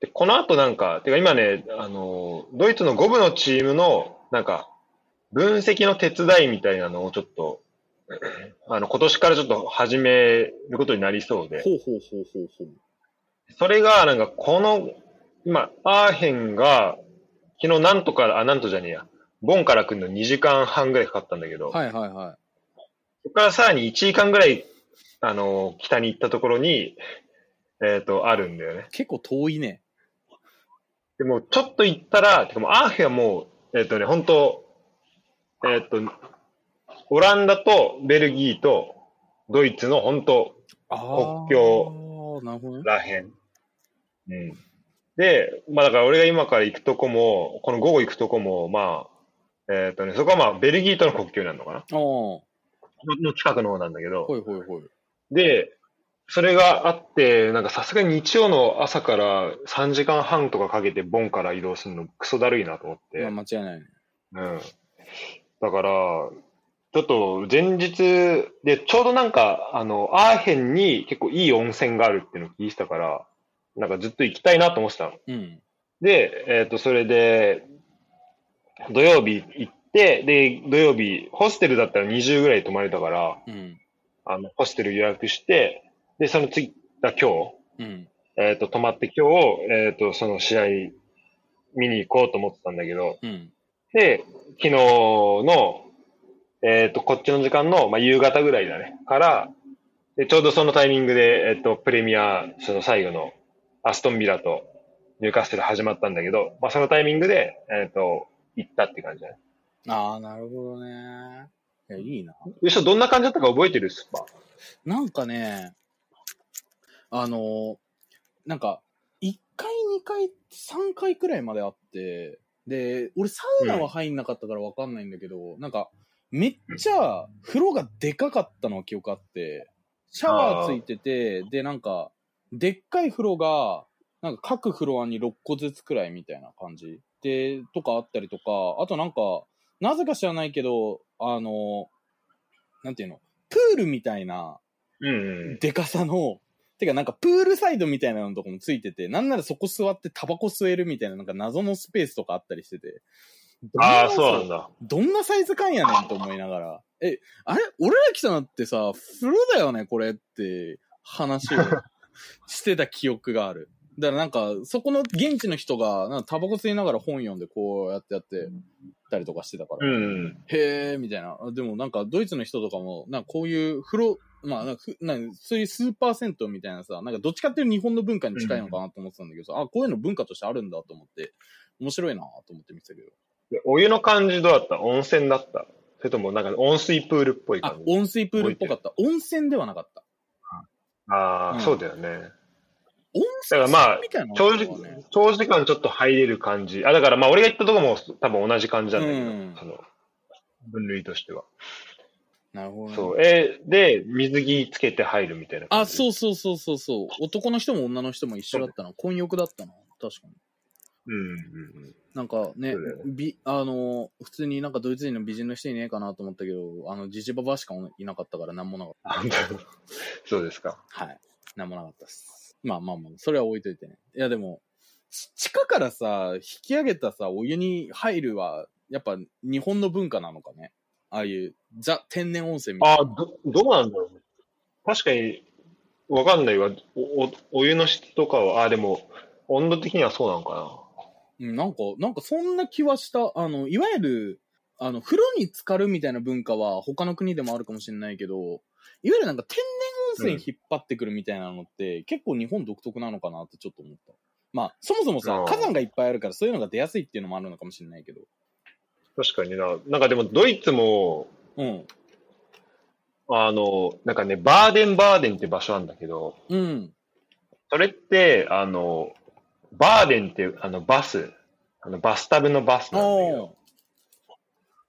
S1: で、この後なんか、てか今ね、あの、ドイツの5部のチームの、なんか、分析の手伝いみたいなのをちょっと、あの、今年からちょっと始めることになりそうで、
S2: ほうほうほうほうほう。
S1: それが、なんか、この、今、アーヘンが、昨日なんとか、あ、なんとじゃねえや、ボンから来るの2時間半ぐらいかかったんだけど、
S2: はいはいはい。
S1: そこからさらに1時間ぐらい、あの、北に行ったところに、えっ、と、あるんだよね。
S2: 結構遠いね。
S1: でも、ちょっと行ったら、てかもうアーヘンはもう、えっ、とね、本当えっ、と、オランダとベルギーとドイツの本当
S2: あ
S1: 国境。
S2: なるほどね。
S1: らへん。うん。で、まあだから俺が今から行くとこも、この午後行くとこも、まあ、えっ、とね、そこはまあベルギーとの国境になるのかな
S2: ああ、ほ
S1: の近くの方なんだけど、
S2: いほいほい。
S1: で、それがあって、なんかさすがに日曜の朝から3時間半とかかけてボンから移動するのクソだるいなと思って、
S2: まあ、間違いないね。
S1: うん。だから、ちょっと前日で、ちょうどなんか、あの、アーヘンに結構いい温泉があるっていうのを聞いてたから、なんかずっと行きたいなと思ってたの。
S2: うん。
S1: で、えっ、と、それで、土曜日行って、で、土曜日、ホステルだったら20ぐらい泊まれたから、
S2: うん。
S1: あの、ホステル予約して、で、その次、あ今
S2: うん。
S1: 日、えっ、と、泊まって今日、えっ、と、その試合、見に行こうと思ってたんだけど、
S2: うん。
S1: で、昨日の、えっ、と、こっちの時間の、まあ、夕方ぐらいだね、から、で、ちょうどそのタイミングで、えっ、と、プレミア、その最後の、アストンビラとニューカッスル始まったんだけど、まあ、そのタイミングで、えっ、と、行ったって感じだね。
S2: ああ、なるほどね。いや、いいな。
S1: よいしょ、どんな感じだったか覚えてるスパ。
S2: なんかね、あのーなんか、1回、2回、3回くらいまであって、で、俺サウナは入んなかったからわかんないんだけど、なんか、めっちゃ風呂がでかかったのは記憶あって、シャワーついてて、で、なんか、でっかい風呂が、なんか各フロアに6個ずつくらいみたいな感じで、とかあったりとか、あとなんか、なぜか知らないけど、あの、なんていうの、プールみたいな
S1: うん、うん。
S2: でかさの、てかなんかプールサイドみたいなのとかもついてて、なんならそこ座ってタバコ吸えるみたいななんか謎のスペースとかあったりしてて。
S1: ああ、そうなん
S2: だ。
S1: だ。
S2: どんなサイズ感やねんと思いながら。え、あれ俺ら来たのってさ、風呂だよねこれって話を してた記憶がある。だからなんか、そこの現地の人が、なんかタバコ吸いながら本読んでこうやってやってたりとかしてたから。
S1: うんうん。
S2: へえ、みたいな。あでもなんか、ドイツの人とかも、なんかこういう風呂、まあなんかふ、なんかそういうスーパー銭湯みたいなさ、なんかどっちかっていうと日本の文化に近いのかなと思ってたんだけどさ、あ、こういうの文化としてあるんだと思って、面白いなと思って見てたけど。
S1: でお湯の感じどうだった温泉だったそれともなんか温水プールっぽい
S2: あ
S1: 感、じ
S2: 温水プールっぽかった。温泉ではなかった。
S1: ああ、
S2: うん
S1: そうだよね。
S2: 温
S1: だ
S2: 泉
S1: からまあ
S2: みたいなの
S1: 長
S2: はね
S1: 時長時間ちょっと入れる感じ。あ、だからまあ俺が行ったとこも多分同じ感じなんだけど、
S2: うん
S1: その分類としては。
S2: なるほど、ね。
S1: そう。えーで、水着つけて入るみたいな感
S2: あ、
S1: じ。
S2: そうそうそうそうそう。男の人も女の人も一緒だったな。混浴だったな。確かに。
S1: うんうんうん。
S2: なんかね
S1: そうだよね、
S2: び、あの、普通になんかドイツ人の美人の人いねえかなと思ったけど、あの、ジジババしかいなかったからなんもなかっ
S1: あそうですか。
S2: た。はい。なんもなかったっす。まあまあまあ、それは置いといてね。いやでも、ち地下からさ、引き上げたさ、お湯に入るは、やっぱ日本の文化なのかね。ああいう、ザ、天然温泉みたい
S1: あ
S2: な。
S1: あ、ど、どうなんだろうね。確かに、わかんないわ。お、お、お湯の質とかは、ああ、でも、温度的にはそうなのかな。
S2: うん、なんか、なんかそんな気はした。あの、いわゆる、あの、風呂に浸かるみたいな文化は他の国でもあるかもしれないけど、いわゆるなんか天然温泉引っ張ってくるみたいなのって、結構日本独特なのかなってちょっと思った。まあ、そもそも
S1: あ
S2: さ
S1: ー、
S2: 火山がいっぱいあるからそういうのが出やすいっていうのもあるのかもしれないけど。
S1: 確かにな。なんかでも、ドイツも、
S2: うん。
S1: あの、なんかね、バーデンバーデンって場所なんだけど、
S2: うん。
S1: それって、あの、バーデンっていう、あの、バス、あの、バスタブのバスなんだけど、
S2: お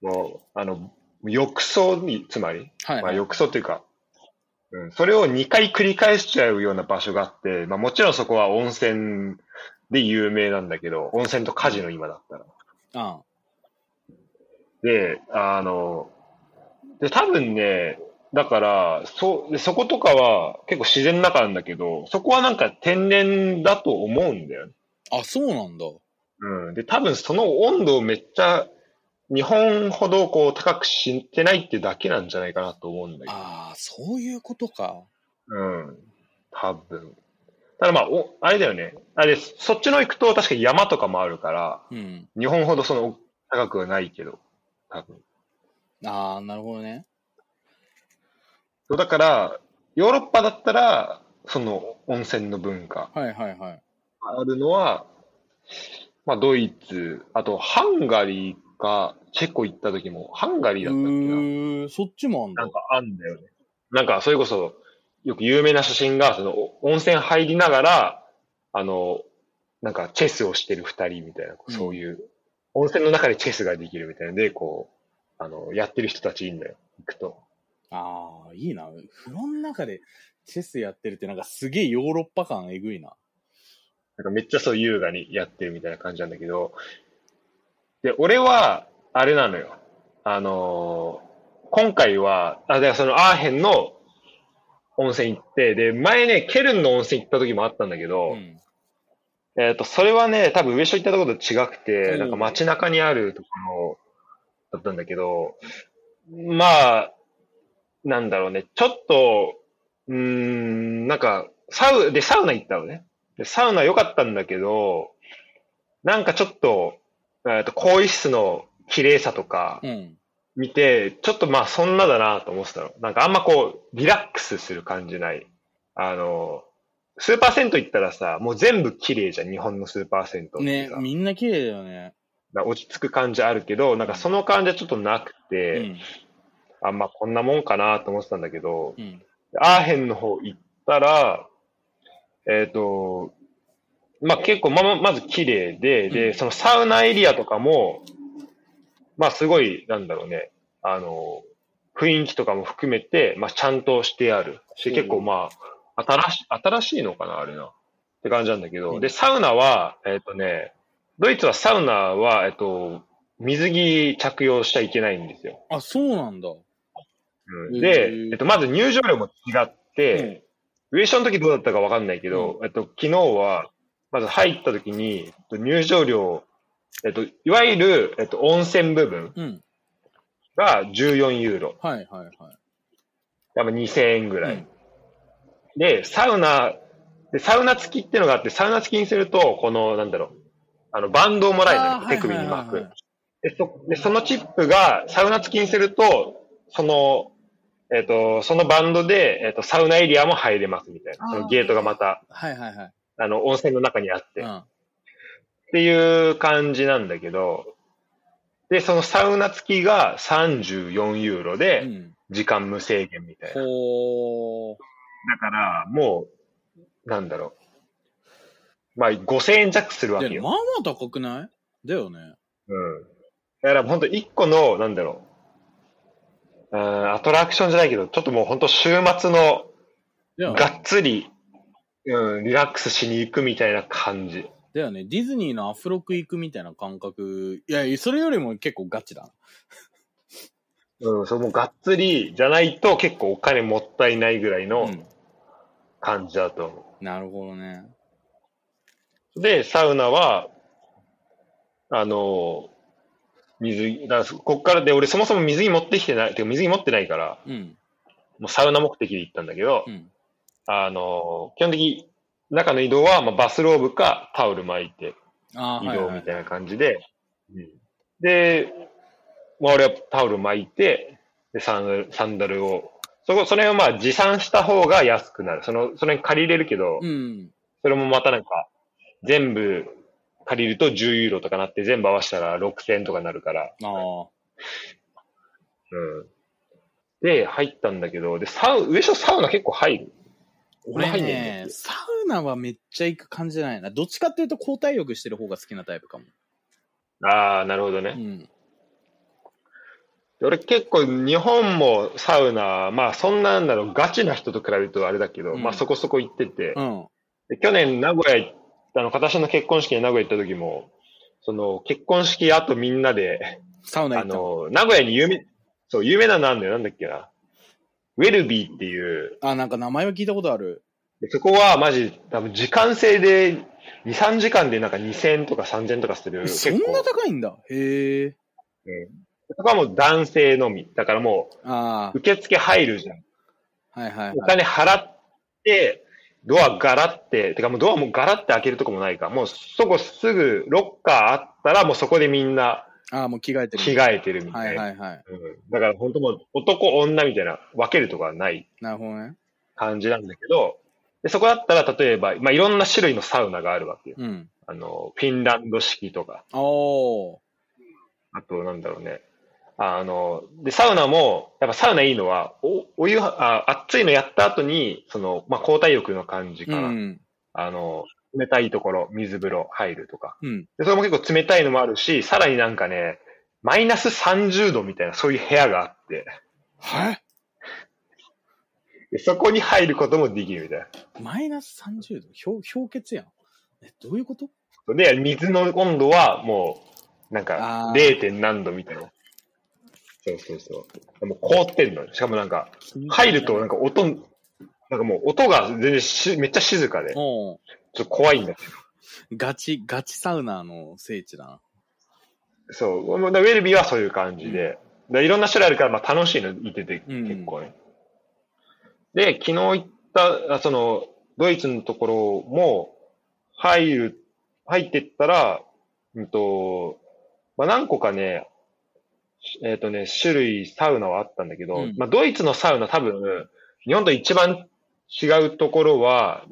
S1: もう、あの、浴槽に、つまり、
S2: ーは
S1: まあ、
S2: いはい。
S1: 浴槽というか、うん、それを2回繰り返しちゃうような場所があって、まあ、もちろんそこは温泉で有名なんだけど、温泉とカジノ今だったら。
S2: あ
S1: で、あの、で、多分ね、だから、そう、でそことかは結構自然の中なんだけど、そこはなんか天然だと思うんだよね。
S2: あ、そうなんだ。
S1: うん。で、多分その温度をめっちゃ日本ほどこう高くしてないってだけなんじゃないかなと思うんだけど。
S2: ああ、そういうことか。
S1: うん。多分。ただまあ、お、あれだよね。あれです。そっちの行くと確かに山とかもあるから、
S2: うん。
S1: 日本ほどその高くはないけど、多分。
S2: ああ、なるほどね。
S1: そうだから、ヨーロッパだったら、その温泉の文化
S2: はいはいはい。
S1: あるのは、まあドイツ、あとハンガリーか、チェコ行った時も、ハンガリー
S2: う
S1: だったっけ
S2: ーん、そっちもあん
S1: な。
S2: だ
S1: なん。かあんだよね。なんかそれこそ、よく有名な写真が、そのお温泉入りながら、あの、なんかチェスをしてる二人みたいな、
S2: うん
S1: そういう、温泉の中でチェスができるみたいなんで、こう、あの、やってる人たちいいんだよ、行くと。
S2: ああ、いいな。風呂の中でチェスやってるってなんかすげえヨーロッパ感えぐいな。
S1: なんかめっちゃそう優雅にやってるみたいな感じなんだけど、で、俺は、あれなのよ。あのー今回は、あ、だからそのアーヘンの温泉行って、で、前ね、ケルンの温泉行った時もあったんだけど、
S2: うん。
S1: えっ、と、それはね、多分上所行ったところと違く
S2: う
S1: て、
S2: ん
S1: なんか街中にあるところだったんだけど、まあ、なんだろうね、ちょっと、うーん、なんか、サウ、で、サウナ行ったのね。で、サウナ良かったんだけど、なんかちょっと、えっ、と、更衣室の綺麗さとか
S2: うん。
S1: 見て、ちょっとまあそんなだなと思ってたの。なんかあんまこう、リラックスする感じない。あの、スーパーセント行ったらさ、もう全部綺麗じゃん、日本のスーパーセントって
S2: ね
S1: さ。、
S2: みんな綺麗だよね。
S1: だから落ち着く感じあるけど、なんかその感じはちょっとなく
S2: う
S1: て、
S2: ん。
S1: あんまこんなもんかなと思ってたんだけど、
S2: うん。
S1: アーヘンの方行ったら、えっ、と、まあ結構ま、ままず綺麗で、
S2: うん
S1: で、そのサウナエリアとかも、まあすごい、なんだろうね、あの、雰囲気とかも含めて、まあちゃんとしてある。し、
S2: うん
S1: 結構まあ、新し、新しいのかな、あれな。って感じなんだけ
S2: う
S1: ど、
S2: ん
S1: で、サウナは、えっ、とね、ドイツはサウナは、えっ、と、水着着用しちゃいけないんですよ。
S2: あ、そうなんだ。
S1: うん
S2: へ
S1: で
S2: ー、
S1: えっと、まず入場料も違って、
S2: うん
S1: ウエションの時どうだったかわかんないけど、えっと、昨日は、まず入った時に、えっと入場料、えっと、いわゆる、えっと、温泉部分
S2: うん。
S1: が14ユーロ。
S2: はいはいはい。
S1: やっぱ2000円ぐらい。
S2: うん
S1: で、サウナ、でサウナ付きってのがあって、サウナ付きにすると、この、なんだろう、あの、バンドをもらえるの
S2: あー
S1: よ手首に巻
S2: はい
S1: く
S2: はいはいはい。
S1: でそで、そのチップが、サウナ付きにすると、その、えっ、と、そのバンドで、えっ、と、サウナエリアも入れますみたいな。そのゲートがまた、
S2: はいはいはい。
S1: あの、温泉の中にあって。
S2: うん。
S1: っていう感じなんだけど、で、そのサウナ付きが34ユーロ
S2: う
S1: で、
S2: ん。
S1: 時間無制限みたいな。
S2: ほー。
S1: だから、もう、なんだろう。まあ、5000円弱するわけ
S2: で、ま
S1: よ。
S2: あまあ高くないだよね。
S1: うん。だから、本当一個の、なんだろう。うん、アトラクションじゃないけど、ちょっともう本当週末の、
S2: だよ
S1: が
S2: ね。
S1: っつり、うん、リラックスしに行くみたいな感じ。
S2: だよね。ディズニーのアフロク行くみたいな感覚。いや、それよりも結構ガチだな。
S1: うん、それもがっつりじゃないと結構お金もったいないぐらいの、
S2: うん。
S1: 感じだと思
S2: なるほどね。
S1: う。で、サウナは、あの、水着、だからこっからで、俺そもそも水着持ってきてない、てか水着持ってないから、
S2: うん。
S1: もうサウナ目的で行ったんだけど、
S2: うん。
S1: あの、基本的に中の移動は、まあ、バスローブかタオル巻いて
S2: ああ、
S1: 移
S2: はい、
S1: 動
S2: は
S1: み
S2: い。
S1: たいな感じで、うんで、まあ、俺はタオル巻いて、でサンダルサンダルを、そこ、その辺はまあ持参した方が安くなる。その、その辺借りれるけど、
S2: うん。
S1: それもまたなんか、全部借りると10ユーロとかなって、全部合わせたら6000円とかなるから、
S2: ああ。
S1: うん。で、入ったんだけど、で、サウ、上所サウナ結構入る。俺
S2: 俺
S1: 入んないんだ
S2: ね
S1: よ、
S2: サウナはめっちゃ行く感じじゃないな。どっちかっていうと交代浴してる方が好きなタイプかも。
S1: ああ、なるほど
S2: う
S1: ね。
S2: ん。
S1: で俺結構日本もサウナ、まあそんなんだろう、ガチな人と比べるとあれだけど、
S2: うん
S1: まあそこそこ行ってて、
S2: うん。
S1: で去年名古屋行った、あの、私の結婚式で名古屋行った時も、その結婚式後みんなで、
S2: サウナ行
S1: あ
S2: ったの。
S1: の、名古屋に有名、そう、有名なのあんだよ、なんだっけな。ウェルビーっていう、
S2: あ、なんか名前は聞いたことある。
S1: でそこはマジ、多分時間制で、2、3時間でなんか2000とか3000とかする。
S2: え
S1: 結
S2: そ
S1: 構
S2: んな高いんだ。へえ。
S1: そこはもう男性のみ。だからも
S2: あ
S1: う、受付入るじゃん。
S2: あ、はいはい
S1: お
S2: はい。
S1: 金払って、ドアガラって、てかもうドアもガラって開けるとこもないか。もうそこすぐロッカーあったら、もうそこでみんな
S2: ああ、もう着替えてる。
S1: 着替えてるみ
S2: は
S1: たい
S2: い
S1: な。
S2: はいはい。
S1: うん、だから本当もう男女みたいな分けるとかはない
S2: なるほどね。
S1: 感じなんだけど、でそこだったら例えば、まあ、いろんな種類のサウナがあるわけよ。
S2: うん。
S1: あの、フィンランド式とか、
S2: おー。
S1: あとなんだろうね。あの、で、サウナも、やっぱサウナいいのは、お、お湯は、あ、熱いのやった後に、その、まあ、交代浴の感じか
S2: う
S1: ら、
S2: ん。
S1: あの、冷たいところ、水風呂入るとか。
S2: うん。
S1: で、それも結構冷たいのもあるし、さらになんかね、マイナス30度みたいな、そういう部屋があって、
S2: は
S1: でそこに入ることもできるみたい
S2: マイナス30度氷氷結やん。え、どういうこと
S1: な。で、水の温度はもう、なん
S2: あ
S1: か
S2: ー
S1: 0. 点何度みたいな。そうそうそう。もう凍ってんのよ。しかもなんか、入るとなんか音、なんかもう音が全然し、めっちゃ静かで、ちょっ
S2: お
S1: と怖いんだけど。
S2: ガチ、ガチサウナーの聖地だな。
S1: そう。まあウェルビーはそういう感じで。でいろんな種類あるから、まあ楽しいのいてて、
S2: うん
S1: 結構ね。で、昨日行った、あその、ドイツのところも、入る、入ってったら、うんと、まあ何個かね、えっ、とね、種類、サウナはあったんだけど、
S2: うん
S1: まあドイツのサウナ多分、日本と一番違うところは、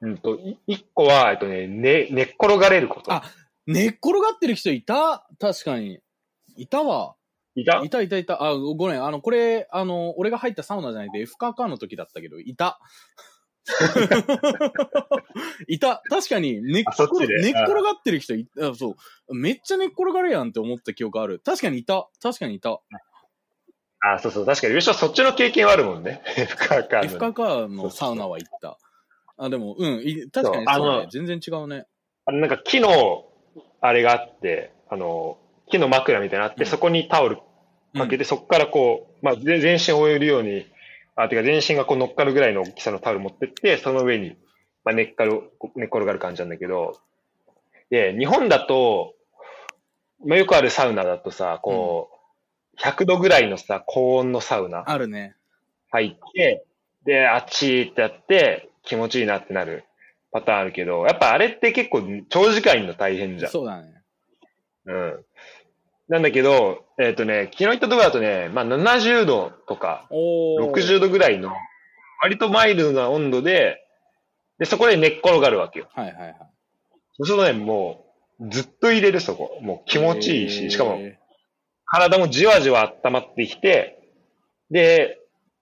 S1: うんと、い一個は、えっとね、ね、寝っ転がれること。
S2: あ寝っ転がってる人いた確かに。いたわ。
S1: いた
S2: いたいたいた。あ、ごめん。あの、これ、あの、俺が入ったサウナじゃなくて F カーカーの時だったけど、いた。 いた。確かに寝っ
S1: あそっ
S2: 転、
S1: ちで
S2: 寝っ転がってる人いあ、そう。めっちゃ寝っ転がるやんって思った記憶ある。確かにいた。確かにいた。
S1: あ、そうそう、確かに優勝そっちの経験はあるもんね。 深川
S2: F カーカーのサウナは行った。あ、でも、うん。い確かに
S1: そうあ
S2: そう
S1: の
S2: ね。全然違うね。
S1: あのなんか木の、あれがあって、あの、木の枕みたいなのあって、
S2: うん
S1: そこにタオルかけて、そこからこう、まあ、ぜ全身を覆えるように、あ、てか全身がこう乗っかるぐらいの大きさのタオル持ってって、その上に、まあ、寝っかる、寝っ転がる感じなんだけど、で、日本だと、まあ、よくあるサウナだとさ、こう、100度ぐらいのさ、高温のサウナ
S2: あるね。
S1: 入って、で、あっちってやって、気持ちいいなってなるパターンあるけど、やっぱあれって結構長時間いるの大変じゃん。
S2: そうだね。
S1: うん。なんだけど、えっ、とね、昨日行ったところだとね、まあ70度とか
S2: おー。
S1: 60度ぐらいの、割とマイルドな温度で、で、そこで寝っ転がるわけよ。
S2: はいはいはい。
S1: そうするとね、もう、ずっと入れるそこ。もう気持ちいい
S2: えー
S1: し、しかも、体もじわじわ温まってきて、で、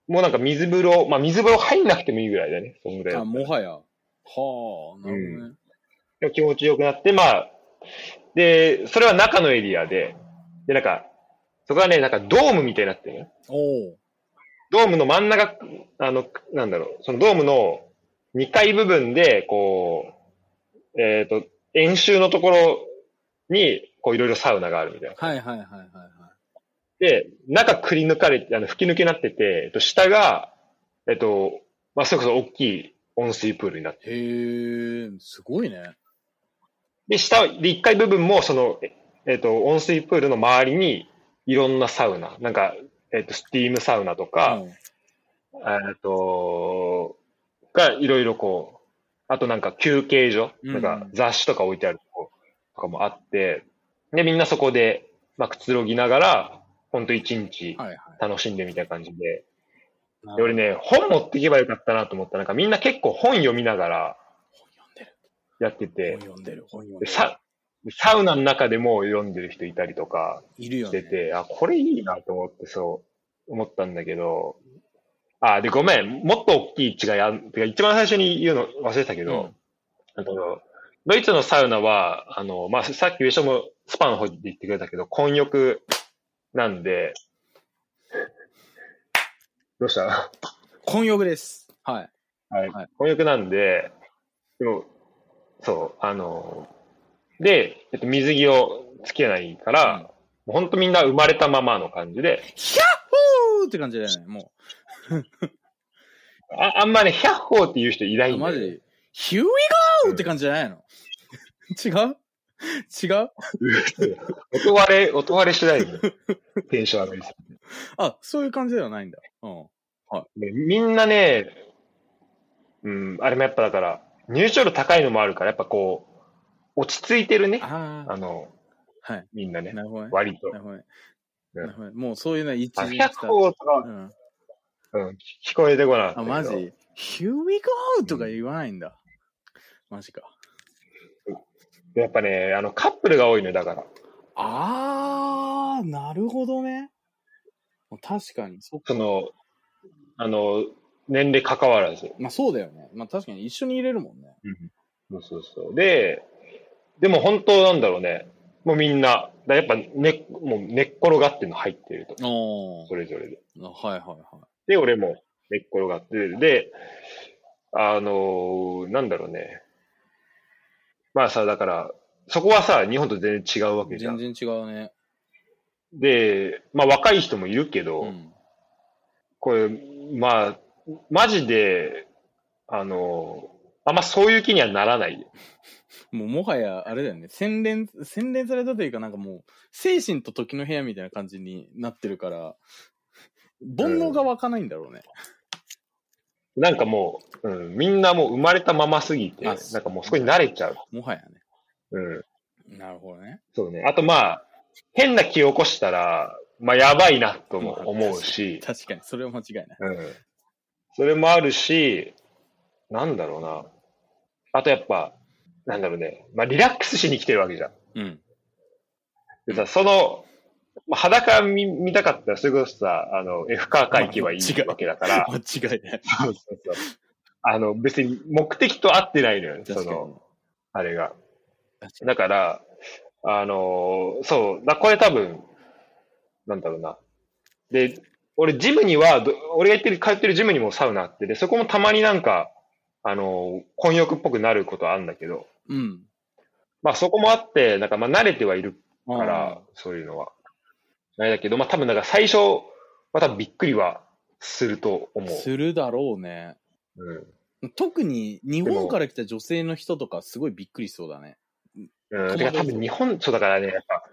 S1: もうなんか水風呂、まあ水風呂入んなくてもいいぐらいだね、そんぐらいだ
S2: あ、もはや。はあ、なるほどね。
S1: でも気持ちよくなって、まあ、で、それは中のエリアで、で、なんか、そこはね、なんかドームみたいになってるね。
S2: おう
S1: ドームの真ん中、あの、なんだろう、そのドームの2階部分で、こう、えっ、と、演習のところに、こういろいろサウナがあるみたいな。
S2: はいはいはいはいはい。
S1: で、中くり抜かれて、あの、吹き抜けになってて、えっと、下が、えっと、まあ、それこそ大きい温水プールになってる。
S2: へえ、すごいね。
S1: で、下、で、1階部分も、その、ええっ、と、温水プールの周りに、いろんなサウナ、なんか、えっ、と、スティームサウナとか、
S2: うん
S1: えっ、と、が、いろいろこう、あとなんか休憩所、
S2: うん
S1: なんか雑誌とか置いてあるとことかもあって、で、みんなそこで、まあ、くつろぎながら、ほんと一日
S2: はいはい。
S1: 楽しんでみたいな感じで、
S2: な
S1: で
S2: るほど
S1: 俺ね、本持っていけばよかったなと思った。なんかみんな結構本読みながら
S2: 本読んでる。
S1: やってて
S2: 本、読んでる。本読ん
S1: で
S2: でる。
S1: ササウナの中でもう読んでる人いたりとか
S2: いるよ
S1: し
S2: ね。
S1: てて、あ、これいいなと思ってそう思ったんだけど、あ、で、ごめん、もっと大きい違いあん、てか一番最初に言うの忘れてたけど、あのドイツのサウナは、あの、まあ、さっき上下もスパの方で言ってくれたけど、混浴なんで、どうした
S2: 混浴です。はい。
S1: はい
S2: はい。
S1: 翻訳なんで、でも、そう、あの、で、えっと、水着をつけないから、
S2: うん
S1: もうほんとみんな生まれたままの感じで、
S2: ヒャッホーって感じだよね。も。
S1: ああんまね、百歩っていう人いうない
S2: あ
S1: んだ
S2: マ
S1: よ
S2: ジヒューイゴーって感じじゃないの違う違う
S1: 音割れ、音割れしないんだよテンション上がりす
S2: あ、そういう感じではないんだ。うん。
S1: ぎてでみんなね、うん、あれもやっぱだから、入場料高いのもあるから、やっぱこう、落ち着いてるね。あ
S2: ああ。
S1: の、
S2: はい。
S1: みんなね、
S2: なるほどね。
S1: 割と
S2: な。るほどね。
S1: うん
S2: なるほどねもうそういうのは一
S1: あ
S2: 時
S1: 百歩とか、
S2: うん。
S1: うん、聞こえてこなかった
S2: あ、
S1: けど
S2: マジ ?Here we go! とか言わないんだ。マジか。
S1: やっぱね、あの、カップルが多いのよ、だから。
S2: あー、なるほどね。もう確かに、そっか
S1: その、あの、年齢関わらず。
S2: まあそうだよね。まあ確かに一緒に入れるもんね。
S1: そうそうそう。で、でも本当なんだろうね。もうみんな、だやっぱね、もう寝っ転がってるの入ってると。
S2: お
S1: それぞれで。
S2: ー。はいはいは
S1: で、俺も寝っ転がってる。で、あのーなんだろうね。まあさ、だから、そこはさ、日本と全然違うわけ
S2: い。
S1: じゃ
S2: 全
S1: ん。
S2: 然違うね。
S1: で、まあ若い人もいるけど、
S2: うん。
S1: これ、まあ、マジで、あの、あんまそういう気にはならない。
S2: もうもはや、あれだよね。洗練、洗練されたというか、なんかもう、精神と時の部屋みたいな感じになってるから、煩悩が湧かないんだろうね。
S1: なんかもう、うん、みんなもう生まれたまますぎて、
S2: あ
S1: なんかもうそこに慣れちゃう。
S2: もはやね。
S1: うん。
S2: なるほどね。
S1: そうね。あとまあ、変な気を起こしたら、まあやばいなとも
S2: まあ
S1: 思うし、
S2: 確かに、それは間違いない。
S1: うん。それもあるし、なんだろうな。あとやっぱ、なんだろうね。まあリラックスしに来てるわけじゃん。
S2: うん。
S1: でさ、その、まあ裸見見たかったら、それこそさ、あの、F カー会行けばい
S2: 違
S1: いうわけだ から、
S2: 間違いない。
S1: そうそうそう。あの、別に目的と合ってないのよね、そ
S2: 確かに
S1: の、。あれが。
S2: 確か
S1: だから、あのーそう、だこれ多分、なんだろうな。で、俺、ジムには、ど俺が行ってる、通ってるジムにもサウナあって、で、そこもたまになんか、あのー、混浴っぽくなることあるんだけど、
S2: にうん。
S1: まあそこもあって、なんかまあ慣れてはいる
S2: だ
S1: か、ら、そういうのは。あれだけど、まあ多分なんか最初は多分びっくりはすると思う。
S2: するだろうね。
S1: うん。
S2: 特に日
S1: で
S2: 本
S1: も
S2: から来た女性の人とかすごいびっくりしそうだね。
S1: うん、
S2: 戸惑
S1: て
S2: う
S1: か多分日本、そうだからね、やっぱ、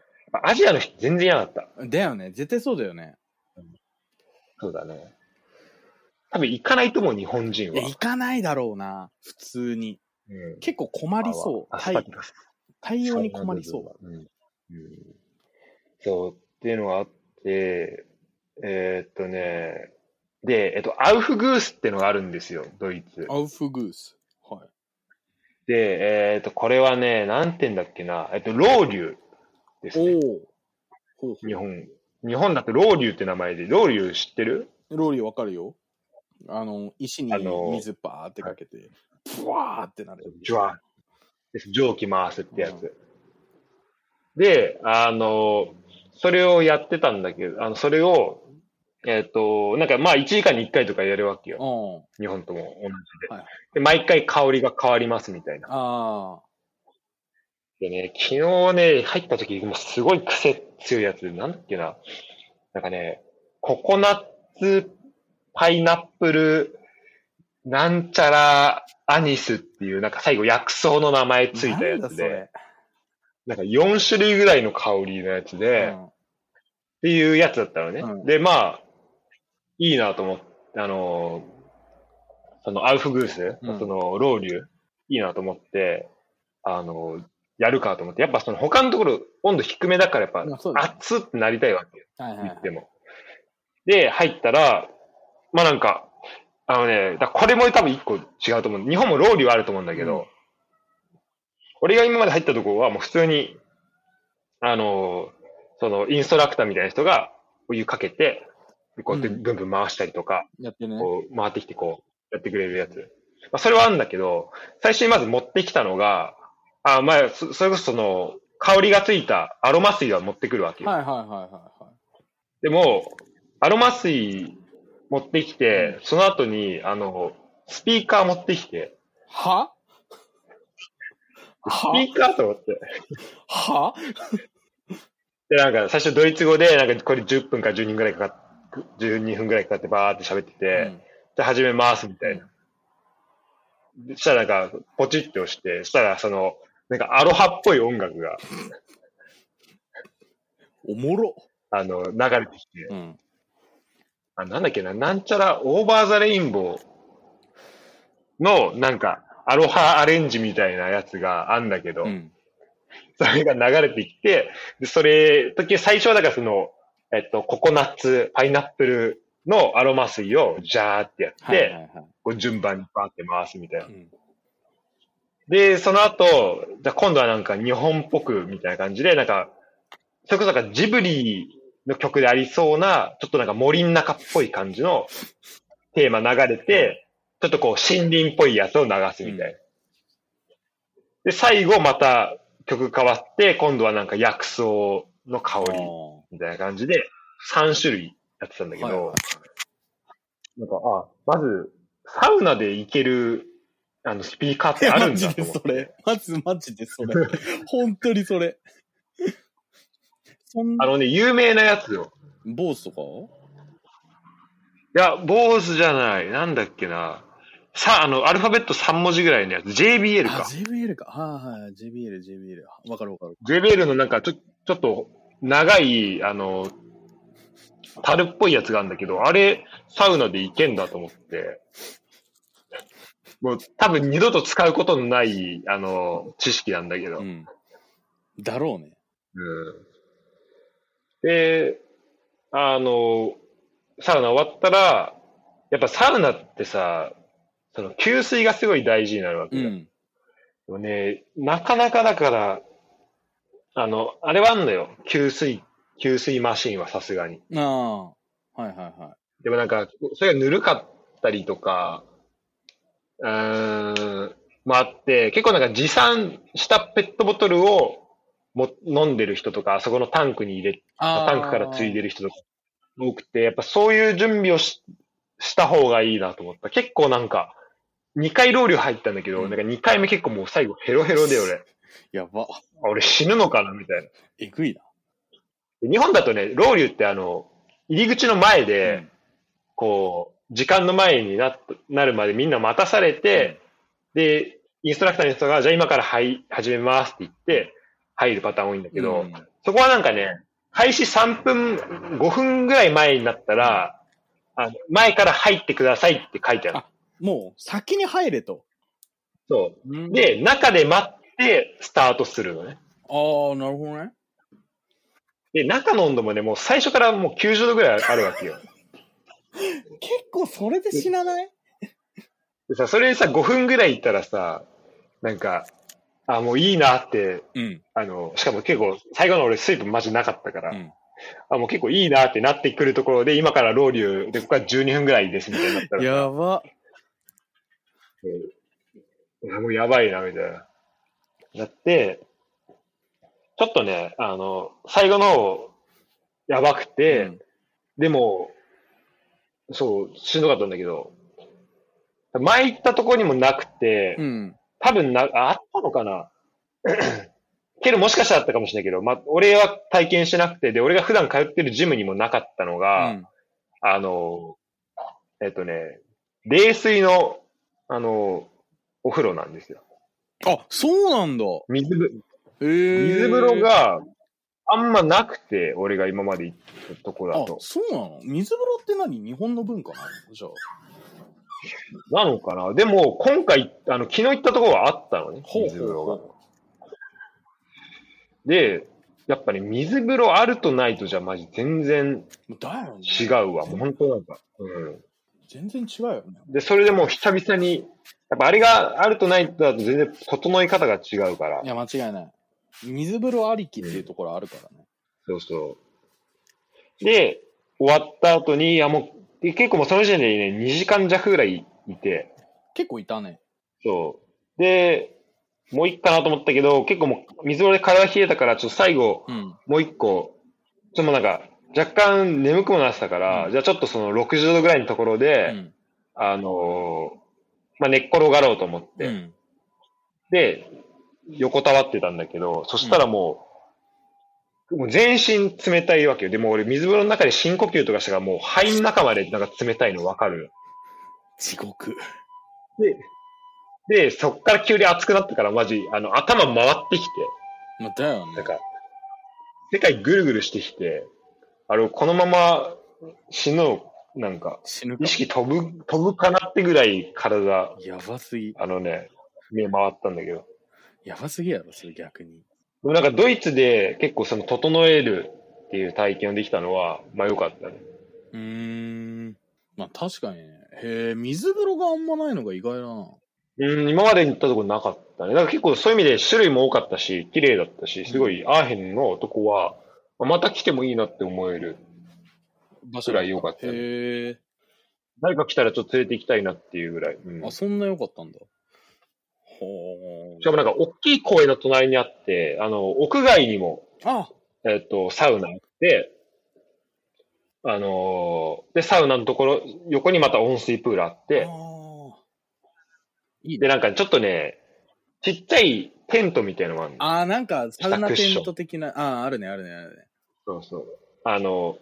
S1: アジアの人全然嫌だった。
S2: だよね。絶対そうだよね。
S1: そうだね。多分行かないと思う、日本人
S2: いや、
S1: は
S2: 行。かないだろうな。普通に。
S1: うん、
S2: 結構困りそう。
S1: あ
S2: 対
S1: ス
S2: 対応に困りそう。
S1: う、んうん。そう、っていうのがあって、えーっとね、で、えっと、アウフグースってのがあるんですよ、ドイツ。
S2: アウフグース。はい。
S1: で、えーっと、これはね、なんて言うんだっけな、えっと、ロウリュですね。
S2: おお。ほうほ
S1: 日本。日本だとロウリュって名前で、ロウリュ知ってる
S2: う。ローリーわかるよ。あの、石に
S1: あの
S2: 水バーってかけて、ブワーってなる。
S1: ジュワです。蒸気回すってやつ。で、あの、それをやってたんだけど、あの、それを、えっ、と、なんかまあ1時間に1回とかやるわけ
S2: う
S1: よ。
S2: ん。
S1: 日本とも同じで。
S2: はい
S1: で、毎回香りが変わりますみたいな。
S2: ああ。
S1: でね、昨日ね、入った時、もうすごい癖強いやつ、なんだっけな。なんかね、ココナッツ、パイナップル、なんちゃらアニスっていう、なんか最後薬草の名前ついたやつで、なんか4種類ぐらいの香りのやつ
S2: なん
S1: で、
S2: だ
S1: っ
S2: そ
S1: ていうやつだったのね。
S2: うん
S1: で、まあ、いいなと思って、あのーそのアウフグース、
S2: うん
S1: そのロウリュいいなと思って、あのーやるかと思って、やっぱその他のところ温度低めだからやっぱ
S2: れ。まあそうだね
S1: 熱ってなりたいわけよ
S2: はいはい
S1: 言っても。で、入ったら、まあなんか、あのね、だこれも多分一個違うと思う。日本もロウリュはあると思うんだけど、
S2: うん
S1: 俺が今まで入ったところはもう普通に、あのー、そのインストラクターみたいな人がお湯かけて、こうやって
S2: うん
S1: ブンブン回したりとか、
S2: やってね。
S1: こう回ってきてこうやってくれるやつ。まあ、それはあるんだけど、最初にまず持ってきたのが、あ、まあ、そそれこそその、香りがついたアロマ水は持ってくるわけよ。
S2: はいはいはいはいはい。
S1: でも、アロマ水持ってきて、その後に、あの、スピーカー持ってきて、
S2: は
S1: スピ
S2: は
S1: ーカーと思って。
S2: は
S1: で、なんか、最初ドイツ語で、なんか、これ10分か12分ぐらいかかっ、12分ぐらいかかってバーって喋ってて、
S2: うん
S1: で、始めますみたいな。でそしたらなんか、ポチって押して、そしたらその、なんかアロハっぽい音楽が、
S2: おもろ。
S1: あの、流れてきて、
S2: うん。
S1: あなんだっけな、なんちゃら、オーバーザレインボーの、なんか、アロハアレンジみたいなやつがあんだけど、
S2: うん。
S1: それが流れてきて、で、それ、時、最初はだからその、えっと、ココナッツ、パイナップルのアロマ水をジャーってやって、
S2: はいはいはい。
S1: こう順番にバーって回すみたいな
S2: う。ん
S1: で、その後、じゃあ今度はなんか日本っぽくみたいな感じで、なんか、それこそなんかジブリの曲でありそうな、ちょっとなんか森の中っぽい感じのテーマ流れて、ちょっとこう森林っぽいやつを流すみたいな。で、最後また曲変わって、今度はなんか薬草の香りみたいな感じで、3種類やってたんだけど、
S2: はいはい
S1: なんか、あ、まず、サウナで行ける、あの、スピーカーってある
S2: マ
S1: ん
S2: ジ
S1: だと
S2: で
S1: 思って
S2: そ。れ。マジマジで それ。本当にそれ。そん
S1: あのね、有名なやつよ。
S2: 坊主と
S1: いや、坊主じゃない。なんだっけな。さ、あの、アルファベット3文字ぐらいのやつ。JBL
S2: かあ、
S1: か。
S2: JBL か。はいはい。JBL、JBL。わかるわかる。
S1: JBL のなんか、ちょ、ちょっと、長い、あの、樽っぽいやつがあるんだけど、あれ、サウナでいけんだと思って。もう、多分二度と使うことのない、あの、知識なんだけど。
S2: うん。だろうね。
S1: うんで、あの、サウナ終わったら、やっぱサウナってさ、その給水がすごい大事になるわけ
S2: う
S1: だよ。
S2: ん。
S1: でもね、なかなかだから、あの、あれはあんのよ。給水、給水マシンはさすがに。
S2: ああ。はいはいは
S1: でもなんか、それがぬるかったりとか、うーん、まああって、結構なんか持参したペットボトルをも飲んでる人とか、あそこのタンクに入れて、
S2: い。ああ。
S1: タンクからついでる人とか多くて、やっぱそういう準備をしした方がいいなと思った。結構なんか、2回ロウリュ入ったんだけど、
S2: うん
S1: なんか2回目結構もう最後ヘロヘロで俺、
S2: やば。
S1: あ俺死ぬのかなみたいな。
S2: えぐいな。
S1: で日本だとね、ロウリュってあの、入り口の前で、
S2: うん
S1: こう、時間の前になっなるまでみんな待たされて、で、インストラクターの人が、じゃあ今から入、始めますって言って、入るパターン多いんだけど、
S2: うん
S1: そこはなんかね、開始3分、5分ぐらい前になったら、あの前から入ってくださいって書いてある。
S2: あもう、先に入れと。
S1: そ
S2: うん
S1: う。で、中で待って、スタートするのね。
S2: ああ、なるほどね。
S1: で、中の温度もね、もう最初からもう90度ぐらいあるわけよ。
S2: 結構それで死なない
S1: でさ、それさ、5分ぐらい行ったらさ、なんか、あ、もういいなって
S2: うん。
S1: あの、しかも結構、最後の俺水分マジなかったから、
S2: うん
S1: あ、もう結構いいなってなってくるところで、今からロウリュで、ここから12分ぐらいですみたいになったら、
S2: やば。
S1: いやもうやばいな、みたいな。なって、ちょっとね、あの、最後の方、やばくて、
S2: うん
S1: でも、そう、しんどかったんだけど、前行ったところにもなくて、
S2: うん。
S1: 多分な、ああったのかな けどもしかしたらあったかもしれないけど、まあ、俺は体験してなくて、で、俺が普段通ってるジムにもなかったの
S2: う
S1: が、
S2: ん
S1: あの、えっとね、冷水のあの、お風呂なんですよ。
S2: あ、そうなんだ。
S1: 水ぶ
S2: へえ。
S1: 水風呂、があんまなくて、俺が今まで行ったとこだ
S2: あ
S1: と、。
S2: そうなの水風呂って何日本の文化なのじゃあ。
S1: なのかなでも、今回、あの、昨日行ったところはあったのね、
S2: ほう
S1: 水風呂が。で、やっぱり水風呂あるとないとじゃマジ全然
S2: だよね。
S1: 違うわ。もう本当なんか。うん。
S2: 全然違うよね。
S1: で、それでもう久々に、やっぱあれがあるとないとだと全然整え方が違うから
S2: い。や、間違いない。水風呂ありきっていうところあるからね。
S1: そうそう。で、終わった後に、いやもう、で結構もうその時点でね、2時間弱ぐらいいて、
S2: 結構いたね。
S1: そう。で、もういっかなと思ったけど、結構もう水風呂で体冷えたから、ちょっと最後、
S2: うん。
S1: もう一個、ちょっともうなんか、若干眠くもなってたから、
S2: うん
S1: じゃあちょっとその60度ぐらいのところ
S2: う
S1: で、
S2: ん。
S1: あのーまあ、寝っ転がろうと思って、
S2: うん。
S1: で、横たわってたんだけど、そしたらもう、もう全身冷たいわけよ。でも俺水風呂の中で深呼吸とかしたからもう肺の中までなんか冷たいのわかる。
S2: 地獄。
S1: で、で、そっから急に熱くなったからマジ、あの頭回ってきて、
S2: まあ、だよ
S1: な
S2: ね
S1: ん。か、世界ぐるぐるしてきて、あの、このまま死ぬ、なんか、
S2: 死ぬか
S1: 意。識飛ぶ、飛ぶかなってぐらい体、
S2: やばすぎ。
S1: あのね、目回ったんだけど。
S2: やばすぎやろ、それ逆に。
S1: でもなんかドイツで結構その整えるっていう体験をできたのは、まあ良かったね。
S2: うーん。まあ確かにね。へえ、水風呂があんまないのが意外だな。
S1: うん、今までに行ったとこなかったね。なんか結構そういう意味で種類も多かったし、綺麗だったし、すごいアーヘンのとこは、まあまた来てもいいなって思える。
S2: 場
S1: ぐらい良かったね
S2: へえ。
S1: 誰か来たらちょっと連れて行きたいなっていうぐらい。うん
S2: あ、そんな良かったんだ。ほ
S1: しかもなんか大きい公園の隣にあって、あの、屋外にも、
S2: ー。あ、
S1: えっ、と、サウナあって、あのーで、サウナのところ、横にまた温水プールあって、
S2: あー
S1: で、なんかちょっとね、ちっちゃいテントみたいなのがあるの。
S2: あー、なんか、サウナ
S1: 下クッション
S2: テント的な、ああ、あるね、あるね、あるね。
S1: そうそう。あの、も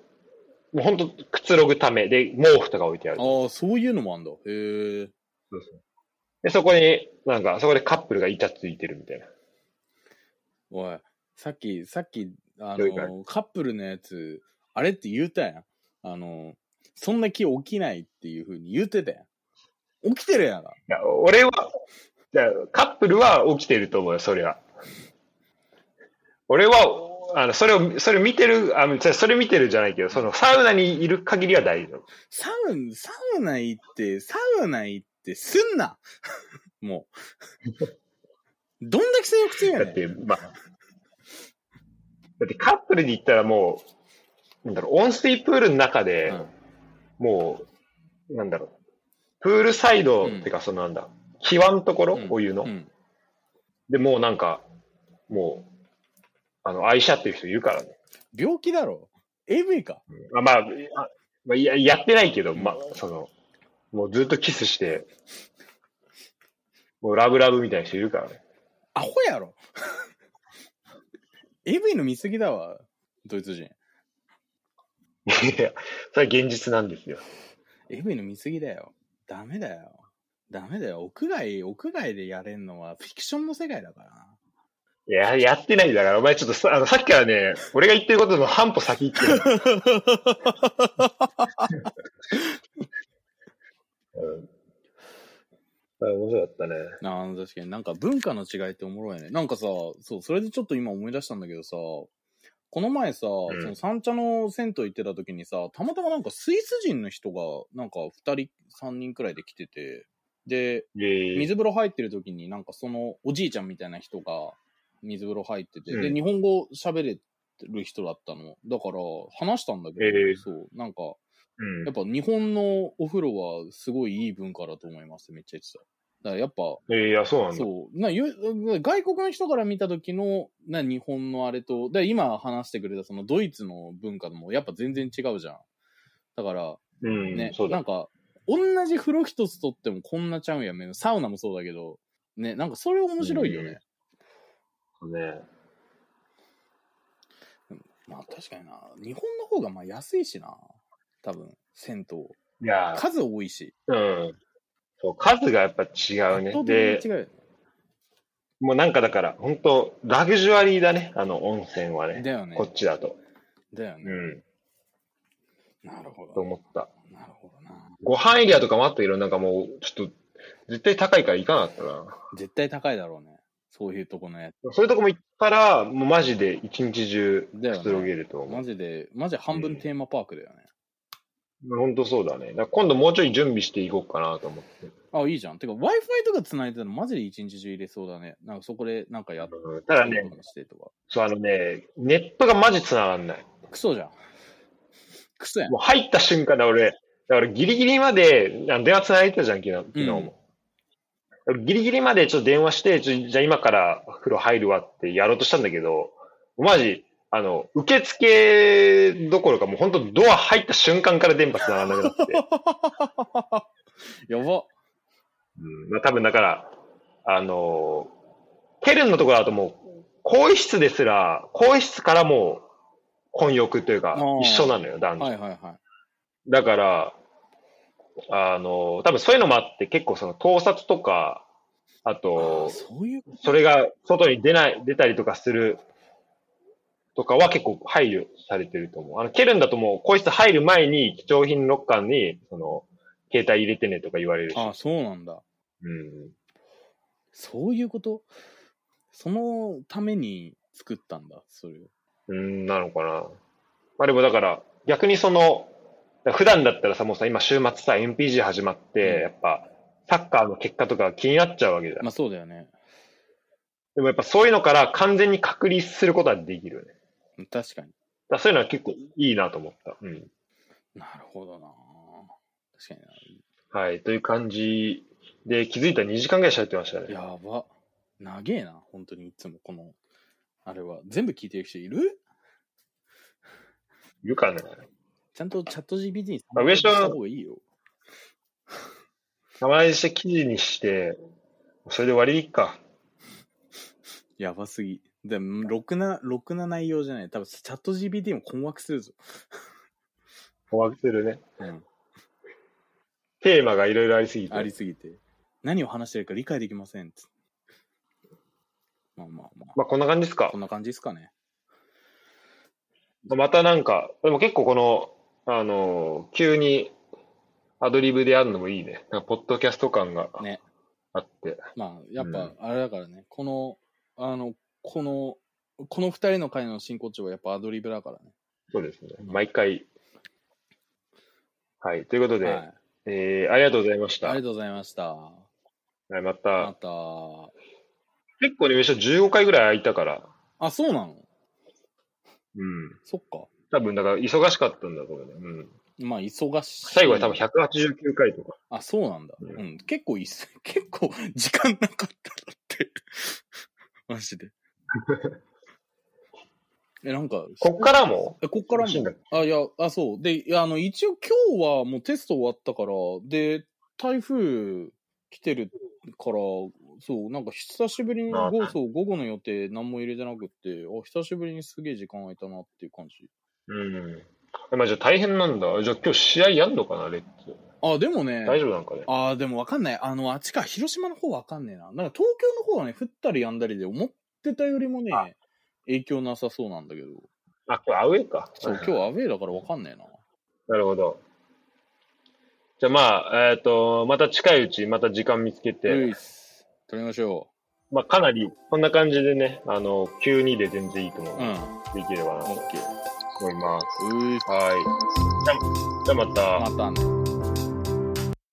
S1: うほんとくつろぐためで、毛布とか置いてある。
S2: ああ、そういうのもあんだ。へえ。
S1: で、そこに、なんか、そこでカップルがイチャついてるみたいな。
S2: おい、さっき、さっき、あ
S1: どういうか
S2: の、カップルのやつ、あれって言うたやん。あの、そんな気起きないっていうふうに言うてたやん。起きてるやんか。
S1: いや、俺は、じゃあカップルは起きてると思うよ、それは。俺は、あの、それを、それ見てる、あの、じゃあそれ見てるじゃないけど、その、サウナにいる限りは大丈夫。
S2: サウ、サウナ行って、サウナ行ってすんな もう。どんだけ性欲強いや
S1: だっ
S2: ねん。
S1: て、まあ、だってカップルに行ったらもう、なんだろう、温水プールの中で、
S2: うん
S1: もう、なんだろう、プールサイド、
S2: うん
S1: てか、そのなんだ、際のところ、
S2: うん
S1: お湯の。
S2: うん
S1: で、もうなんか、もう、あの、愛車っていう人いるからね。
S2: 病気だろ。AV か。
S1: あまあ、あまあ、ややってないけど、
S2: うん
S1: まあ、その、もうずっとキスして、もうラブラブみたいな人いるからね。
S2: アホやろ。AV の見過ぎだわ。ドイツ人。
S1: いや、それは現実なんですよ。
S2: AV の見過ぎだよ。ダメだよ。ダメだよ。屋外、屋外でやれんのはフィクションの世界だからな。
S1: いや、やってないんだから、お前ちょっとさ、あの、さっきからね、俺が言ってることの半歩先行ってる。 うん。あ面白かったね。
S2: あー確かになんか文化の違いっておもろいね。なんかさ、そう、それでちょっと今思い出したんだけどさ、この前さ、
S1: ん
S2: その三茶の銭湯行ってた時にさ、たまたまなんかスイス人の人が、なんか二人、三人くらいで来てて、で、
S1: え
S2: 水風呂入ってる時になんかそのおじいちゃんみたいな人が水風呂入ってて、
S1: う
S2: で
S1: ん
S2: 日本語喋れる人だったのだから話したんだけど、
S1: ええ
S2: そうなんか
S1: うん
S2: やっぱ日本のお風呂はすごいいい文化だと思いますめっちゃ言ってただからやっぱ
S1: えー、いや、そうなんだ。
S2: そうなゆ外国の人から見た時のな日本のあれとで今話してくれたそのドイツの文化ともやっぱ全然違うじゃんだから
S1: うん、
S2: ね、
S1: そう
S2: な
S1: だ
S2: ん。か、同じ風呂一つとってもこんなちゃうんやめん。サウナもそうだけど、ね、なんかそれ面白いよね。
S1: ね
S2: まあ確かにな。日本の方がまあ安いしな。多分、銭湯。
S1: いや、
S2: 数多いし。
S1: うん。そう、数がやっぱ違う
S2: 圧
S1: ね。
S2: 倒的に違
S1: で、
S2: うよね
S1: もうなんかだから、本当ラグジュアリーだね、あの温泉はね。
S2: だよね
S1: こっちだと。
S2: だよ
S1: う
S2: ね。
S1: ん、
S2: なるほど。
S1: と思った。
S2: なるほどな。
S1: ご飯エリアとかもあったけど、なんかもう、ちょっと、絶対高いから行かなかったな。
S2: 絶対高いだろうね。そういうとこのやつ。
S1: そういうとこも行ったら、もうマジで一日中
S2: だよ
S1: く
S2: ね
S1: つろげると思
S2: マジで、マジ半分テーマパークだよね。
S1: う。本当そうだね。だから今度もうちょい準備していこうかなと思って。
S2: あ、いいじゃん。てか、Wi-Fi とか繋いでたらマジで一日中入れそうだね。なんかそこでなんかやっ
S1: うんただね、
S2: ことにしてとか。
S1: そうあのね、ネットがマジ繋がんない。
S2: クソじゃん。 クソやん。
S1: もう入った瞬間だ俺、だからギリギリまで、あの電話繋いでたじゃん、昨日昨日も。ギリギリまでちょっと電話して、ちょじゃあ今から風呂入るわってやろうとしたんだけど、マジ、あの、受付どころかもう本当ドア入った瞬間から電波繋がんなくな って。
S2: やば。
S1: うん、まあ多分だから、あのーケルンのところだともう、更衣室ですら、更衣室からもう、混浴というか
S2: あー、
S1: 一緒なのよ、男女。
S2: はいはいは
S1: だから、あのー多分そういうのもあって、結構その盗撮とか、あ
S2: い。あ
S1: と
S2: ー、そういう。
S1: それが外に出ない、出たりとかするとかは結構配慮されてると思う。あの、ケルンだともう、個室入る前に貴重品ロッカーに、その、携帯入れてねとか言われるし。
S2: あー、そうなんだ。
S1: うん。
S2: そういうことそのために作ったんだ、それを。
S1: うん、なのかな。まあでもだから、逆にその、普段だったらさ、もうさ、今週末さ、MPG 始まって、
S2: うん
S1: やっぱ、サッカーの結果とか気になっちゃうわけじゃん。
S2: まあそうだよね。
S1: でもやっぱそういうのから完全に隔離することはできるよね。だか
S2: 確かに。
S1: らそういうのは結構いいなと思った。うん。
S2: なるほどな。確かにな。
S1: はい。という感じで、気づいたら2時間ぐらい喋ってましたね。
S2: やば。長えな、本当にいつもこの、あれは。全部聞いてる人いる
S1: いるかな
S2: ちゃんとチャット GPT に
S1: あ上島
S2: した方がいいよ。
S1: 名前して記事にして、それで終わりでいっか。
S2: やばすぎ。でも、ろくな、ろくな内容じゃない。多分、チャット GPT も困惑するぞ。
S1: 終わってるね。
S2: うん。
S1: テーマがいろいろありすぎて。
S2: ありすぎて。何を話してるか理解できません。つってまあまあま
S1: まあこんな感じです
S2: あ。
S1: か
S2: こ。んな感じですかね。
S1: またなんか、でも結構この、あのー急にアドリブでやるのもいいね。なんかポッドキャスト感が
S2: ね
S1: あって。
S2: まあ、やっ
S1: う
S2: ぱ
S1: ん、
S2: あれだからね、この、あの、この、この二人の会の真骨頂はやっぱアドリブだからね。
S1: そうですね。
S2: うん
S1: 毎回。はい。ということで、
S2: はい。
S1: えー、ありがとうございました。
S2: ありがとうございました。
S1: はい、ま
S2: ま
S1: た、
S2: た、
S1: 結構ね、めしゃ15回ぐらい空いたから、
S2: あ、そうなの
S1: うん。
S2: そっか。
S1: 多分、だから忙しかったんだ、これね。うん。
S2: まあ、忙しい。
S1: 最後は多分189回とか。
S2: あ、そうなんだ。う。
S1: うんん
S2: 結構いっす、 結構、時間なかっただって。 マ ジで。え、なんか、
S1: こっからも
S2: えこっから
S1: 楽しいんだっ
S2: も。あ、いや、あ、そう。で、いやあの、一応今日はもうテスト終わったから、で、台風来てるから、そう、なんか久しぶりに
S1: あ
S2: 午そう午後の予定何も入れてなくって、あ、久しぶりにすげえ時間空いたなっていう感じ。
S1: うん。まあ、じゃあ大変なんだ。じゃあ今日試合やんのかな、レッツ。
S2: あ、でもね、
S1: 大丈夫なんかね。
S2: ああ、でもわかんない。あの、あっちか、広島の方わかんねえな。なんか東京の方はね、降ったりやんだりで思ってたよりもね
S1: あ、
S2: 影響なさそうなんだけど。
S1: あ、今日アウェイか。
S2: そう、今日アウェイだからわかんねえな。
S1: なるほど。じゃあまあ、えっ、と、また近いうち、また時間見つけ
S2: う
S1: て、
S2: いっす。撮りましょ
S1: まあかなり、こんな感じでね、あの、急にで全然いいと思う
S2: う。うん。オ
S1: できればなと
S2: ッケー。
S1: 思います。
S2: ういっす
S1: はい。じゃあじゃあまた。
S2: またね。